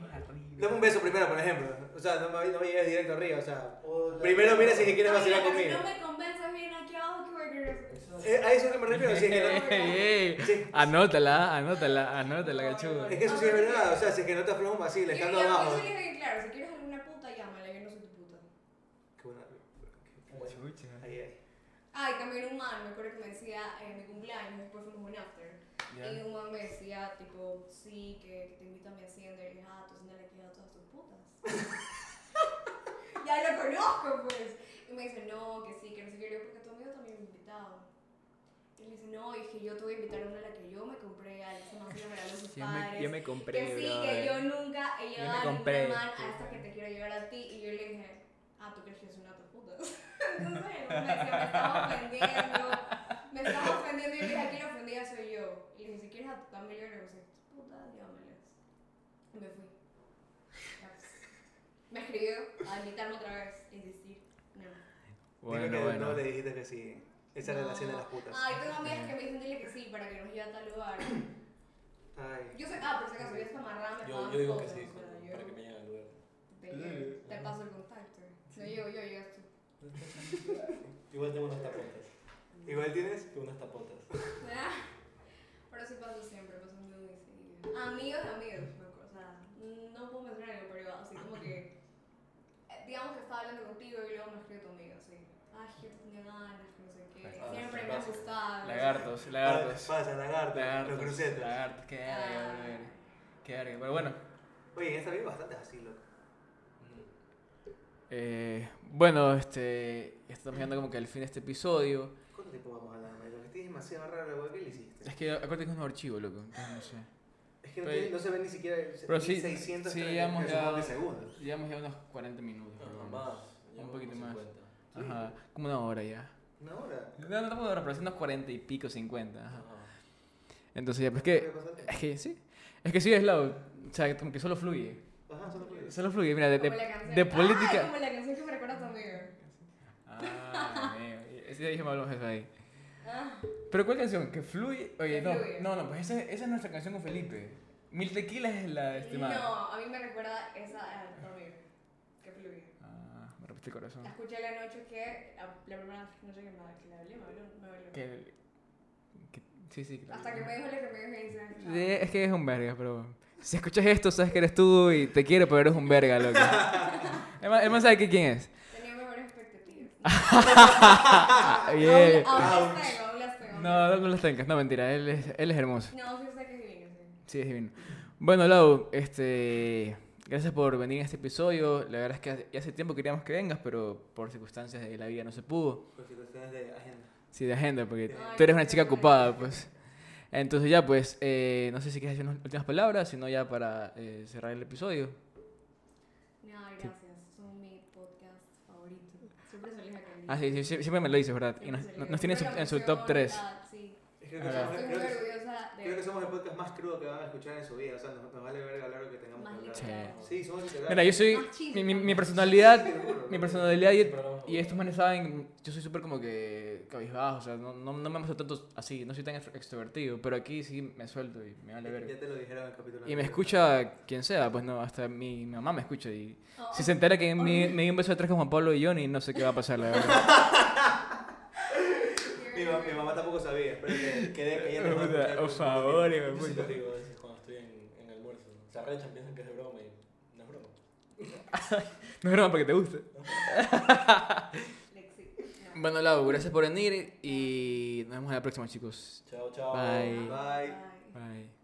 Speaker 2: Dame un beso primero, por ejemplo. O sea, no me, no me lleves directo arriba, o sea.
Speaker 5: O la-
Speaker 2: Primero mira si es que quieres
Speaker 3: No, mira,
Speaker 2: vacilar
Speaker 3: que si
Speaker 2: conmigo.
Speaker 3: no me convences bien aquí abajo, ¿qué voy a querer?
Speaker 5: Eso es-
Speaker 2: Eh, a eso es lo que me refiero, si es que no-
Speaker 1: Ey, ey,
Speaker 2: Sí.
Speaker 1: Anótala, anótala, anótala, cachudo.
Speaker 2: Es que eso sí es verdad, o sea, si es que no te aflojas un vacil,
Speaker 3: Y yo
Speaker 2: estando
Speaker 3: le-
Speaker 2: abajo.
Speaker 3: Yo le dije, claro, si quieres alguna puta, llámala, yo no soy tu puta.
Speaker 2: Qué buena- qué-
Speaker 1: Chucha.
Speaker 2: Ahí, ahí.
Speaker 3: Ay, también un man, me acuerdo que me decía en mi cumpleaños, después fuimos a un after. Y un man me decía, tipo, sí, que, que te invito a mi hacienda. Y le dije, ah, tu hacienda le queda a todas tus putas. ya lo conozco, pues. Y me dice, no, que sí, que no sé qué. Y yo, porque tu amigo también me invitaba. Y le dice, no, y es que yo te voy a invitar a una a la que yo me compré, a esa más que me regaló sus
Speaker 1: Yo
Speaker 3: padres.
Speaker 1: me, yo me compré,
Speaker 3: que sí, que
Speaker 1: brother.
Speaker 3: yo nunca he
Speaker 1: Yo me
Speaker 3: llegado a
Speaker 1: compré.
Speaker 3: ningún man hasta que te quiero llevar a ti. Y yo le dije, ah, tú crees que es una de tus putas. Entonces, me decía, me estás ofendiendo, me estás ofendiendo. Y yo le dije, aquí la ofendida soy yo. Y le dije, si quieres a tu familia, yo le dije, putas, llámalas. Y me fui. Ya, pues. Me escribió a invitarme otra vez, a insistir. No.
Speaker 2: Dime
Speaker 1: Bueno,
Speaker 2: que
Speaker 1: bueno.
Speaker 2: no le dijiste que sí. Esa
Speaker 3: No.
Speaker 2: relación de las putas.
Speaker 3: Ay, tengo amigas que me dicen, dile que sí, para que nos lleve a tal lugar.
Speaker 2: Ay.
Speaker 3: Yo sé, ah, por si acaso, yo estoy amarrada, me
Speaker 5: Yo,
Speaker 3: pagan
Speaker 5: yo digo que
Speaker 3: cosas,
Speaker 5: sí,
Speaker 3: o sea, yo-
Speaker 5: para que me llegue al lugar.
Speaker 3: Te, te paso el contacto. No llego yo, llegas tú.
Speaker 5: Igual tengo unas tapotas.
Speaker 2: Igual tienes.
Speaker 5: Tengo unas tapotas.
Speaker 3: Ah, Pero sí paso siempre, paso muy seguido. Amigos, amigos, me acuerdo, o sea, no puedo mencionar algo, pero así como que. eh, Digamos que estaba hablando contigo y luego me escribe tu amigo, así. Ay, yo tenía ganas, que no sé qué.
Speaker 5: Ah,
Speaker 3: Siempre
Speaker 5: sí,
Speaker 3: me ha
Speaker 5: pasa.
Speaker 3: gustado.
Speaker 1: Lagartos,
Speaker 2: Ay,
Speaker 1: lagartos.
Speaker 2: Pasa, lagarto, los
Speaker 1: Lagartos,
Speaker 2: crucetas.
Speaker 1: lagartos. Qué verga,
Speaker 3: Ah.
Speaker 1: brother. Qué verga. Pero bueno.
Speaker 2: Oye, en esta vida bastante así, loco.
Speaker 1: eh, bueno, este. Estamos llegando como que al fin de este episodio.
Speaker 2: ¿Cuánto tiempo vamos a hablar, marico? Que estés demasiado raro, güey. ¿Qué le hiciste?
Speaker 1: Es que acuérdate que es un archivo, loco. Entonces no sé.
Speaker 2: Es que no,
Speaker 1: Pero-
Speaker 2: tiene- no se ve ni siquiera
Speaker 1: Pero sí,
Speaker 2: 600
Speaker 1: sí, hemos ya-
Speaker 2: segundos.
Speaker 1: Llevamos ya unos 40 minutos.
Speaker 5: No,
Speaker 1: por lo
Speaker 5: no,
Speaker 1: menos.
Speaker 5: más.
Speaker 1: Un poquito más.
Speaker 5: Llevamos como 50.
Speaker 1: Ajá, como una hora ya.
Speaker 2: Una hora.
Speaker 1: No, no estamos ahora, pero haciendo 40 y pico, 50. ajá.
Speaker 5: Ajá.
Speaker 1: Entonces ya, pues que.
Speaker 2: ¿Qué pasa?
Speaker 1: Es que sí. Es que sí, es la. O sea, como que solo fluye.
Speaker 2: Ajá, solo por eso.
Speaker 1: Solo fluye, mira, de, de,
Speaker 3: Como la canción.
Speaker 1: de
Speaker 3: Ay,
Speaker 1: política.
Speaker 3: como la canción que me recuerda a tu amigo.
Speaker 1: Ah, amigo. Ese día dije, me hablamos de eso ahí.
Speaker 3: Ah,
Speaker 1: Pero ¿cuál canción? Que fluye. Oye,
Speaker 3: Que
Speaker 1: no,
Speaker 3: fluye.
Speaker 1: no, no, pues esa, esa es nuestra canción con Felipe. Mil tequilas es la estimada.
Speaker 3: no, a mí me recuerda esa a tu amigo. Que fluye.
Speaker 1: Ah, me rompiste el corazón.
Speaker 3: La escuché la noche que. La primera noche que me, que la hablé, me habló. Me habló.
Speaker 1: Que, que- sí, sí. claro.
Speaker 3: Hasta que me dijo lo que me dijo y dice.
Speaker 1: Sí, es que es un verga, pero si escuchas esto, sabes que eres tú y te quiero, pero eres un verga, loco. El man- el man sabe que quién es.
Speaker 3: Tenía mejores expectativas.
Speaker 1: Ah, bien.
Speaker 3: Aún aún las tengo, aún las tengo.
Speaker 1: No, no las tengas, no mentira, él es, él es hermoso.
Speaker 3: No, sí sé que es divino, sí.
Speaker 1: Sí, es divino. Bueno, Lau, este, gracias por venir a este episodio. La verdad es que hace- ya hace tiempo queríamos que vengas, pero por circunstancias de la vida no se pudo.
Speaker 2: Por situaciones de agenda.
Speaker 1: Sí, de agenda, porque
Speaker 3: Ay,
Speaker 1: tú eres una chica
Speaker 3: qué pena.
Speaker 1: ocupada, pues. Entonces ya, pues, eh, no sé si quieres decir unas últimas palabras, sino ya para eh, cerrar el episodio.
Speaker 3: No, gracias. Son mi podcast favorito. Siempre se lo dije
Speaker 1: Ah, sí, sí, sí, siempre me lo dices, ¿verdad? Y
Speaker 3: Siempre
Speaker 1: nos,
Speaker 3: se lo
Speaker 1: nos
Speaker 3: dije.
Speaker 1: tiene en su,
Speaker 3: Siempre
Speaker 1: en su
Speaker 3: lo
Speaker 1: top
Speaker 3: menciono,
Speaker 1: 3.
Speaker 3: ah, Sí.
Speaker 2: Creo que,
Speaker 1: Ah.
Speaker 2: somos,
Speaker 3: Estoy muy
Speaker 2: creo, que,
Speaker 3: orgullosa de.
Speaker 2: creo que somos el podcast más crudo que van a escuchar en su vida. O sea, nos, nos vale ver hablar lo que tengamos
Speaker 3: Más
Speaker 2: que
Speaker 1: Sí.
Speaker 2: hablar.
Speaker 3: literal.
Speaker 2: Sí, somos literales.
Speaker 1: Mira, yo soy.
Speaker 3: Más chisme,
Speaker 1: Mi, mi- mi
Speaker 3: más
Speaker 1: personalidad.
Speaker 2: chisme, seguro.
Speaker 1: Mi personalidad y,
Speaker 4: Siempre hablamos.
Speaker 1: y estos manes saben. Yo soy súper como que cabizbajo, o sea, no, no, no me muestro tanto así, no soy tan extro- extrovertido, pero aquí sí me suelto y me vale
Speaker 2: Ya
Speaker 1: verga.
Speaker 2: te lo dijeron en el capítulo.
Speaker 1: Y me
Speaker 2: anterior.
Speaker 1: escucha quien sea, pues no, hasta mi, mi mamá me escucha y
Speaker 3: Oh,
Speaker 1: si se entera que me, me di un beso atrás con Juan Pablo y Johnny, no sé qué va a pasar, la verdad.
Speaker 3: oh,
Speaker 2: Mi, ma- mi mamá tampoco sabía. Espero que, que, de- que ella
Speaker 1: Puta,
Speaker 2: escuchar
Speaker 1: por
Speaker 2: el
Speaker 1: favor, hijo de
Speaker 5: Yo
Speaker 2: capítulo.
Speaker 5: sí
Speaker 1: puta.
Speaker 5: lo digo a veces cuando estoy en, en almuerzo. Se arrechan, piensan que es de broma y no es broma.
Speaker 1: No es broma porque te guste.
Speaker 3: Lexi. No.
Speaker 1: Bueno, Lau, gracias por venir y nos vemos en la próxima, chicos.
Speaker 5: Chao, chao.
Speaker 1: Bye.
Speaker 2: Bye.
Speaker 1: Bye.